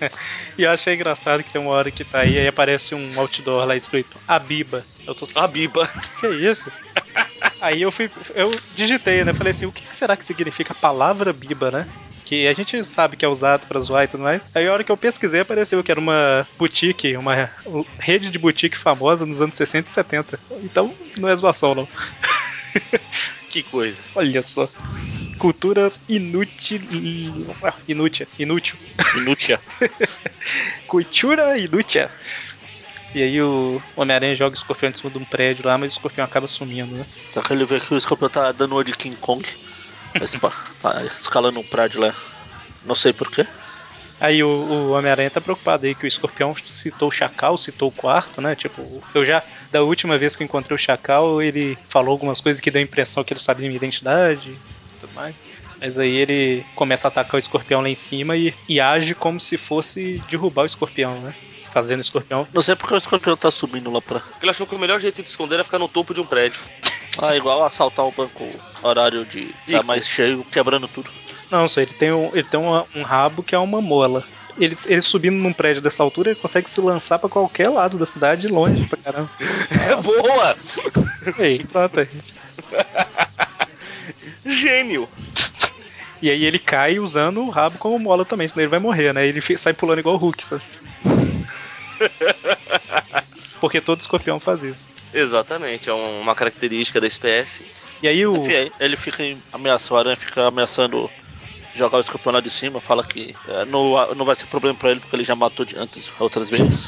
Speaker 1: <laughs> E eu achei engraçado que tem uma hora que tá aí, aí aparece um outdoor lá escrito Abiba. Eu tô
Speaker 4: A Biba.
Speaker 1: que é isso? Aí eu fui, eu digitei, né? Falei assim, o que que será que significa a palavra biba, né? Que a gente sabe que é usado pra zoar e tudo mais. Aí a hora que eu pesquisei apareceu que era uma boutique, uma rede de boutique famosa nos anos 60 e 70. Então não é zoação, não.
Speaker 4: <laughs> Que coisa.
Speaker 1: Olha só. Cultura inútil. ah, Inútil. Inútil.
Speaker 4: <laughs> Inútil.
Speaker 1: Cultura inútil. E aí o Homem-Aranha joga o escorpião de cima de um prédio lá, mas o escorpião acaba sumindo, né?
Speaker 3: Só que ele vê que o escorpião tá dando uma de King Kong. Tá espa- <laughs> tá escalando um prédio lá. Não sei porquê.
Speaker 1: Aí o, o Homem-Aranha tá preocupado aí que o escorpião citou o Chacal, citou o quarto, né? Tipo, eu já, da última vez que eu encontrei o Chacal, ele falou algumas coisas que deu a impressão que ele sabia minha identidade e tudo mais. Mas aí ele começa a atacar o escorpião lá em cima e, e age como se fosse derrubar o escorpião, né? Fazendo o escorpião.
Speaker 3: Não sei porque o escorpião tá subindo lá pra.
Speaker 4: Ele achou que o melhor jeito de esconder era ficar no topo de um prédio.
Speaker 3: Ah, igual assaltar um banco horário de. Tá
Speaker 4: Rico.
Speaker 3: mais cheio, quebrando tudo.
Speaker 1: Não, só ele tem, um, ele tem uma- um rabo que é uma mola. Ele, ele subindo num prédio dessa altura, ele consegue se lançar pra qualquer lado da cidade, longe pra caramba.
Speaker 4: É boa!
Speaker 1: Aí, pronto. aí.
Speaker 4: Gênio!
Speaker 1: E aí ele cai usando o rabo como mola também, senão ele vai morrer, né? Ele fi- sai pulando igual o Hulk, sabe? Porque todo escorpião faz isso.
Speaker 4: Exatamente, é um- uma característica da espécie.
Speaker 1: E aí o.
Speaker 3: Enfim, aí ele fica em- ameaçando, o aranha fica ameaçando jogar o escorpião lá de cima, fala que eh, não, não vai ser problema pra ele porque ele já matou de antes outras vezes.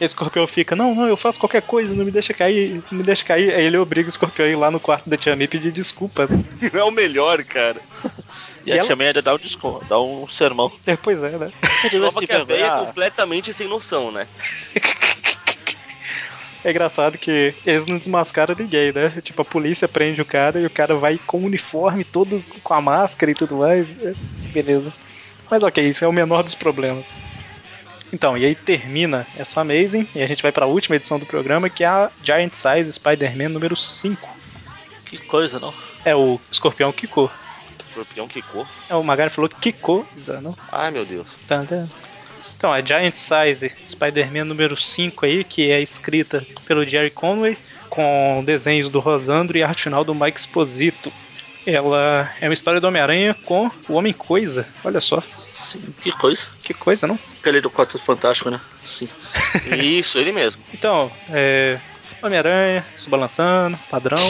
Speaker 1: o escorpião fica, não, não, eu faço qualquer coisa, não me deixa cair, não me deixa cair. Aí ele obriga o escorpião a ir lá no quarto da Tia May pedir desculpa.
Speaker 4: <laughs> É o melhor, cara.
Speaker 3: E,
Speaker 1: E
Speaker 3: a
Speaker 1: ela-
Speaker 3: tia May ainda dá um desconto, dá um sermão.
Speaker 1: É, pois é, né?
Speaker 3: Você devia
Speaker 4: Prova
Speaker 3: se
Speaker 4: que a véia é
Speaker 3: envergonhar.
Speaker 4: completamente sem noção, né?
Speaker 1: É engraçado que eles não desmascaram ninguém, né? Tipo, a polícia prende o cara e o cara vai com o uniforme todo, com a máscara e tudo mais. É, Beleza. Mas ok, isso é o menor dos problemas. Então, e aí termina essa Amazing e a gente vai pra última edição do programa, que é a Giant Size Spider-Man número 5.
Speaker 3: Que coisa, não?
Speaker 1: É o escorpião Kiko.
Speaker 4: Escorpião quicou.
Speaker 1: É, o Magari falou Kiko, não?
Speaker 4: Ai, meu Deus.
Speaker 1: Tá, tá. Então, é Giant Size Spider-Man número 5 aí, que é escrita pelo Jerry Conway, com desenhos do Rosandro e arte final do Mike Esposito. Ela é uma história do Homem-Aranha com o Homem-Coisa. Olha só,
Speaker 3: Sim, que coisa.
Speaker 1: que coisa, não?
Speaker 3: Aquele do Quatro Fantástico, né? Sim.
Speaker 4: Isso, ele mesmo.
Speaker 1: Então, é. Homem-Aranha, se balançando, padrão.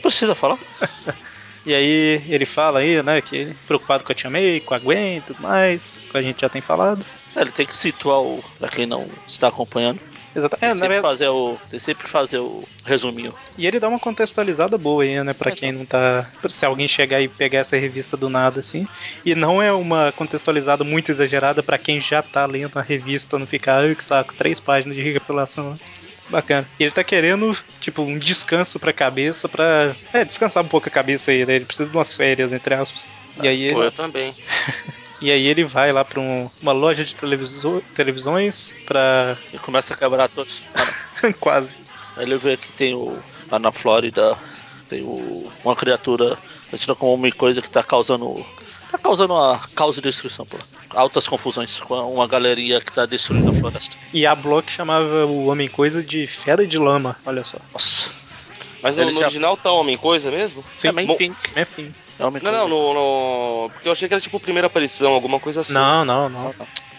Speaker 3: Precisa falar?
Speaker 1: E aí ele fala aí, né, que ele preocupado com a Tia May, com a Gwen e tudo mais, que a gente já tem falado.
Speaker 3: É, ele tem que situar o. pra quem não está acompanhando.
Speaker 1: Exatamente.
Speaker 3: Tem
Speaker 1: É, na
Speaker 3: sempre
Speaker 1: verdade-
Speaker 3: fazer o. Tem sempre fazer o resuminho.
Speaker 1: E ele dá uma contextualizada boa aí, né? Pra quem não tá. pra Se alguém chegar e pegar essa revista do nada, assim. E não é uma contextualizada muito exagerada pra quem já tá lendo a revista, não ficar, ai que saco, três páginas de recapitulação. né? Bacana. E ele tá querendo, tipo, um descanso pra cabeça, pra. É, descansar um pouco a cabeça aí, né? Ele precisa de umas férias, entre aspas. E aí ele.
Speaker 4: Pô, eu também.
Speaker 1: E aí ele vai lá pra um- uma loja de televiso- televisões pra. <laughs>
Speaker 3: E começa a quebrar todos. Ah, não.
Speaker 1: Quase.
Speaker 3: Aí ele vê que tem o. Lá na Flórida tem o. Uma criatura conhecida como homem coisa que tá causando. Tá causando uma causa de destruição, pô. Altas confusões com uma galeria que tá destruindo a floresta.
Speaker 1: E a Block chamava o Homem Coisa de Fera de Lama, olha só.
Speaker 3: Nossa.
Speaker 4: Mas no,
Speaker 3: Ele
Speaker 4: no
Speaker 3: já-
Speaker 4: original tá homem, coisa mesmo?
Speaker 1: Sim,
Speaker 3: é, mas
Speaker 1: bom-
Speaker 3: enfim.
Speaker 1: É fim.
Speaker 3: É homem
Speaker 4: Não,
Speaker 3: coisa.
Speaker 4: não, no, no- Porque eu achei que era tipo primeira aparição, alguma coisa assim.
Speaker 1: Não, não, não.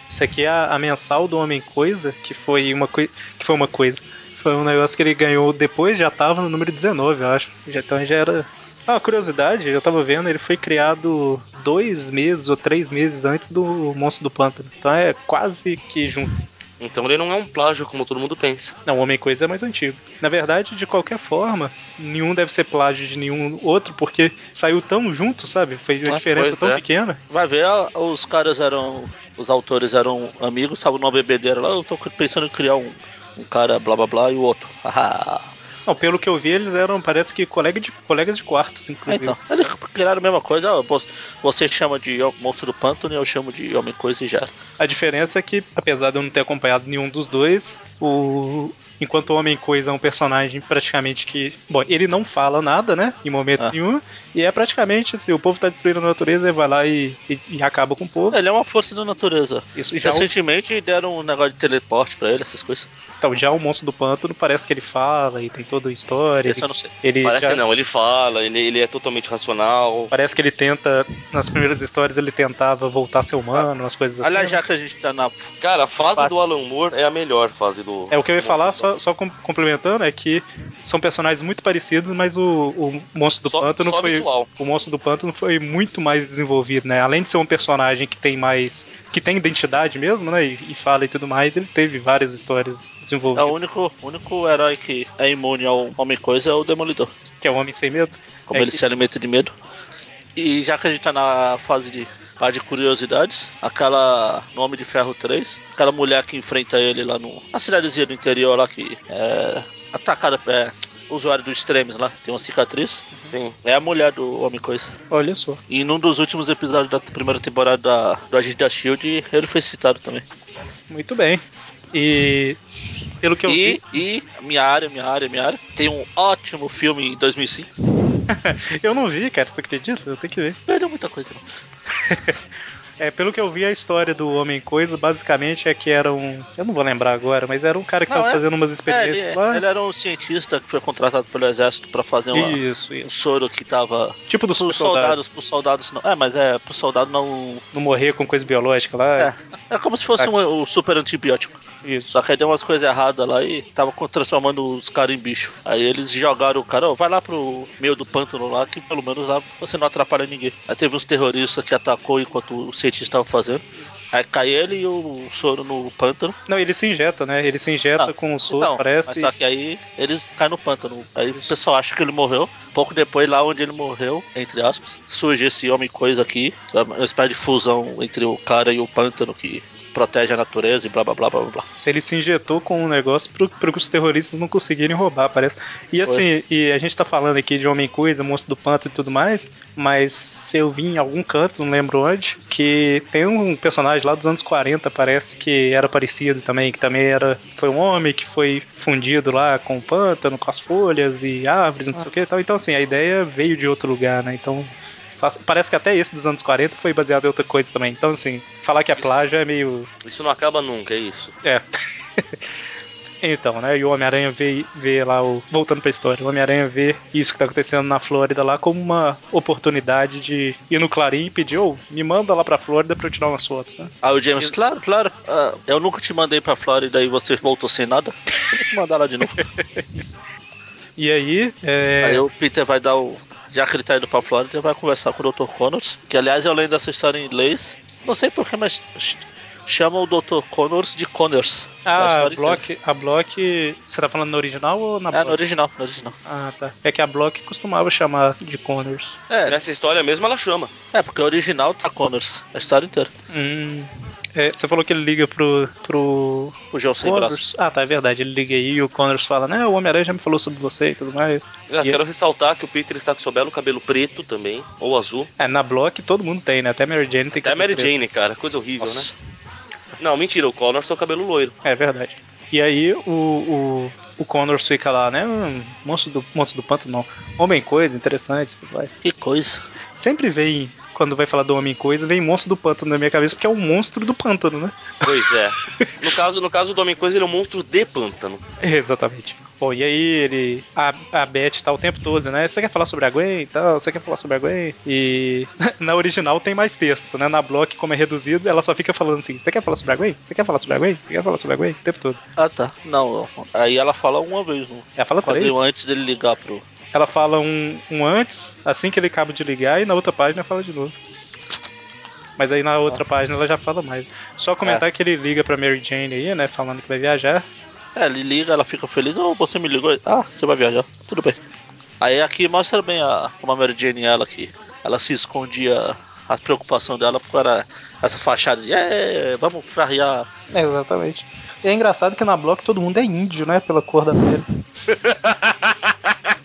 Speaker 1: Isso aqui é a, a mensal do Homem Coisa, que foi uma coisa. Que foi uma coisa. Foi um negócio que ele ganhou depois, já tava no número 19, eu acho. Já- Então já era. Ah, curiosidade, eu tava vendo, ele foi criado dois meses ou três meses antes do Monstro do Pântano. Então é quase que junto.
Speaker 4: Então ele não é um plágio como todo mundo pensa.
Speaker 1: Não, o Homem Coisa é mais antigo. Na verdade, de qualquer forma, nenhum deve ser plágio de nenhum outro, porque saiu tão junto, sabe? Foi uma
Speaker 4: Ah,
Speaker 1: diferença
Speaker 4: pois
Speaker 1: tão
Speaker 4: é.
Speaker 1: pequena.
Speaker 3: Vai ver, ah, os caras eram. Os autores eram <laughs> amigos, estavam numa bebedeira lá. Eu tô pensando em criar um, um cara blá blá blá e o outro. Haha.
Speaker 1: Não, pelo que eu vi, eles eram, parece que colega de, colegas de quartos,
Speaker 3: É,
Speaker 1: inclusive.
Speaker 3: então, eles criaram a mesma coisa. ah, vo- Você chama de Hom- monstro do pântano e eu chamo de homem coisa e já.
Speaker 1: A diferença é que, apesar de eu não ter acompanhado nenhum dos dois, o enquanto o Homem Coisa é um personagem praticamente que, bom, ele não fala nada, né, em momento
Speaker 3: Ah.
Speaker 1: nenhum, e é praticamente assim, o povo tá destruindo a natureza, ele vai lá e, e, e acaba com o povo.
Speaker 3: Ele é uma força da natureza.
Speaker 4: É,
Speaker 1: Isso Então, já, o,
Speaker 3: Recentemente deram um negócio de teleporte pra ele, essas coisas.
Speaker 1: então, já o monstro do pântano parece que ele fala e tem toda a história.
Speaker 3: Isso
Speaker 1: Ele,
Speaker 3: eu não sei.
Speaker 1: ele
Speaker 4: Parece
Speaker 1: já-
Speaker 4: não, ele fala, ele, ele é totalmente racional.
Speaker 1: Parece que ele tenta, nas primeiras histórias, ele tentava voltar a ser
Speaker 4: Ah.
Speaker 1: humano, umas coisas assim.
Speaker 3: Aliás,
Speaker 1: né?
Speaker 3: já que a gente tá na.
Speaker 4: Cara, a fase
Speaker 1: Fácil.
Speaker 4: do Alan Moore é a melhor fase do.
Speaker 1: É o que eu ia falar, só, só com- complementando, é que só são personagens muito parecidos, mas o, o monstro do
Speaker 4: Só-
Speaker 1: pântano
Speaker 4: só
Speaker 1: foi.
Speaker 4: visual.
Speaker 1: O monstro do pântano foi muito mais desenvolvido, né? Além de ser um personagem que tem mais. que tem identidade mesmo, né? E, e fala e tudo mais, ele teve várias histórias
Speaker 3: É o
Speaker 1: desenvolvidas.
Speaker 3: único, único herói que é imune ao homem coisa é o Demolidor.
Speaker 1: Que é o Homem Sem Medo.
Speaker 3: Como
Speaker 1: É
Speaker 3: ele
Speaker 1: que-
Speaker 3: se alimenta de medo. E já que a gente tá na fase de par de curiosidades, aquela no Homem de Ferro 3, aquela mulher que enfrenta ele lá no, na cidadezinha do interior lá que é atacada é, usuário dos extremos lá, tem uma cicatriz,
Speaker 4: Sim.
Speaker 3: é a mulher do Homem Coisa.
Speaker 1: Olha só.
Speaker 3: E num dos últimos episódios da primeira temporada da- do Agente da Shield, ele foi citado também.
Speaker 1: Muito bem. E. Pelo que eu
Speaker 3: E,
Speaker 1: vi. <laughs>
Speaker 3: e minha área, minha área, minha área, tem um ótimo filme em 2005.
Speaker 1: Eu não vi, cara, você acredita? Eu tenho que ver. <laughs>
Speaker 3: Perdeu muita coisa. não.
Speaker 1: É, pelo que eu vi, a história do Homem Coisa basicamente é que era um. Eu não vou lembrar agora, mas era um cara que
Speaker 3: Não,
Speaker 1: tava
Speaker 3: é-
Speaker 1: fazendo umas
Speaker 3: É,
Speaker 1: experiências
Speaker 3: ele,
Speaker 1: lá.
Speaker 3: ele era um cientista que foi contratado pelo exército pra fazer uma,
Speaker 1: Isso,
Speaker 3: um
Speaker 1: isso.
Speaker 3: soro que tava
Speaker 1: Tipo do
Speaker 3: pros
Speaker 1: super
Speaker 3: soldados,
Speaker 1: soldado.
Speaker 3: pros soldados não. É, mas é pro soldado não.
Speaker 1: Não morrer com coisa biológica lá.
Speaker 3: É, é como se fosse
Speaker 1: Aqui.
Speaker 3: um, um super antibiótico.
Speaker 1: Isso.
Speaker 3: Só que aí deu umas coisas erradas lá e tava co- transformando os caras em bicho. Aí eles jogaram o cara, ó, vai lá pro meio do pântano lá, que pelo menos lá você não atrapalha ninguém. Aí teve uns terroristas que atacou enquanto o cientista tava fazendo. Aí cai ele e o soro no pântano.
Speaker 1: Não, ele se injeta, né? Ele se injeta
Speaker 3: Ah,
Speaker 1: com o soro,
Speaker 3: Então,
Speaker 1: parece.
Speaker 3: mas só que aí eles caem no pântano. Aí o pessoal acha que ele morreu. Pouco depois, lá onde ele morreu, entre aspas, surge esse homem coisa aqui. que é Uma espécie de fusão entre o cara e o pântano que protege a natureza e blá blá blá blá blá.
Speaker 1: Se ele se injetou com um negócio pro, pro que os terroristas não conseguirem roubar, parece. E assim, e a gente tá falando aqui de Homem Coisa, Monstro do Pântano e tudo mais, mas se eu vi em algum canto, não lembro onde, que tem um personagem lá dos anos 40, parece que era parecido também, que também era. Foi um homem que foi fundido lá com o pântano, com as folhas e árvores, não sei o que e tal. Então, assim, a ideia veio de outro lugar, né? Então. faz- Parece que até esse dos anos 40 foi baseado em outra coisa também. Então, assim, falar que é
Speaker 4: Isso.
Speaker 1: plágio é meio.
Speaker 4: Isso não acaba nunca, é isso.
Speaker 1: É. <laughs> Então, né? E o Homem-Aranha vê, vê lá o. Voltando pra história, o Homem-Aranha vê isso que tá acontecendo na Flórida lá como uma oportunidade de ir no Clarim e pedir, ô, me manda lá pra Flórida pra eu tirar umas fotos, né?
Speaker 3: Aí o James, claro, claro, ah, eu nunca te mandei pra Flórida e você voltou sem nada. Eu vou te mandar lá de novo.
Speaker 1: E aí, <laughs> é.
Speaker 3: Aí o Peter vai dar o. Já que ele tá indo pra Flórida, ele vai conversar com o Dr. Connors. Que aliás eu lendo essa história em inglês. Não sei porquê, mas ch- chama o Dr. Connors de Connors. É A
Speaker 1: Ah, a
Speaker 3: história inteira.
Speaker 1: Block, a Block. Você tá falando no original ou na
Speaker 3: É,
Speaker 1: Block?
Speaker 3: no original, no original.
Speaker 1: Ah, tá. É que a Block costumava chamar de Connors.
Speaker 3: É,
Speaker 4: Nessa história mesmo ela chama.
Speaker 3: é porque o original tá Connors, a história inteira.
Speaker 1: Hum. é, você falou que ele liga pro, pro
Speaker 3: O João sem braço.
Speaker 1: Connors. Ah, tá, é verdade. Ele liga aí e o Connors fala, né? O Homem-Aranha já me falou sobre você e tudo mais.
Speaker 4: Aliás,
Speaker 1: E-
Speaker 4: quero ressaltar que o Peter está com seu belo cabelo preto também, ou azul.
Speaker 1: É, na Block todo mundo tem, né? Até Mary Jane tem
Speaker 4: Até a
Speaker 1: cabelo
Speaker 4: Mary
Speaker 1: preto.
Speaker 4: Jane, cara, coisa horrível,
Speaker 3: Nossa.
Speaker 4: né? Não, mentira, o Connor tem o cabelo loiro.
Speaker 1: É verdade. E aí o, o, o Connors fica lá, né? Hum, monstro, do, monstro do pântano, não. Homem coisa, interessante, tudo mais.
Speaker 3: Que coisa.
Speaker 1: Sempre vem, quando vai falar do homem coisa, vem monstro do pântano na minha cabeça, porque é o monstro do pântano, né? <laughs>
Speaker 4: Pois é. No caso, no caso do Homem Coisa, ele é um monstro de pântano.
Speaker 1: Exatamente. Bom, e aí ele. A, a Beth tá o tempo todo, né? Você quer falar sobre a Gwen e tal? Você quer falar sobre a Gwen? E <laughs> na original tem mais texto, né? Na Block, como é reduzido, ela só fica falando assim: Você quer falar sobre a Gwen? Você quer falar sobre a Gwen? Você quer falar sobre a Gwen? O tempo todo.
Speaker 3: Ah tá. Não, aí ela fala uma vez no
Speaker 1: Ela fala três.
Speaker 3: quadril antes dele ligar pro.
Speaker 1: Ela fala um, um antes, assim que ele acaba de ligar, e na outra página fala de novo. Mas aí na outra página ela já fala mais. Só comentar que ele liga pra Mary Jane aí, né? Falando que vai viajar.
Speaker 3: É, ele liga, ela fica feliz. Oh, você me ligou? Ah, você vai viajar. Tudo bem. Aí aqui mostra bem a, como a Mary Jane ela aqui. Ela se escondia a preocupação dela por era essa fachada de é, vamos farrear.
Speaker 1: Exatamente. E é engraçado que na Block todo mundo é índio, né? Pela cor da pele.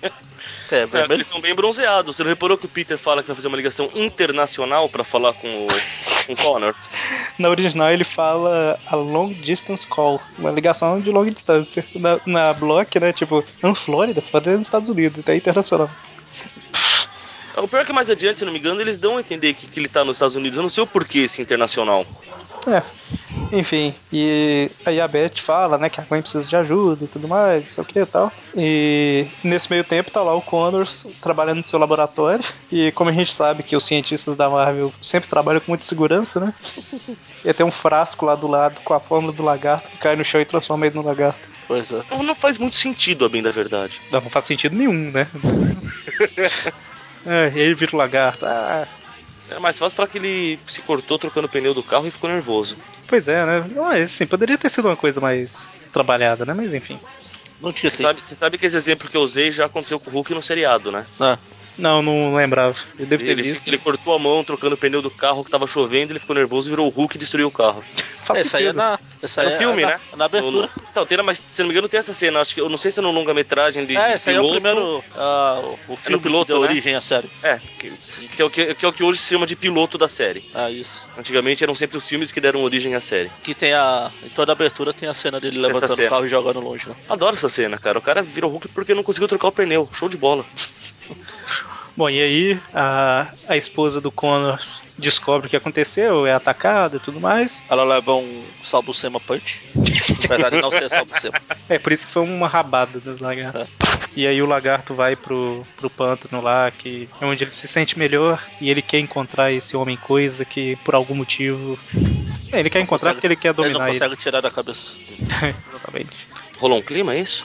Speaker 3: É,
Speaker 4: É,
Speaker 3: vermelho.
Speaker 4: eles são bem bronzeados. Você não reparou que o Peter fala que vai fazer uma ligação internacional pra falar com o, com o Connor?
Speaker 1: Na original ele fala a long distance call, uma ligação de longa distância. Na, na Block, né? Tipo, não, Flórida, Flórida é nos Estados Unidos, então é internacional.
Speaker 4: O pior é que mais adiante, se não me engano, eles dão a entender que, que ele tá nos Estados Unidos. Eu não sei o porquê esse internacional.
Speaker 1: É. Enfim, e aí a Beth fala, né, que a Gwen precisa de ajuda e tudo mais, não sei o que e tal. E nesse meio tempo tá lá o Connors trabalhando no seu laboratório. E como a gente sabe que os cientistas da Marvel sempre trabalham com muita segurança, né? E tem um frasco lá do lado com a forma do lagarto que cai no chão e transforma ele no lagarto.
Speaker 3: Pois é.
Speaker 4: Não, não faz muito sentido, a bem da verdade.
Speaker 1: Não, não faz sentido nenhum, né? <laughs> é, e aí vira o lagarto. Ah,
Speaker 4: É mais fácil falar que ele se cortou trocando o pneu do carro e ficou nervoso.
Speaker 1: pois é, né? Mas assim, poderia ter sido uma coisa mais trabalhada, né? Mas enfim.
Speaker 3: Não tinha
Speaker 4: Você
Speaker 3: assim.
Speaker 4: sabe, você sabe que esse exemplo que eu usei já aconteceu com o Hulk no seriado, né?
Speaker 3: Ah,
Speaker 1: Não, não lembrava. Eu devo ter
Speaker 4: Ele,
Speaker 1: visto.
Speaker 4: ele cortou a mão trocando o pneu do carro que tava chovendo, ele ficou nervoso, virou o Hulk e destruiu o carro.
Speaker 1: Faz
Speaker 3: essa aí é
Speaker 1: sentido.
Speaker 3: na. Essa aí
Speaker 4: no
Speaker 3: é
Speaker 4: filme,
Speaker 3: na-
Speaker 4: né?
Speaker 3: Na abertura.
Speaker 4: No- no- Então, tem, mas se não me engano tem essa cena, acho que eu não sei se é no longa-metragem de,
Speaker 3: É,
Speaker 4: de
Speaker 3: esse aí é o primeiro. ah, o- o filme
Speaker 4: piloto,
Speaker 3: que deu
Speaker 4: né?
Speaker 3: origem à série.
Speaker 4: É, que, que é o que, que é o que hoje se chama de piloto da série.
Speaker 3: Ah, isso.
Speaker 4: Antigamente eram sempre os filmes que deram origem à série.
Speaker 3: Que tem a. Em toda a abertura tem a cena dele levantando
Speaker 4: cena.
Speaker 3: o carro e jogando longe, né?
Speaker 4: Adoro essa cena, cara. O cara virou Hulk porque não conseguiu trocar o pneu. Show de bola.
Speaker 1: Bom, e aí a, a esposa do Connors descobre o que aconteceu, é atacada e tudo mais.
Speaker 3: Ela leva um salbucema punch. Na verdade, não sei se é salbucema.
Speaker 1: É por isso que foi uma rabada do
Speaker 3: É.
Speaker 1: lagarto. E aí o lagarto vai pro, pro pântano lá, que é onde ele se sente melhor, e ele quer encontrar esse homem coisa que por algum motivo. É, ele quer encontrar
Speaker 3: consegue-
Speaker 1: porque ele quer
Speaker 3: Ele não
Speaker 1: dominar ele.
Speaker 3: consegue tirar da cabeça.
Speaker 1: Exatamente.
Speaker 4: Rolou um clima, é isso?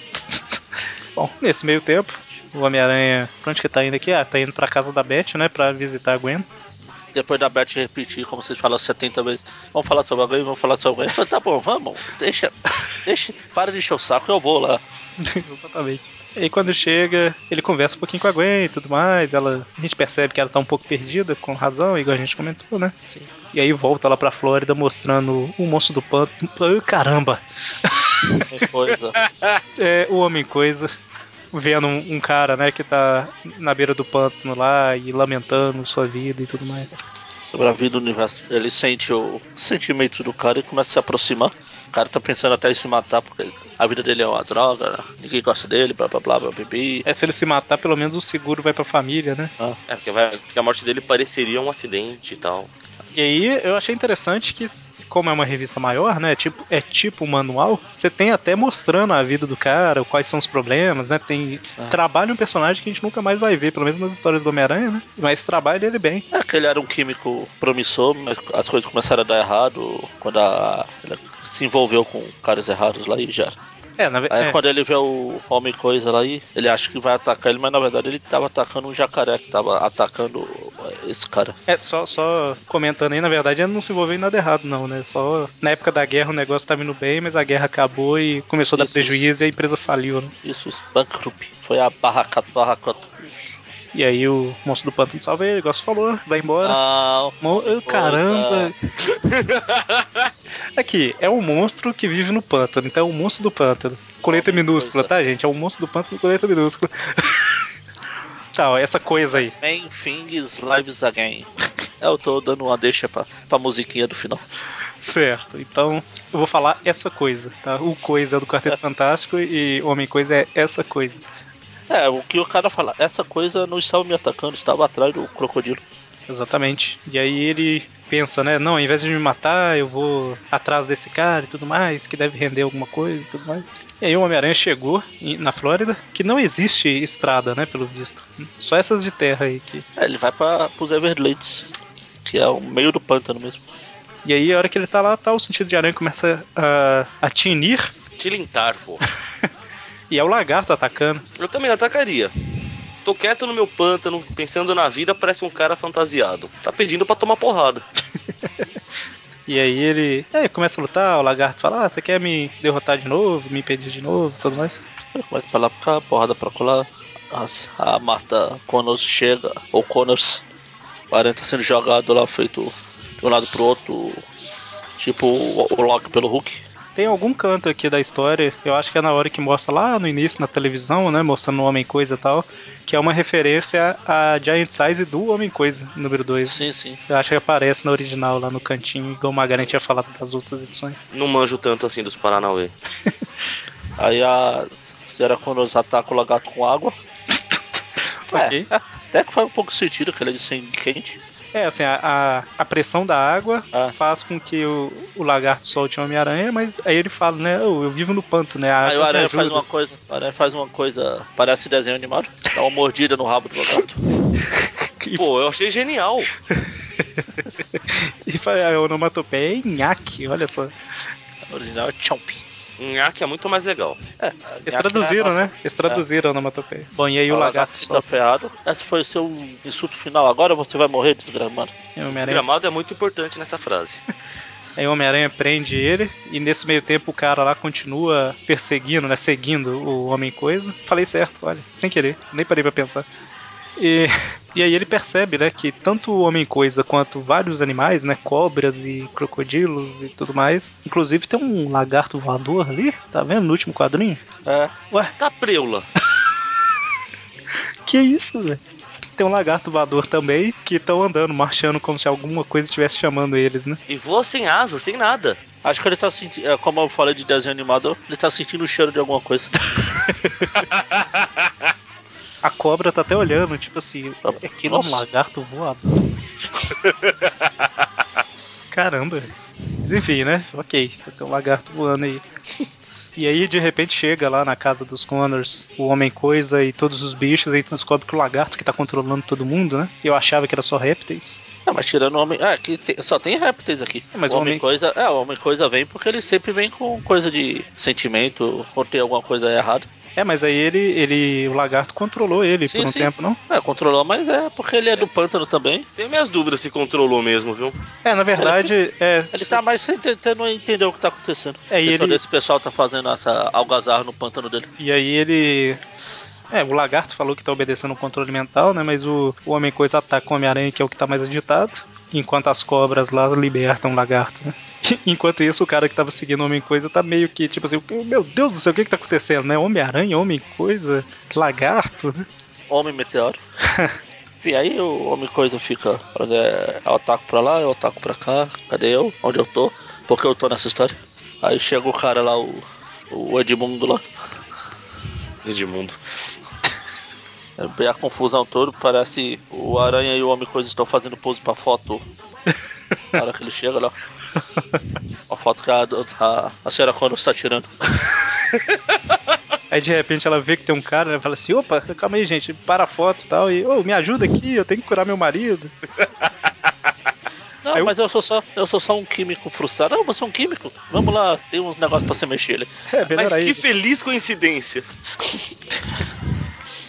Speaker 1: Bom, nesse meio tempo, o Homem-Aranha, pra onde que tá indo aqui? Ah, tá indo pra casa da Beth, né? Pra visitar a Gwen.
Speaker 3: Depois da Beth repetir, como vocês falam 70 vezes, vamos falar sobre alguém, vamos falar sobre alguém. Eu falei, tá bom, vamos, deixa, deixa, para de encher o saco, eu vou lá.
Speaker 1: <laughs> Exatamente. E aí quando chega, ele conversa um pouquinho com a Gwen e tudo mais. Ela, a gente percebe que ela tá um pouco perdida, com razão, igual a gente comentou, né?
Speaker 3: Sim.
Speaker 1: E aí volta lá pra Flórida mostrando o monstro do pântano. Ah, caramba!
Speaker 3: Que Coisa.
Speaker 1: É o Homem Coisa. Vendo um, um cara, né, que tá na beira do pântano lá e lamentando sua vida e tudo mais.
Speaker 3: Sobre a vida do universo. Ele sente o sentimento do cara e começa a se aproximar. O cara tá pensando até em se matar, porque a vida dele é uma droga, né? ninguém gosta dele, blá blá blá, blá bibi.
Speaker 1: É se ele se matar, pelo menos o seguro vai pra família, né?
Speaker 4: É, porque, vai- porque a morte dele pareceria um acidente e tal.
Speaker 1: E aí eu achei interessante que, como é uma revista maior, né? Tipo, é tipo um manual, você tem até mostrando a vida do cara, quais são os problemas, né? Tem.
Speaker 3: Ah.
Speaker 1: Trabalha um personagem que a gente nunca mais vai ver, pelo menos nas histórias do Homem-Aranha, né? Mas trabalha ele bem.
Speaker 3: É que ele era um químico promissor, mas as coisas começaram a dar errado quando a, ele se envolveu com caras errados lá e já.
Speaker 1: É, na verdade.
Speaker 3: Aí quando ele vê o Homem Coisa lá, aí, ele acha que vai atacar ele, mas na verdade ele tava atacando um jacaré que tava atacando esse cara.
Speaker 1: É, só, só comentando aí, na verdade, ele não se envolveu em nada errado, não, né? Só na época da guerra o negócio tava indo bem, mas a guerra acabou e começou a dar
Speaker 3: Isso,
Speaker 1: prejuízo e a empresa faliu, né?
Speaker 3: Isso, isso. Bankrupt. Foi a barracata, barracota.
Speaker 1: E aí o monstro do pântano salva ele, igual você falou, vai embora.
Speaker 3: Ah,
Speaker 1: Mo- oh, caramba! Aqui, é um monstro que vive no pântano, então é um monstro do pântano. Coleta
Speaker 3: Homem
Speaker 1: minúscula,
Speaker 3: coisa.
Speaker 1: tá, gente? É um monstro do pântano, coleta minúscula. <laughs> tá, ó, essa coisa aí.
Speaker 3: Man Things Lives Again. <laughs> É, Eu tô dando uma deixa pra, pra musiquinha do final.
Speaker 1: Certo, então eu vou falar essa coisa, tá? O coisa é do Quarteto Fantástico e Homem Coisa é essa coisa.
Speaker 3: É, o que o cara fala, essa coisa não estava me atacando, estava atrás do crocodilo.
Speaker 1: Exatamente. E aí ele pensa, né? Não, ao invés de me matar, eu vou atrás desse cara e tudo mais, que deve render alguma coisa e tudo mais. E aí o Homem-Aranha chegou em- na Flórida, que não existe estrada, né, pelo visto. Só essas de terra aí que.
Speaker 3: É, ele vai pra, pros Everglades, que é o meio do pântano mesmo.
Speaker 1: E aí a hora que ele tá lá, tá, o sentido de aranha começa a, a tinir
Speaker 4: Tilintar,
Speaker 3: <laughs>
Speaker 4: pô.
Speaker 1: e é o lagarto atacando.
Speaker 4: Eu também atacaria. Tô quieto no meu pântano, pensando na vida, parece um cara fantasiado. Tá pedindo pra tomar porrada.
Speaker 1: E aí ele. É, começa a lutar, o lagarto fala, ah, você quer me derrotar de novo, me impedir de novo, tudo mais.
Speaker 3: Ele começa pra lá pra cá, porrada pra colar. As- a Marta Connors chega, ou Connors, o Aranha tá sendo jogado lá, feito de um lado pro outro, tipo o, o Loki pelo Hulk.
Speaker 1: Tem algum canto aqui da história, eu acho que é na hora que mostra lá no início na televisão, né? Mostrando o Homem Coisa e tal, que é uma referência à Giant Size do Homem Coisa, número 2.
Speaker 3: Sim, sim.
Speaker 1: Eu acho que aparece na original lá no cantinho, igual o Magalhães tinha falado das outras edições.
Speaker 4: Não manjo tanto assim dos Paranauê.
Speaker 3: Aí a Zeraconos ataca o lagarto com água.
Speaker 1: Ok.
Speaker 3: É, até que faz um pouco sentido que ele é de sangue quente.
Speaker 1: É, assim, a, a, a pressão da água
Speaker 3: Ah.
Speaker 1: faz com que o, o lagarto solte o Homem-Aranha, mas aí ele fala, né? "Ô, eu vivo no panto, né? A
Speaker 3: Aí o
Speaker 1: água me
Speaker 3: aranha faz
Speaker 1: ajuda."
Speaker 3: uma coisa, o aranha faz uma coisa, parece desenho animado, dá uma mordida no rabo do lagarto.
Speaker 4: Pô, eu achei genial.
Speaker 1: <laughs> E fa- a onomatopeia é nhaque, olha só.
Speaker 3: O original é chomp.
Speaker 4: Nhaque é muito mais legal.
Speaker 3: É,
Speaker 1: Eles
Speaker 3: a-
Speaker 1: traduziram,
Speaker 3: a-
Speaker 1: né? Eles traduziram a onomatopeia. Bom, e aí o,
Speaker 3: tá o lagarto
Speaker 1: lagarto,
Speaker 3: fica ferrado. Esse foi o seu insulto final. Agora você vai morrer desgramado.
Speaker 1: solta o Homem-Aranha.
Speaker 4: Desgramado é muito importante nessa frase.
Speaker 1: Aí o Homem-Aranha prende ele e nesse meio tempo o cara lá continua perseguindo, né? Seguindo o Homem-Coisa. Falei certo, olha, sem querer, nem parei pra pensar. E, <laughs> e aí ele percebe, né, que tanto o Homem-Coisa quanto vários animais, né, cobras e crocodilos e tudo mais, inclusive tem um lagarto voador ali, tá vendo, no último quadrinho?
Speaker 3: É,
Speaker 4: Tá preula.
Speaker 1: Que isso, velho? Tem um lagarto voador também que estão andando, marchando como se alguma coisa estivesse chamando eles, né?
Speaker 4: E voa sem asa, sem nada.
Speaker 3: acho que ele tá sentindo, é, como eu falei de desenho animado, ele tá sentindo o cheiro de
Speaker 1: <laughs>
Speaker 3: alguma coisa.
Speaker 1: A cobra tá até olhando, tipo assim, é que não é um
Speaker 3: Nossa.
Speaker 1: lagarto voador. <laughs> Caramba. Mas Enfim, né? Ok, tem um lagarto voando aí. E aí, de repente, chega lá na casa dos Connors o Homem-Coisa e todos os bichos, aí tu descobre que o lagarto que tá controlando todo mundo, né? Eu achava que era só répteis.
Speaker 3: Não, mas tirando o homem. É, aqui tem- só tem répteis aqui.
Speaker 1: É, mas
Speaker 3: o
Speaker 1: o
Speaker 3: homem,
Speaker 1: homem-
Speaker 3: coisa. É, o homem coisa vem porque ele sempre vem com coisa de sentimento, ou tem alguma coisa errada.
Speaker 1: É, mas aí ele, ele o lagarto controlou ele
Speaker 3: Sim,
Speaker 1: por um
Speaker 3: sim.
Speaker 1: tempo, não?
Speaker 3: É, controlou, mas é porque ele é do pântano também.
Speaker 4: Tenho minhas dúvidas se controlou mesmo, viu?
Speaker 1: É, na verdade, é.
Speaker 3: Ele tá mais sem- tentando entender o que tá acontecendo.
Speaker 1: É, e
Speaker 3: Tentando
Speaker 1: ele-
Speaker 3: esse pessoal tá fazendo essa algazarra no pântano dele.
Speaker 1: E aí ele. É, o lagarto falou que tá obedecendo o controle mental, né? Mas o, o Homem-Coisa ataca o Homem-Aranha, que é o que tá mais agitado. Enquanto as cobras lá libertam o lagarto, né? <laughs> Enquanto isso, o cara que tava seguindo o Homem-Coisa tá meio que tipo assim: Meu Deus do céu, o que que tá acontecendo, né? Homem-Aranha, Homem-Coisa, lagarto, né?
Speaker 3: Homem meteoro. Enfim, aí o homem coisa fica. É, eu ataco pra lá, eu ataco pra cá. Cadê eu? Onde eu tô? Por que eu tô nessa história? Aí chega o cara lá, o, o Edmundo lá.
Speaker 4: Edmundo.
Speaker 3: É bem a confusão toda, parece o Aranha e o Homem Coisa estão fazendo pose pra foto. Na hora que ele chega lá. A foto que a, a, a senhora Connor está tirando.
Speaker 1: Aí de repente ela vê que tem um cara, né? Fala assim: opa, calma aí, gente, para a foto e tal. E, ô, me ajuda aqui, eu tenho que curar meu marido. <laughs>
Speaker 3: Não,
Speaker 1: Aí eu-
Speaker 3: mas eu sou só eu sou só um químico frustrado. Não, você é um químico? Vamos lá, tem uns negócios pra você mexer ali.
Speaker 1: É, melhor
Speaker 4: Mas
Speaker 1: aí.
Speaker 4: que feliz coincidência.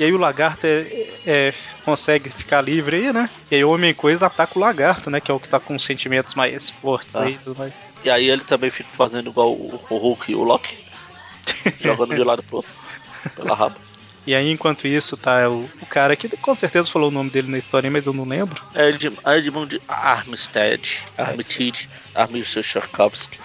Speaker 1: E aí o lagarto é, é- consegue ficar livre aí, né? E aí o homem coisa ataca o lagarto, né? Que é o que tá com os sentimentos mais fortes
Speaker 3: Ah.
Speaker 1: aí e tudo mais.
Speaker 3: E aí ele também fica fazendo igual o, o Hulk e o Loki. Jogando de um lado pro outro. Pela raba.
Speaker 1: E aí, enquanto isso, tá o, o cara que com certeza falou o nome dele na história, mas eu não lembro.
Speaker 3: É Ed, a Edmund Armstead. Armitage. Armitage Sharkovsky.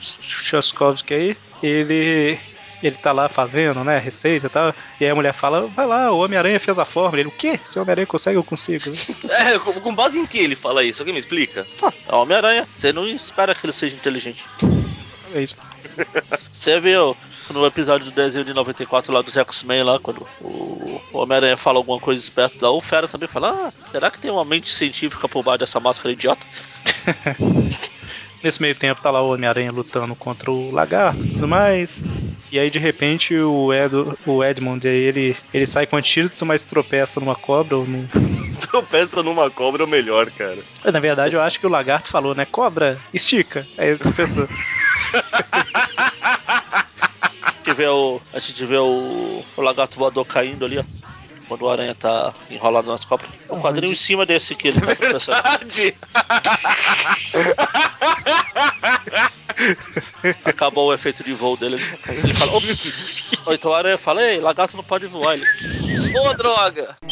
Speaker 1: Tchaikovsky aí, ele. Ele tá lá fazendo, né, receita e tal. E aí a mulher fala, vai lá, o Homem-Aranha fez a fórmula. Ele, o quê? Se o Homem-Aranha consegue, eu consigo. <laughs>
Speaker 4: É, com com base em que ele fala isso? Alguém me explica? <laughs>
Speaker 3: Ah, é o Homem-Aranha. Você não espera que ele seja inteligente.
Speaker 1: Aí,
Speaker 3: Você viu no episódio do desenho de 94 lá dos X-Men lá, quando o Homem-Aranha fala alguma coisa esperta lá, o Fera também fala, ah, será que tem uma mente científica por baixo dessa máscara idiota?
Speaker 1: Nesse meio tempo tá lá o Homem-Aranha lutando contra o lagarto e tudo mais. E aí de repente o, Edu, o Edmund aí, ele, ele sai com um antídoto, mas tropeça numa cobra ou num... <laughs>
Speaker 4: Tropeça numa cobra é o melhor, cara. <laughs>
Speaker 1: Na verdade, eu acho que o lagarto falou, né? Cobra, estica. Aí ele tropeçou.
Speaker 3: A gente vê o, a gente vê o, o lagarto voador caindo ali, ó. Quando o aranha tá enrolado nas copas. É um quadrinho em cima desse que ele tá tropeçando.
Speaker 4: Verdade.
Speaker 3: Acabou o efeito de voo dele. Ele, ele fala, ops. Ou então o aranha fala, ei, lagarto não pode voar. Ele,
Speaker 4: Ô, droga!
Speaker 1: <laughs>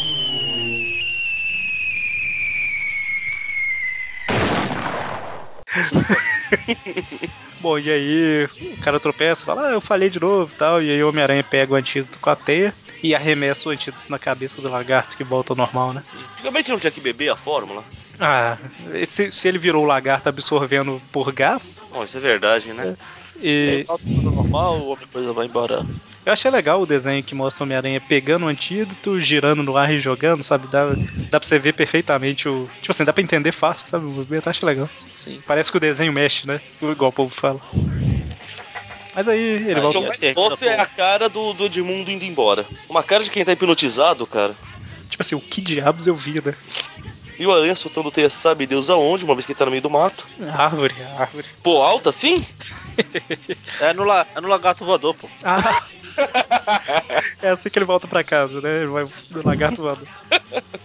Speaker 1: Bom, e aí o cara tropeça, fala, ah, eu falhei de novo e tal. E aí o Homem-Aranha pega o antídoto com a teia e arremessa o antídoto na cabeça do lagarto que volta ao normal, né?
Speaker 4: Antigamente não tinha que beber a fórmula.
Speaker 1: Ah, se, se ele virou o lagarto absorvendo por gás,
Speaker 4: Bom, isso é verdade, né?
Speaker 1: e
Speaker 3: Tá tudo normal, o homem coisa vai embora.
Speaker 1: eu achei legal o desenho que mostra o Homem-Aranha pegando o antídoto, girando no ar e jogando, sabe? Dá, dá pra você ver perfeitamente o. Tipo assim, dá pra entender fácil, sabe? O movimento, acho legal.
Speaker 3: Sim.
Speaker 1: Parece que o desenho mexe, né? Igual o povo fala. Mas aí ele
Speaker 3: Aí,
Speaker 1: volta.
Speaker 4: O que
Speaker 3: é
Speaker 4: mais
Speaker 3: terra,
Speaker 4: foto é
Speaker 3: pô.
Speaker 4: a cara do, do Edmundo indo embora. Uma cara de quem tá hipnotizado, cara.
Speaker 1: Tipo assim, o que diabos eu vi, né?
Speaker 4: E o Aranha soltando teia sabe Deus aonde, uma vez que ele tá no meio do mato.
Speaker 1: Árvore, árvore.
Speaker 4: Pô, alta assim?
Speaker 3: É no, la- é no lagarto voador, pô.
Speaker 1: Ah. <laughs> é assim que ele volta pra casa, né? Ele vai do lagarto voador.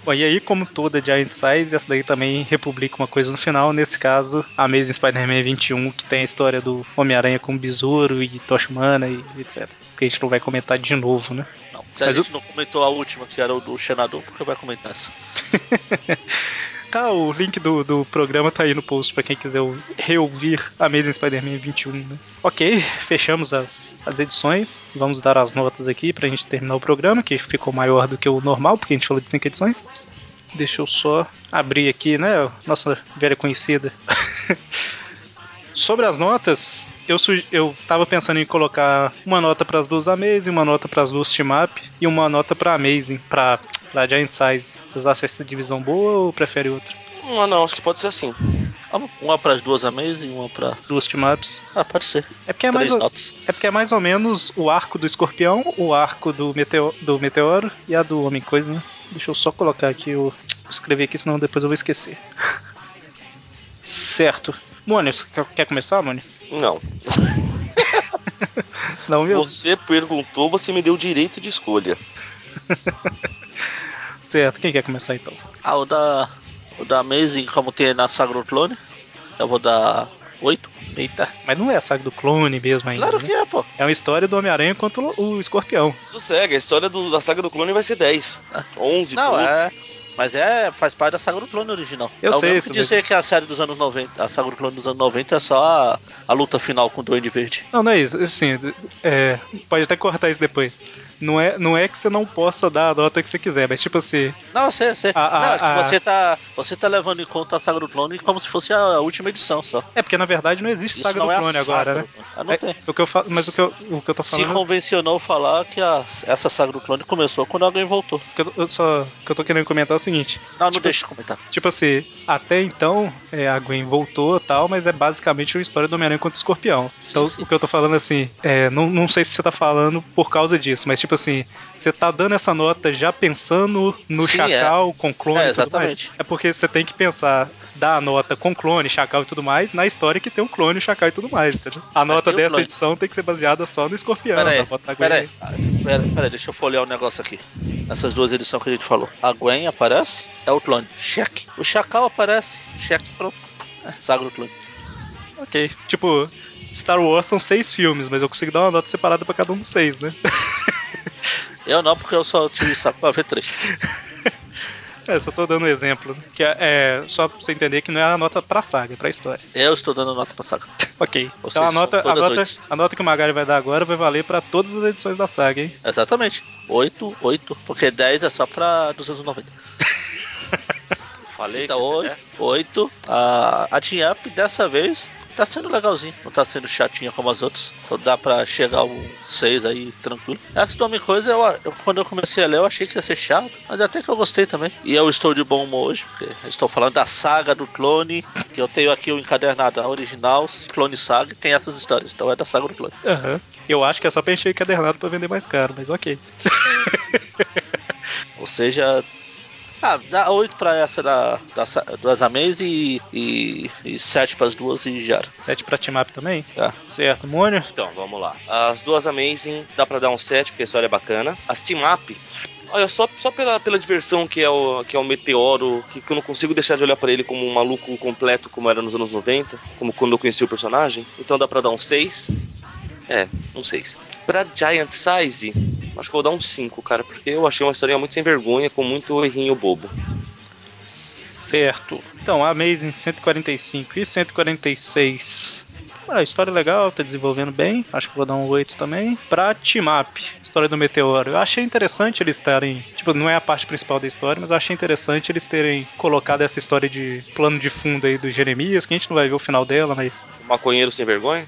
Speaker 1: Bom, e aí, como toda Giant Size, essa daí também republica uma coisa no final. Nesse caso, a Amazing Spider-Man 21, que tem a história do Homem-Aranha com Besouro e Tocha Humana e etc. Que a gente não vai comentar de novo, né?
Speaker 3: Não. Se a
Speaker 1: Mas
Speaker 3: gente não comentou a última, que era o do Xenador, por que vai comentar essa?
Speaker 1: Tá, o link do, do programa tá aí no post pra quem quiser ou- reouvir a Amazing Spider-Man 21, né? Ok, fechamos as, as edições. Vamos dar as notas aqui pra gente terminar o programa, que ficou maior do que o normal, porque a gente falou de 5 edições. Deixa eu só abrir aqui, né? Nossa velha conhecida. Sobre as notas, eu, su- eu tava pensando em colocar uma nota pras duas Amazing, uma nota pras duas Team Up e uma nota pra Amazing, pra, pra Giant Size. Vocês acham essa divisão boa ou preferem outra?
Speaker 4: Ah, não, acho que pode ser assim.
Speaker 3: Ah, Uma pras duas a mesa e uma pra.
Speaker 1: Duas team ups.
Speaker 3: Ah, pode ser.
Speaker 1: É porque é, mais
Speaker 3: Três
Speaker 1: ou,
Speaker 3: notas.
Speaker 1: é porque é mais ou menos o arco do escorpião, o arco do, meteo, do meteoro e a do Homem-Coisa, né? Deixa eu só colocar aqui, eu escrevi aqui, senão depois eu vou esquecer. <laughs> certo. Mônio, você quer- quer começar, Mônio?
Speaker 4: Não.
Speaker 1: Não, meu?
Speaker 4: Você perguntou, você me deu o direito de escolha.
Speaker 1: <laughs> Certo, quem quer começar então?
Speaker 3: Ah, o da. O da Amazing, como tem na Saga do Clone, eu vou dar oito.
Speaker 1: Eita, mas não é a saga do clone mesmo ainda.
Speaker 3: Claro
Speaker 1: né?
Speaker 3: que é, pô.
Speaker 1: É uma história do Homem-Aranha contra o o escorpião.
Speaker 4: Sossega, a história do- da saga do clone vai ser 10. 11,
Speaker 3: Ah. Não,
Speaker 4: 12.
Speaker 3: é. Mas é, faz parte da Saga do Clone original. É
Speaker 1: Eu sei
Speaker 3: mesmo
Speaker 1: isso
Speaker 3: que dizer que a série dos anos 90, a Saga do Clone dos anos 90 é só a, a luta final com o Duende Verde.
Speaker 1: Não, não é isso. Assim, é, pode até cortar isso depois. Não é, não é que você não possa dar a nota que você quiser, mas tipo assim,
Speaker 3: Não, eu sei, eu sei.
Speaker 1: Ah,
Speaker 3: Não,
Speaker 1: ah,
Speaker 3: é que
Speaker 1: ah.
Speaker 3: você tá. Você tá levando em conta a Saga do Clone como se fosse a última edição só.
Speaker 1: É, porque na verdade não existe
Speaker 3: Isso
Speaker 1: saga
Speaker 3: não
Speaker 1: do
Speaker 3: é a
Speaker 1: clone
Speaker 3: Saga
Speaker 1: agora,
Speaker 3: do
Speaker 1: né?
Speaker 3: Clone. Ah, não
Speaker 1: É,
Speaker 3: tem.
Speaker 1: o que eu falo, mas o que eu, o que eu tô
Speaker 3: Se
Speaker 1: falando.
Speaker 3: convencionou falar que a- essa saga do clone começou quando alguém voltou.
Speaker 1: o que eu- eu só, o que eu tô querendo comentar é o seguinte:
Speaker 3: Não, não
Speaker 1: Tipo,
Speaker 3: deixa eu comentar.
Speaker 1: tipo assim, até então é, a Gwen voltou e tal, mas é basicamente uma história do Homem-Aranha contra o Escorpião. Então
Speaker 3: sim.
Speaker 1: o que eu tô falando assim, é, não, não sei se você tá falando por causa disso, mas tipo assim, você tá dando essa nota já pensando no
Speaker 3: Sim,
Speaker 1: Chacal com clone
Speaker 3: É,
Speaker 1: e tudo mais?
Speaker 3: exatamente.
Speaker 1: É porque você tem que pensar, dar a nota com clone, chacal e tudo mais, na história que tem um clone, chacal e tudo mais, entendeu? A nota
Speaker 3: tem um
Speaker 1: dessa
Speaker 3: clone.
Speaker 1: edição tem que ser baseada só no escorpião.
Speaker 3: Pera aí,
Speaker 1: na nota da Gwen.
Speaker 3: pera aí, Ah, pera, pera aí, deixa eu folhear um negócio aqui. Essas duas edições que a gente falou. A Gwen aparece, é o clone. Cheque. O Chacal aparece, cheque, pronto. É, Saga do clone.
Speaker 1: Ok. Tipo, Star Wars são seis filmes, mas eu consigo dar uma nota separada pra cada um dos seis, né?
Speaker 3: Eu não, porque eu só tive saco pra ver três.
Speaker 1: É, só tô dando um exemplo. né? Que é, é, só pra você entender que não é a nota pra saga, é pra história.
Speaker 3: Eu estou dando nota pra saga.
Speaker 1: Ok.
Speaker 3: Vocês
Speaker 1: então a
Speaker 3: são
Speaker 1: nota, a,
Speaker 3: todas
Speaker 1: nota,
Speaker 3: oito.
Speaker 1: a nota que o Magari vai dar agora vai valer pra todas as edições da saga, hein?
Speaker 3: Exatamente. Oito, oito. Porque dez é só pra 290.
Speaker 4: <laughs> Falei.
Speaker 3: Então,
Speaker 4: que-
Speaker 3: oito, oito. A, a Team Up dessa vez tá sendo legalzinho, não tá sendo chatinha como as outras. Então dá pra chegar um 6 aí tranquilo. Essa do Homem Coisa, eu, eu- quando eu comecei a ler, eu achei que ia ser chato, mas até que eu gostei também. E eu estou de bom humor hoje, porque eu estou falando da saga do clone, que eu tenho aqui o encadernado a original, Clone Saga, e tem essas histórias. Então é da saga do clone.
Speaker 1: Aham. Eu acho que é só pra encher o encadernado pra vender mais caro, mas ok.
Speaker 3: Ou seja. Ah, dá 8 pra essa da, da, sa- das Amês e, e, e 7 pras duas e já. era.
Speaker 1: Sete pra Timap também?
Speaker 3: Tá.
Speaker 1: Certo. Mônio?
Speaker 4: Então, vamos lá. As duas Amazing dá pra dar um 7, porque a história é bacana. As Team Up, olha, só, só pela, pela diversão que é o, que é o meteoro, que, que eu não consigo deixar de olhar pra ele como um maluco completo, como era nos anos 90, como quando eu conheci o personagem. Então dá pra dar um 6. É, um 6. Pra Giant Size, acho que eu vou dar um 5, cara, porque eu achei uma história muito sem vergonha, com muito errinho bobo.
Speaker 1: Certo. Então, a Amazing 145 e 146 Ah, história legal, tá desenvolvendo bem. Acho que vou dar um 8 também. Pra Timap, história do meteoro. Eu achei interessante eles estarem. Tipo, não é a parte principal da história, mas eu achei interessante eles terem colocado essa história de plano de fundo aí do Jeremias, que a gente não vai ver o final dela, mas.
Speaker 4: O maconheiro sem vergonha?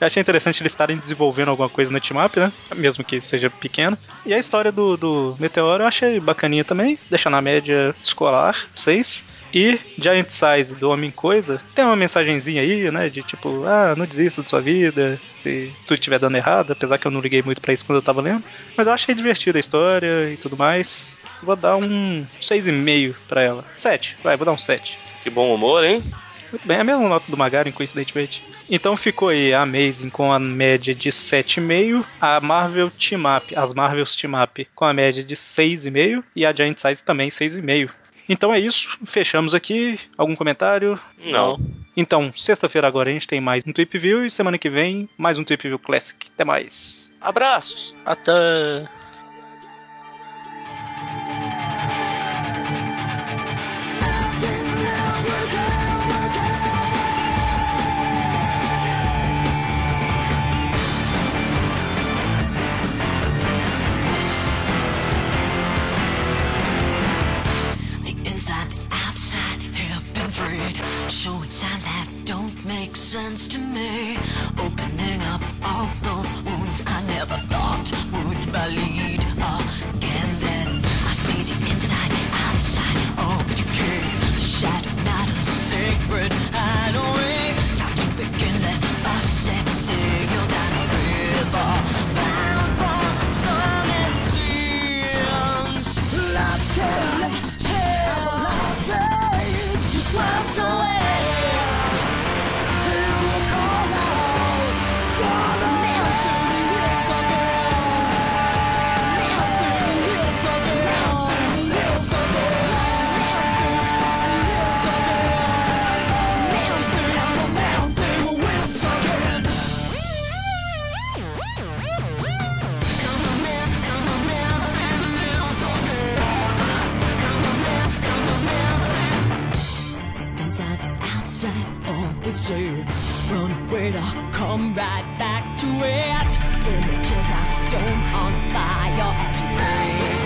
Speaker 1: Eu achei interessante eles estarem desenvolvendo alguma coisa na Timap, né? Mesmo que seja pequeno. E a história do, do Meteoro eu achei bacaninha também. Deixa na média escolar, 6. E Giant Size do Homem Coisa tem uma mensagenzinha aí, né? De tipo, ah, não desista da sua vida, se tudo estiver dando errado, apesar que eu não liguei muito pra isso quando eu tava lendo. Mas eu achei divertida a história e tudo mais. Vou dar um 6,5 pra ela. 7, vai, vou dar um 7.
Speaker 4: Que bom humor, hein?
Speaker 1: Muito bem, é a mesma nota do Magaren, coincidentemente. Então ficou aí a Amazing com a média de 7,5, a Marvel Team Up, as Marvels Team Up com a média de 6,5 e a Giant Size também 6,5. Então é isso, fechamos aqui. Algum comentário?
Speaker 4: Não.
Speaker 1: Então, sexta-feira agora a gente tem mais um Tweep View e semana que vem mais um Tweep View Classic. Até mais.
Speaker 4: Abraços!
Speaker 3: Até.
Speaker 7: The inside, the outside have been freed, showing signs that don't make sense to me. Opening up all those wounds I never thought would bleed again. Then I see the inside, outside Oh, of decay, shadow not a sacred hideaway. Time to begin the ascent, sail down a river. Bound for storm and seas. Lost tales, lost tales, lost faith. You swept away. inside outside of the sea. Run away to come right back to it. Images of stone on fire as you fade.